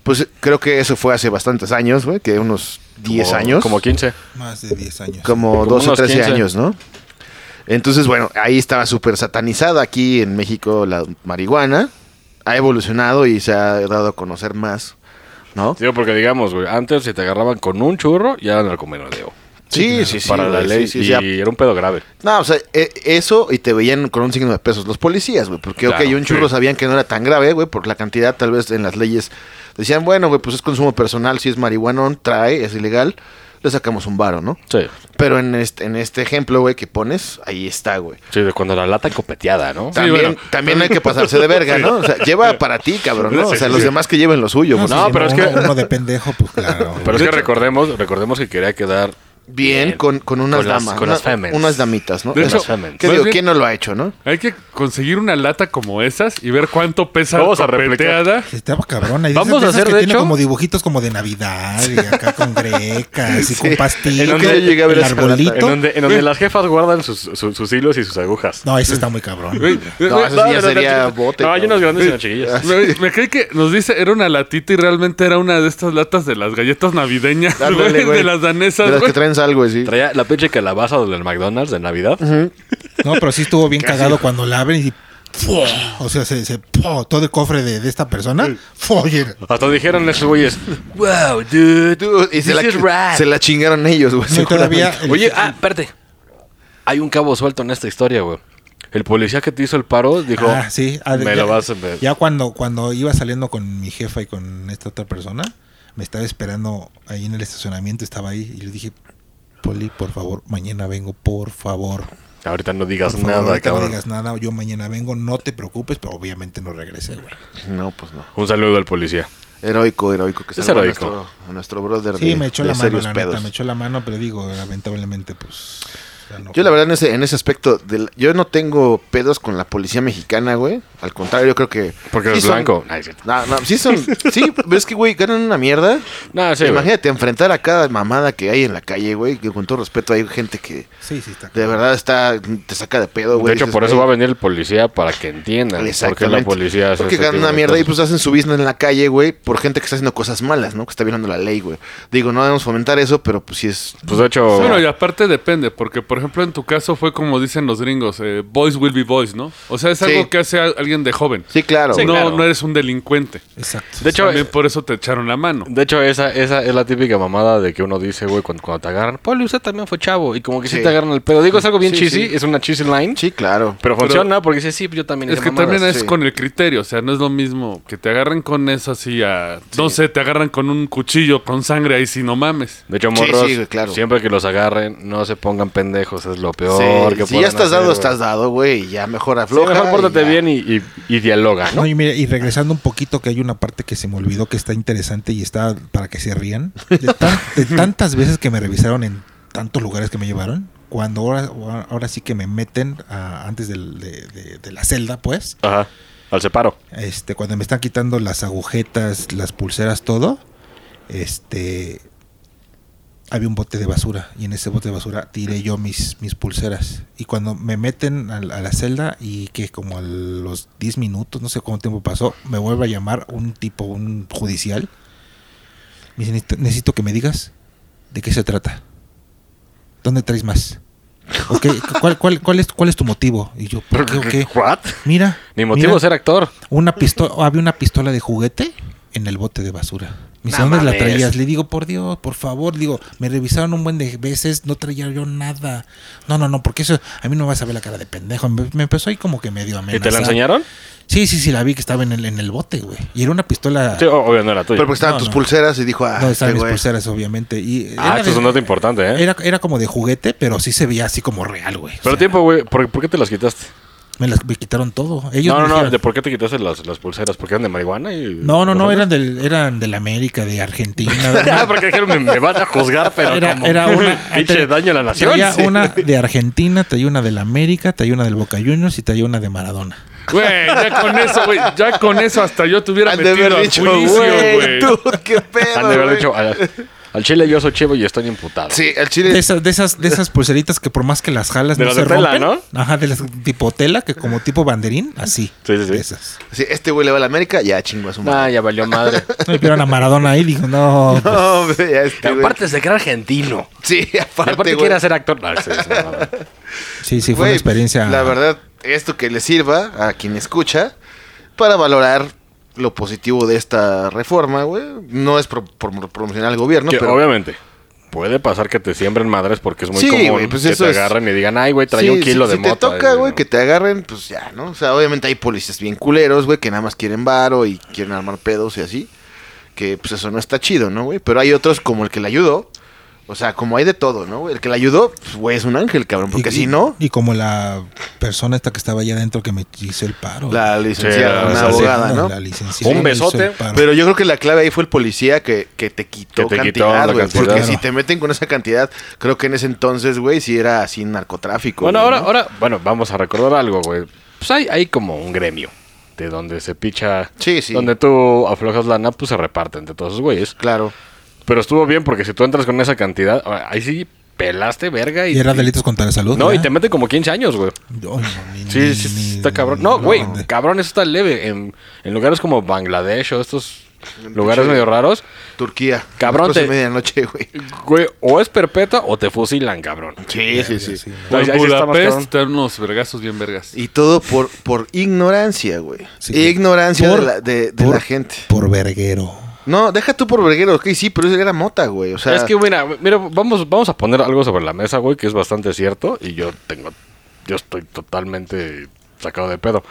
Speaker 1: pues creo que eso fue hace bastantes años, güey, que unos 10
Speaker 2: Como-
Speaker 1: años.
Speaker 2: Como 15.
Speaker 4: Más de 10 años.
Speaker 1: como
Speaker 2: Como
Speaker 1: 12 o
Speaker 2: unos
Speaker 1: 13
Speaker 2: 15.
Speaker 1: años, ¿no? Entonces, bueno, ahí estaba súper satanizada aquí en México la marihuana. Ha evolucionado y se ha dado a conocer más, ¿no?
Speaker 2: Digo, porque digamos, güey, antes si te agarraban con un churro, ya eran narcomenudeo.
Speaker 1: Sí, sí, sí.
Speaker 2: para la
Speaker 1: güey,
Speaker 2: ley.
Speaker 1: sí, sí, sí.
Speaker 2: y era un pedo grave.
Speaker 1: No, o sea, e- eso y te veían con un signo de pesos los policías, güey. Porque,
Speaker 2: Claro,
Speaker 1: ok, un churro
Speaker 2: sí.
Speaker 1: sabían que no era tan grave, güey, por la cantidad, tal vez en las leyes decían, bueno, güey, pues es consumo personal, si es marihuana, trae, es ilegal, le sacamos un varo, ¿no?
Speaker 2: Sí.
Speaker 1: Pero en este, en este ejemplo, güey, que pones, ahí está, güey.
Speaker 2: Sí, de cuando la lata copeteada, ¿no?
Speaker 1: También,
Speaker 3: bueno.
Speaker 1: también hay que pasarse de verga, ¿no? O sea, lleva para ti, cabrón, ¿no? O sea, los demás que lleven lo suyo, pues,
Speaker 4: No,
Speaker 1: güey.
Speaker 2: pues, No,
Speaker 4: sí,
Speaker 2: pero es que-
Speaker 4: uno- Uno de pendejo, pues claro.
Speaker 2: (laughs) Pero es que recordemos, recordemos que quería quedar
Speaker 1: Bien, con, con unas
Speaker 2: Con las-
Speaker 1: damas.
Speaker 2: con
Speaker 1: una-
Speaker 2: las femens.
Speaker 1: unas damitas, ¿no?
Speaker 3: De
Speaker 1: Eso-
Speaker 3: hecho,
Speaker 2: femens.
Speaker 1: ¿Qué
Speaker 3: más
Speaker 1: digo?
Speaker 3: bien-
Speaker 1: ¿Quién no lo ha hecho, no?
Speaker 3: Hay que conseguir una lata como esas y ver cuánto pesa
Speaker 2: Vamos a
Speaker 3: copeteada.
Speaker 4: Estaba cabrona. Y de
Speaker 2: Vamos
Speaker 4: esas- de
Speaker 2: a
Speaker 4: esas
Speaker 2: hacer,
Speaker 4: que
Speaker 2: de
Speaker 4: tiene
Speaker 2: hecho-
Speaker 4: como dibujitos como de Navidad y
Speaker 2: (laughs)
Speaker 4: acá con grecas y con pastillas.
Speaker 2: En donde
Speaker 4: el
Speaker 2: yo llegué
Speaker 1: a ver esa
Speaker 4: arbolito.
Speaker 1: lata.
Speaker 2: en donde, en donde
Speaker 1: eh.
Speaker 2: las jefas guardan sus, su- sus hilos y sus agujas.
Speaker 4: No, ese está muy cabrón.
Speaker 3: Güey,
Speaker 1: No, eso sí ya
Speaker 2: no, no,
Speaker 1: sería
Speaker 2: no,
Speaker 1: bote.
Speaker 2: No,
Speaker 1: cabrón.
Speaker 2: hay
Speaker 1: Ah,
Speaker 2: unos grandes y unos chiquillos.
Speaker 3: Me, me cae que nos dice era una latita y realmente era una de estas latas de las galletas navideñas, (laughs)
Speaker 1: Ándale,
Speaker 3: güey,
Speaker 1: güey.
Speaker 3: de las danesas,
Speaker 1: De las que
Speaker 3: güey.
Speaker 1: traen algo, sí.
Speaker 2: Traía la pinche calabaza del McDonald's de Navidad.
Speaker 4: No, pero sí estuvo bien cagado cuando la abren y. ¡fua! O sea, se, se- ¡fua! todo el cofre de, de esta persona.
Speaker 2: (laughs)
Speaker 4: ¡Foyer!
Speaker 2: Hasta dijeron esos güeyes, wow, dude,
Speaker 1: Tú- y
Speaker 2: this
Speaker 1: se la,
Speaker 2: is rad".
Speaker 1: se la chingaron ellos, güey.
Speaker 4: No, y todavía
Speaker 1: seguramente.
Speaker 4: el-
Speaker 2: Oye, ah, espérate. Hay un cabo suelto en esta historia, güey. El policía que te hizo el paro dijo,
Speaker 4: Ah, sí. Ah,
Speaker 2: me
Speaker 4: ya,
Speaker 2: lo vas a... ver".
Speaker 4: Ya cuando, cuando iba saliendo con mi jefa y con esta otra persona, me estaba esperando ahí en el estacionamiento, estaba ahí y le dije, Poli, por favor, mañana vengo, por favor.
Speaker 2: Ahorita no digas
Speaker 4: Por favor,
Speaker 2: nada,
Speaker 4: ahorita no
Speaker 2: cabrón.
Speaker 4: digas nada, yo mañana vengo, no te preocupes, pero obviamente no regresé, güey.
Speaker 1: No, pues no.
Speaker 2: Un saludo al policía.
Speaker 1: Heroico, heroico. Que
Speaker 2: Es
Speaker 1: salvó a
Speaker 2: heroico.
Speaker 1: nuestro- A nuestro brother
Speaker 4: Sí,
Speaker 1: de,
Speaker 4: me echó
Speaker 1: de
Speaker 4: la mano,
Speaker 1: serios
Speaker 4: la neta,
Speaker 1: pedos.
Speaker 4: me echó la mano, pero digo, lamentablemente, pues... ya no.
Speaker 1: Yo la verdad en ese, en ese aspecto, del- yo no tengo pedos con la policía mexicana, güey. Al contrario, yo creo que...
Speaker 2: Porque
Speaker 1: sí
Speaker 2: eres
Speaker 1: son-
Speaker 2: blanco. Ah, es cierto.
Speaker 1: No, no, sí son... Sí, pero es que, güey, ganan una mierda.
Speaker 2: No, Ah, sí, güey.
Speaker 1: Imagínate enfrentar a cada mamada que hay en la calle, güey. Que con todo respeto hay gente que
Speaker 4: Sí, sí, está.
Speaker 1: de verdad está... Te saca de pedo, güey.
Speaker 2: De hecho,
Speaker 1: Dices,
Speaker 2: por eso va
Speaker 1: güey,
Speaker 2: a venir el policía para que entiendan por qué Ah, la
Speaker 1: Exactamente.
Speaker 2: policía hace
Speaker 1: Porque
Speaker 2: ese
Speaker 1: ganan
Speaker 2: tipo
Speaker 1: una
Speaker 2: de
Speaker 1: mierda y
Speaker 2: cosas.
Speaker 1: pues hacen su business en la calle, güey, por gente que está haciendo cosas malas, ¿no? Que está violando la ley, güey. Digo, no debemos fomentar eso, pero pues sí es.
Speaker 2: Pues de hecho...
Speaker 3: Bueno, y aparte depende, porque por ejemplo en tu caso fue como dicen los gringos, eh, boys will be boys, ¿no? O sea, es
Speaker 1: Sí.
Speaker 3: algo que hace a- alguien de joven.
Speaker 1: Sí, claro. eh,
Speaker 3: no,
Speaker 1: güey.
Speaker 2: claro.
Speaker 3: no eres un delincuente.
Speaker 4: Exacto.
Speaker 2: De hecho,
Speaker 3: También por eso te echaron la mano.
Speaker 2: De hecho, esa, esa es la típica mamada de que uno dice, güey, cuando, cuando te agarran, Poli, usted también fue chavo. Y como que sí,
Speaker 1: Sí.
Speaker 2: te agarran el pedo. Digo, es algo bien
Speaker 1: Sí,
Speaker 2: cheesy,
Speaker 1: sí.
Speaker 2: es una cheesy line.
Speaker 1: Sí, claro.
Speaker 2: Pero funciona porque dice, sí, yo también.
Speaker 3: Es
Speaker 2: hice
Speaker 3: que
Speaker 2: mamadas".
Speaker 3: también es
Speaker 1: sí.
Speaker 3: con el criterio, o sea, no es lo mismo que te agarren con eso así a... No sé, te agarran con un cuchillo, con sangre ahí, si no mames.
Speaker 2: De hecho,
Speaker 1: Sí,
Speaker 2: morros,
Speaker 1: sí, güey, claro.
Speaker 2: siempre que los agarren, no se pongan pendejos, es lo
Speaker 1: Sí,
Speaker 2: peor que
Speaker 1: si ya estás dado,
Speaker 2: dado,
Speaker 1: estás dado, güey. y Ya mejor
Speaker 2: Sí,
Speaker 1: afloja.
Speaker 2: mejor pórtate
Speaker 1: y ya.
Speaker 2: bien y, y, y dialoga, ¿no?
Speaker 4: No, y, mira, y regresando un poquito, que hay una parte que se me olvidó que está interesante y está para que se rían. De, tan- de tantas veces que me revisaron en tantos lugares que me llevaron, cuando ahora, ahora sí que me meten a- antes del- de, de- de la celda, pues,
Speaker 2: Ajá. Al separo.
Speaker 4: este, cuando me están quitando las agujetas, las pulseras, todo, este, había un bote de basura y en ese bote de basura tiré yo mis, mis pulseras. Y cuando me meten a, la a la celda y que como a los 10 minutos, no sé cuánto tiempo pasó, me vuelve a llamar un tipo, un judicial. Me dice, "Necesito- necesito que me digas de qué se trata. ¿Dónde traes más? ¿O qué- cuál, cuál- cuál es, ¿Cuál es tu motivo? Y yo, ¿por qué?
Speaker 2: (laughs)
Speaker 4: o qué?
Speaker 2: ¿What?
Speaker 4: Mira.
Speaker 2: Ni motivo
Speaker 4: mira,
Speaker 2: ser actor.
Speaker 4: una pistola, había una pistola de juguete en el bote de basura. Mis
Speaker 2: No
Speaker 4: hombres la
Speaker 2: mames.
Speaker 4: traías. Le digo, por Dios, por favor, digo, me revisaron un buen de veces, no traía yo nada. No, no, no, porque eso, a mí no me vas a ver la cara de pendejo. Me, me empezó ahí como que medio
Speaker 2: ¿Y
Speaker 4: amenazar.
Speaker 2: te la enseñaron?
Speaker 4: Sí, sí, sí, la vi que estaba en el, en el bote, güey. Y era una pistola.
Speaker 2: Sí, o- obvio no era tuya.
Speaker 1: Pero porque estaban
Speaker 4: No,
Speaker 1: tus
Speaker 4: no.
Speaker 1: pulseras y dijo, ah,
Speaker 4: no,
Speaker 1: este
Speaker 4: estaban mis
Speaker 1: güey.
Speaker 4: pulseras, obviamente. Y
Speaker 2: ah,
Speaker 4: era
Speaker 2: esto es
Speaker 4: de-
Speaker 2: un dato importante, ¿eh?
Speaker 4: Era, era como de juguete, pero sí se veía así como real, güey. O
Speaker 2: Pero
Speaker 4: sea,
Speaker 2: tiempo, güey, ¿por, por qué te las quitaste?
Speaker 4: Me, las, me quitaron todo.
Speaker 2: no,
Speaker 4: Ellos me
Speaker 2: no, no,
Speaker 4: dijeron-
Speaker 2: ¿de por qué te quitaste las, las pulseras? ¿Porque eran de marihuana? Y
Speaker 4: no, no, no,
Speaker 2: ¿Los
Speaker 4: eran del, eran del América,
Speaker 2: (laughs)
Speaker 4: de
Speaker 2: hombres?
Speaker 4: Argentina.
Speaker 2: Ah, porque dijeron, me, me van a juzgar, pero
Speaker 4: Era-
Speaker 2: como
Speaker 4: era una-
Speaker 2: (laughs) pinche
Speaker 4: te-
Speaker 2: daño a la nación.
Speaker 4: Traía
Speaker 2: sí.
Speaker 4: una de Argentina, traía una del América, traía una del Boca Juniors y traía una de Maradona.
Speaker 3: Güey, ya con eso, güey.
Speaker 4: (laughs)
Speaker 3: Ya con eso hasta yo te hubiera
Speaker 1: Han de
Speaker 3: metido
Speaker 1: haber
Speaker 3: al
Speaker 1: dicho,
Speaker 3: juicio,
Speaker 1: güey,
Speaker 3: güey.
Speaker 1: dude, qué pedo.
Speaker 2: Han de haber
Speaker 1: güey".
Speaker 2: dicho, al, al chile yo soy chivo y estoy imputado.
Speaker 1: Sí, al
Speaker 4: De
Speaker 1: chile.
Speaker 4: esas, de esas, de esas pulseritas que por más que las jalas
Speaker 2: De
Speaker 4: no
Speaker 2: las
Speaker 4: se
Speaker 2: de tela,
Speaker 4: rompen.
Speaker 2: ¿no?
Speaker 4: Ajá, de las tipo tela, que como tipo banderín, así.
Speaker 2: Sí, sí, sí.
Speaker 4: de esas.
Speaker 1: sí, este güey le va a la América, ya chingo a su
Speaker 2: Ah,
Speaker 1: madre.
Speaker 2: ya valió
Speaker 4: (laughs)
Speaker 2: madre.
Speaker 4: No, y vieron a Maradona ahí, dijo, no. pues,
Speaker 1: (laughs) No, güey, ya este güey.
Speaker 2: aparte se crea argentino.
Speaker 1: Sí, (laughs)
Speaker 2: Y
Speaker 1: aparte,
Speaker 2: aparte
Speaker 1: güey.
Speaker 2: quiere ser actor. No, sí, sí, no, no.
Speaker 4: Sí, sí, fue una
Speaker 1: Güey,
Speaker 4: experiencia.
Speaker 1: La verdad, esto que le sirva a quien escucha para valorar lo positivo de esta reforma, güey. No es pro- por- promocionar al gobierno,
Speaker 2: Que
Speaker 1: pero
Speaker 2: obviamente puede pasar que te siembren madres porque es muy
Speaker 1: Sí,
Speaker 2: común
Speaker 1: güey, pues
Speaker 2: que
Speaker 1: eso
Speaker 2: te
Speaker 1: es-
Speaker 2: agarren y digan, ay, güey, trae
Speaker 1: Sí,
Speaker 2: un kilo
Speaker 1: si,
Speaker 2: de
Speaker 1: si
Speaker 2: mota.
Speaker 1: te toca,
Speaker 2: eh,
Speaker 1: güey,
Speaker 2: ¿no?
Speaker 1: que te agarren, pues ya, ¿no? O sea, obviamente hay policías bien culeros, güey, que nada más quieren varo y quieren armar pedos y así. Que pues eso no está chido, ¿no, güey? Pero hay otros como el que le ayudó. O sea, como hay de todo, ¿no? El que le ayudó, pues, güey, es un ángel, cabrón. Porque
Speaker 4: y,
Speaker 1: si no,
Speaker 4: Y como la persona esta que estaba allá adentro que me hizo el paro.
Speaker 1: la licenciada, una
Speaker 2: la
Speaker 4: licenciada,
Speaker 1: abogada, ¿no?
Speaker 4: La licenciada
Speaker 2: Un
Speaker 4: me hizo el
Speaker 2: besote,
Speaker 4: paro.
Speaker 1: Pero yo creo que la clave ahí fue el policía que, que te quitó
Speaker 2: Que te quitó
Speaker 1: cantidad,
Speaker 2: la
Speaker 1: güey.
Speaker 2: cantidad.
Speaker 1: Porque
Speaker 4: Claro.
Speaker 1: si te meten con esa cantidad, creo que en ese entonces, güey, sí era así narcotráfico.
Speaker 2: Bueno,
Speaker 1: güey,
Speaker 2: ahora,
Speaker 1: ¿no?
Speaker 2: ahora, bueno, vamos a recordar algo, güey. Pues hay, hay como un gremio de donde se picha.
Speaker 1: Sí, sí.
Speaker 2: Donde tú aflojas lana, pues se reparte entre todos esos güeyes.
Speaker 1: Claro.
Speaker 2: Pero estuvo bien porque si tú entras con esa cantidad, ahora, ahí sí pelaste verga y.
Speaker 4: Y era delitos contra la salud.
Speaker 2: No, y
Speaker 4: ¿verdad?
Speaker 2: te mete como 15 años, güey.
Speaker 4: Ay, no, ni-
Speaker 2: Sí,
Speaker 4: ni-
Speaker 2: sí,
Speaker 4: ni-
Speaker 2: está cabrón.
Speaker 4: ni-
Speaker 2: No,
Speaker 4: ni-
Speaker 2: güey,
Speaker 4: ni-
Speaker 2: cabrón, eso está leve. En, en lugares como Bangladesh o estos lugares
Speaker 1: pinche-
Speaker 2: medio raros,
Speaker 1: Turquía.
Speaker 2: Cabrón,
Speaker 1: Después de
Speaker 2: te-
Speaker 1: medianoche, güey.
Speaker 2: güey, o es perpetua o te fusilan, cabrón.
Speaker 1: Sí, sí, sí.
Speaker 2: Ahí-
Speaker 3: En
Speaker 2: ahí Pues sí está más
Speaker 3: Budapest
Speaker 2: cabrón.
Speaker 3: están unos vergazos bien vergas.
Speaker 1: Y todo por, por ignorancia, güey.
Speaker 4: Sí.
Speaker 1: ignorancia
Speaker 4: Por-
Speaker 1: de, la, de- de
Speaker 4: por-
Speaker 1: la gente.
Speaker 4: Por verguero.
Speaker 1: No, deja tú por verguero, ok, sí, pero eso era mota, güey. O sea,
Speaker 2: es que, mira, mira vamos, vamos a poner algo sobre la mesa, güey, que es bastante cierto. Y yo tengo. Yo estoy totalmente sacado de pedo.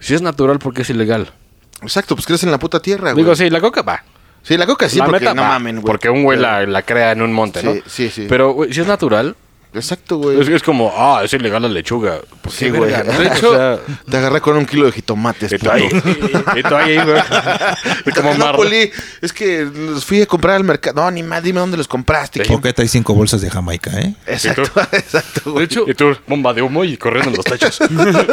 Speaker 2: Si es natural, porque es ilegal?
Speaker 1: exacto, pues crees en la puta tierra, güey.
Speaker 2: Digo, sí, la coca va.
Speaker 1: Sí, la coca sí,
Speaker 2: la
Speaker 1: porque
Speaker 2: meta
Speaker 1: no
Speaker 2: va,
Speaker 1: mamen, güey.
Speaker 2: Porque un güey la, la crea en un monte,
Speaker 1: Sí,
Speaker 2: ¿no?
Speaker 1: sí, sí.
Speaker 2: Pero, güey, si es natural,
Speaker 1: Exacto, güey.
Speaker 2: es, es como, ah, es ilegal la lechuga. Pues,
Speaker 1: Sí,
Speaker 2: qué
Speaker 1: güey. (laughs)
Speaker 2: verga, ¿no?
Speaker 1: De
Speaker 2: O
Speaker 1: hecho,
Speaker 2: sea,
Speaker 1: te agarré con un kilo de jitomates,
Speaker 2: Y tú ahí,
Speaker 1: puto.
Speaker 2: y- y tú ahí,
Speaker 1: (laughs)
Speaker 2: güey. Y como
Speaker 1: no,
Speaker 2: mar-
Speaker 1: Poli, es que los fui a comprar al mercado. No, ni más, dime dónde los compraste.
Speaker 4: Creo que hay cinco bolsas de Jamaica, ¿eh?
Speaker 1: Exacto, (laughs) exacto,
Speaker 3: De
Speaker 1: güey.
Speaker 3: hecho,
Speaker 2: Y tú, bomba de humo y corriendo en los techos.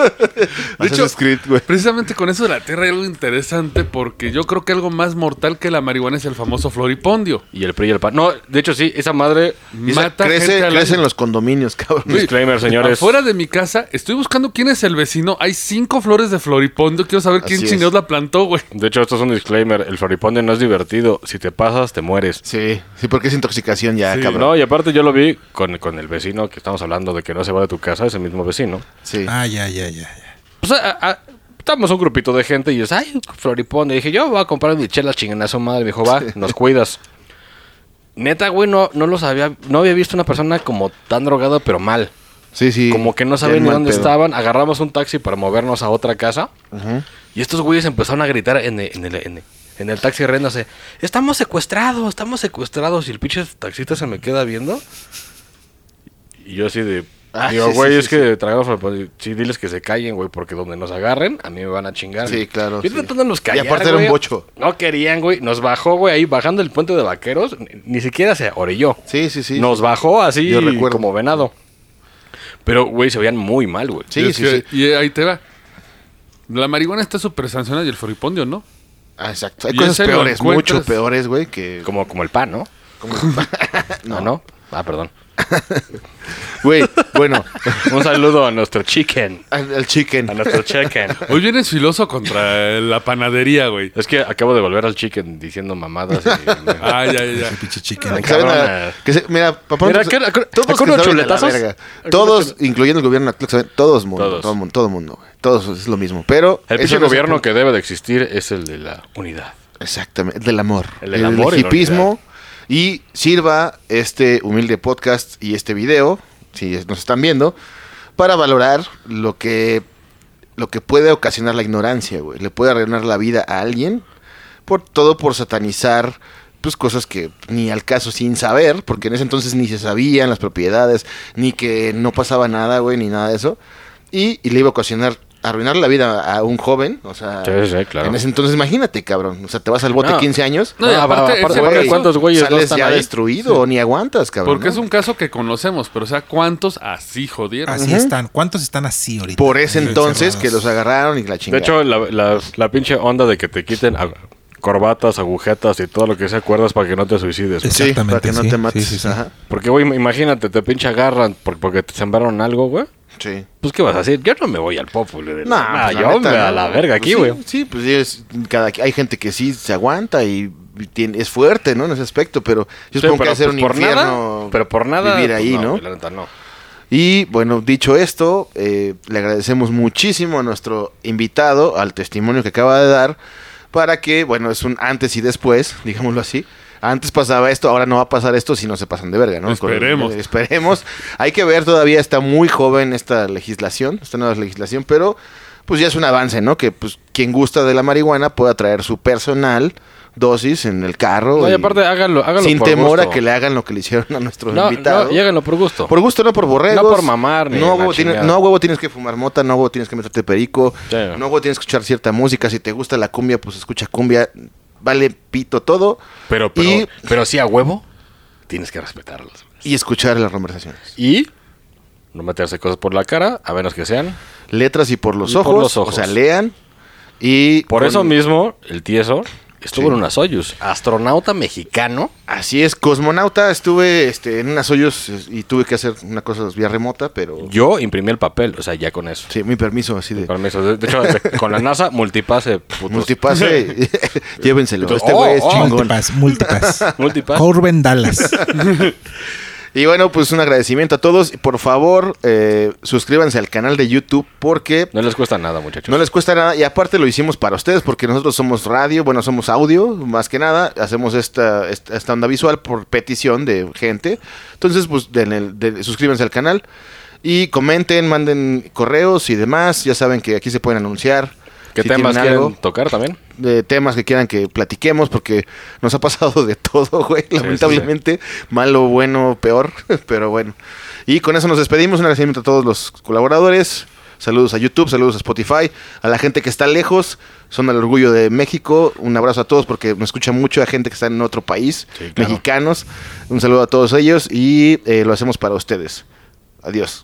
Speaker 3: de hecho,
Speaker 1: Assassin's Creed, güey.
Speaker 3: precisamente con eso de la tierra hay algo interesante porque yo creo que algo más mortal que la marihuana es el famoso floripondio.
Speaker 2: Y el PRI y el PAN. No, de hecho, sí, esa madre.
Speaker 1: Y esa-
Speaker 3: Mata
Speaker 1: crece,
Speaker 3: gente al
Speaker 1: crece
Speaker 3: año.
Speaker 1: en los condominios, cabrón.
Speaker 3: Güey,
Speaker 2: Disclaimer, señores.
Speaker 3: Afuera de mi casa, estoy buscando quién es el vecino. Hay cinco flores de floripondio. Quiero saber quién
Speaker 1: Así es.
Speaker 3: chineos la plantó, güey.
Speaker 2: De hecho, esto es un disclaimer. El floripondio no es divertido. Si te pasas, te mueres.
Speaker 1: Sí, sí, porque es intoxicación ya,
Speaker 3: Sí,
Speaker 1: cabrón.
Speaker 2: No, y aparte yo lo vi con, con el vecino que estamos hablando de que no se va de tu casa, ese mismo vecino.
Speaker 1: Sí.
Speaker 4: Ah, ya, ya, ya. ya.
Speaker 2: Pues a- a- estamos un grupito de gente y es, ay, floripondio. Y dije, yo voy a comprar mi chela chingada a su madre. Me dijo, va, nos cuidas. Neta, güey, no, no los había, no había visto una persona como tan drogada, pero mal.
Speaker 1: Sí, sí.
Speaker 2: como que no
Speaker 1: Ya
Speaker 2: saben ni
Speaker 1: mal
Speaker 2: dónde
Speaker 1: pedo.
Speaker 2: estaban. Agarramos un taxi para movernos a otra casa. Y estos güeyes empezaron a gritar en el, en el, en el- en el taxi riéndose. Estamos secuestrados, estamos secuestrados. Y el pinche taxista se me queda viendo. Y yo así de...
Speaker 1: (laughs) Ah,
Speaker 2: digo,
Speaker 1: sí, sí,
Speaker 2: güey,
Speaker 1: sí,
Speaker 2: es que tragamos... al- Sí, diles que se callen, güey, porque donde nos agarren, a mí me van a chingar.
Speaker 1: Sí, claro,
Speaker 2: Y
Speaker 1: sí.
Speaker 2: tratándonos
Speaker 1: Y
Speaker 2: callar,
Speaker 1: aparte era un
Speaker 2: güey.
Speaker 1: bocho.
Speaker 2: No querían, güey. Nos bajó, güey, ahí bajando el puente de vaqueros. ni- Ni siquiera se orilló.
Speaker 1: Sí, sí, sí.
Speaker 2: Nos bajó así
Speaker 1: Yo recuerdo.
Speaker 2: como venado. Pero, güey, se veían muy mal, güey.
Speaker 1: Sí,
Speaker 3: y es
Speaker 1: sí,
Speaker 3: que-
Speaker 1: sí.
Speaker 3: Y eh, ahí te va. La marihuana está súper sancionada y el floripondio, ¿no?
Speaker 1: Ah, exacto. Hay
Speaker 3: Y
Speaker 1: cosas
Speaker 3: ese lo
Speaker 1: peores,
Speaker 3: encuentras.
Speaker 1: mucho peores, güey, que...
Speaker 2: Como, como el pan, ¿no? (laughs) no. no? Ah, perdón.
Speaker 1: Güey, bueno,
Speaker 2: Un saludo a nuestro chicken.
Speaker 1: al, al chicken.
Speaker 2: A nuestro chicken.
Speaker 3: Hoy vienes filoso contra la panadería, güey.
Speaker 2: Es que acabo de volver al chicken diciendo mamadas. y-
Speaker 1: (laughs)
Speaker 3: Ah, ya, ya, ya.
Speaker 4: (laughs) Ese pinche chicken.
Speaker 2: Ay,
Speaker 1: Que saben
Speaker 2: cabrona.
Speaker 1: a- que se- mira, papá,
Speaker 2: Mira,
Speaker 1: todos-
Speaker 2: aquel- aquel-
Speaker 1: todos
Speaker 2: aquel
Speaker 1: que
Speaker 2: unos
Speaker 1: saben a la
Speaker 2: chuletazos.
Speaker 1: verga.
Speaker 2: Aquel
Speaker 1: Todos,
Speaker 2: unos
Speaker 1: incluyendo el gobierno actual, saben- todos mundo,
Speaker 2: Todos.
Speaker 1: todo mundo, todo mundo, güey. todos es lo mismo, pero
Speaker 2: El
Speaker 1: eso
Speaker 2: pinche
Speaker 1: no se-
Speaker 2: gobierno que debe de existir es el de la unidad.
Speaker 1: Exactamente, del amor.
Speaker 2: El del amor y la
Speaker 1: hipismo. Y sirva este humilde podcast y este video, si es- nos están viendo, para valorar lo que, lo que puede ocasionar la ignorancia, güey. Le puede arruinar la vida a alguien, por todo por satanizar pues cosas que ni al caso sin saber, porque en ese entonces ni se sabían las propiedades, ni que no pasaba nada, güey, ni nada de eso. Y, y le iba a ocasionar, arruinar la vida a un joven, o sea,
Speaker 2: Sí, sí, claro.
Speaker 1: en ese entonces, imagínate, cabrón. O sea, te vas al bote
Speaker 2: No. eh,
Speaker 1: 15 años.
Speaker 3: No, y
Speaker 2: Ah,
Speaker 3: aparte, ese
Speaker 1: güey,
Speaker 3: caso-
Speaker 2: ¿cuántos güeyes no
Speaker 1: sales
Speaker 2: están
Speaker 1: ya
Speaker 2: ahí?
Speaker 1: destruido, ni aguantas, cabrón.
Speaker 3: Porque
Speaker 1: ¿no?
Speaker 3: es un caso que conocemos, pero o sea, ¿cuántos así jodieron?
Speaker 4: Así
Speaker 1: Ujú.
Speaker 4: están. ¿Cuántos están así ahorita?
Speaker 1: Por ese entonces
Speaker 4: Encerrados.
Speaker 1: que los agarraron y la chingada.
Speaker 2: De hecho, la, las- la pinche onda de que te quiten a- corbatas, agujetas y todo lo que sea cuerdas para que no te suicides. güey.
Speaker 1: sí, para que
Speaker 4: Exactamente,
Speaker 1: no
Speaker 4: sí,
Speaker 1: te mates.
Speaker 4: sí, sí, sí.
Speaker 1: Ajá.
Speaker 2: Porque, güey, imagínate, te pinche agarran por- porque te sembraron algo, güey.
Speaker 1: Sí.
Speaker 2: Pues, ¿qué vas a decir? Yo no me voy al popule. de-
Speaker 1: No,
Speaker 2: Nah,
Speaker 1: pues, la
Speaker 2: yo
Speaker 1: neta,
Speaker 2: me a
Speaker 1: no.
Speaker 2: la verga aquí,
Speaker 1: Pues
Speaker 2: güey.
Speaker 1: sí, Sí, pues sí, es, cada, hay gente que sí se aguanta y tiene- es fuerte, ¿no? En ese aspecto, pero yo
Speaker 2: Sí,
Speaker 1: supongo que va a ser
Speaker 2: pues,
Speaker 1: un
Speaker 2: por
Speaker 1: infierno
Speaker 2: nada, pero por nada
Speaker 1: vivir
Speaker 2: pues,
Speaker 1: ahí, ¿no?
Speaker 2: güey, La neta, no.
Speaker 1: Y bueno, dicho esto, eh, le agradecemos muchísimo a nuestro invitado, al testimonio que acaba de dar, para que, bueno, es un antes y después, digámoslo así. Antes pasaba esto, ahora no va a pasar esto si no se pasan de verga, ¿no? Con- (laughs)
Speaker 3: Esperemos.
Speaker 1: esperemos. Hay que ver, todavía está muy joven esta legislación, esta nueva legislación, pero pues ya es un avance, ¿no? Que pues quien gusta de la marihuana pueda traer su personal dosis en el carro.
Speaker 2: No, y
Speaker 1: y
Speaker 2: aparte, háganlo, háganlo
Speaker 1: sin
Speaker 2: por
Speaker 1: temor
Speaker 2: gusto.
Speaker 1: a que le hagan lo que le hicieron a nuestro
Speaker 2: No,
Speaker 1: invitado.
Speaker 2: no, y háganlo por gusto.
Speaker 1: Por gusto, no por borregos.
Speaker 2: No por mamar, ni
Speaker 1: no, a
Speaker 2: la
Speaker 1: huevo tienes,
Speaker 2: chingada.
Speaker 1: no a huevo tienes que fumar mota, no a huevo tienes que meterte perico,
Speaker 2: Sí.
Speaker 1: no a huevo tienes que escuchar cierta música. Si te gusta la cumbia, pues escucha cumbia. Vale pito todo.
Speaker 2: Pero, pero,
Speaker 1: Y-
Speaker 2: pero sí a huevo, tienes que respetarlos.
Speaker 1: Y escuchar las conversaciones.
Speaker 2: Y no meterse cosas por la cara, a menos que sean.
Speaker 1: Letras y por los,
Speaker 2: Y por
Speaker 1: ojos,
Speaker 2: los ojos.
Speaker 1: O sea, lean. Y
Speaker 2: Por
Speaker 1: con-
Speaker 2: eso mismo, el tieso estuvo
Speaker 1: Sí.
Speaker 2: en una Soyuz. Astronauta mexicano.
Speaker 1: Así es, cosmonauta. Estuve este, en unas hoyos eh, y tuve que hacer una cosa vía remota, pero.
Speaker 2: Yo imprimí el papel, o sea, ya con eso.
Speaker 1: Sí, mi permiso, así de.
Speaker 2: Permiso. De, de hecho, de- con la NASA, multipase. putos. (laughs)
Speaker 1: Multipase, (laughs) llévenselo.
Speaker 2: Entonces,
Speaker 1: este güey
Speaker 2: oh,
Speaker 1: es
Speaker 2: oh.
Speaker 1: chingón. (laughs)
Speaker 4: Multipass, multipass.
Speaker 2: Multipass.
Speaker 4: Corben Dallas.
Speaker 1: Y bueno, pues un agradecimiento a todos. Por favor, eh, suscríbanse al canal de YouTube porque
Speaker 2: No les cuesta nada, muchachos.
Speaker 1: no les cuesta nada. Y aparte lo hicimos para ustedes porque nosotros somos radio, bueno, somos audio, más que nada. Hacemos esta, esta, esta onda visual por petición de gente. Entonces, pues denle el- de- suscríbanse al canal y comenten, manden correos y demás. Ya saben que aquí se pueden anunciar.
Speaker 2: ¿Qué
Speaker 1: si
Speaker 2: temas
Speaker 1: tienen
Speaker 2: quieren
Speaker 1: algo
Speaker 2: tocar también?
Speaker 1: de temas que quieran que platiquemos, porque nos ha pasado de todo, (laughs) güey, lamentablemente. Malo, bueno, peor, (laughs) pero bueno. Y con eso nos despedimos. Un agradecimiento a todos los colaboradores. Saludos a YouTube, saludos a Spotify, a la gente que está lejos, son el orgullo de México. Un abrazo a todos porque me escucha mucho a gente que está en otro país,
Speaker 2: Sí, claro.
Speaker 1: mexicanos. Un saludo a todos ellos y eh, lo hacemos para ustedes. Adiós.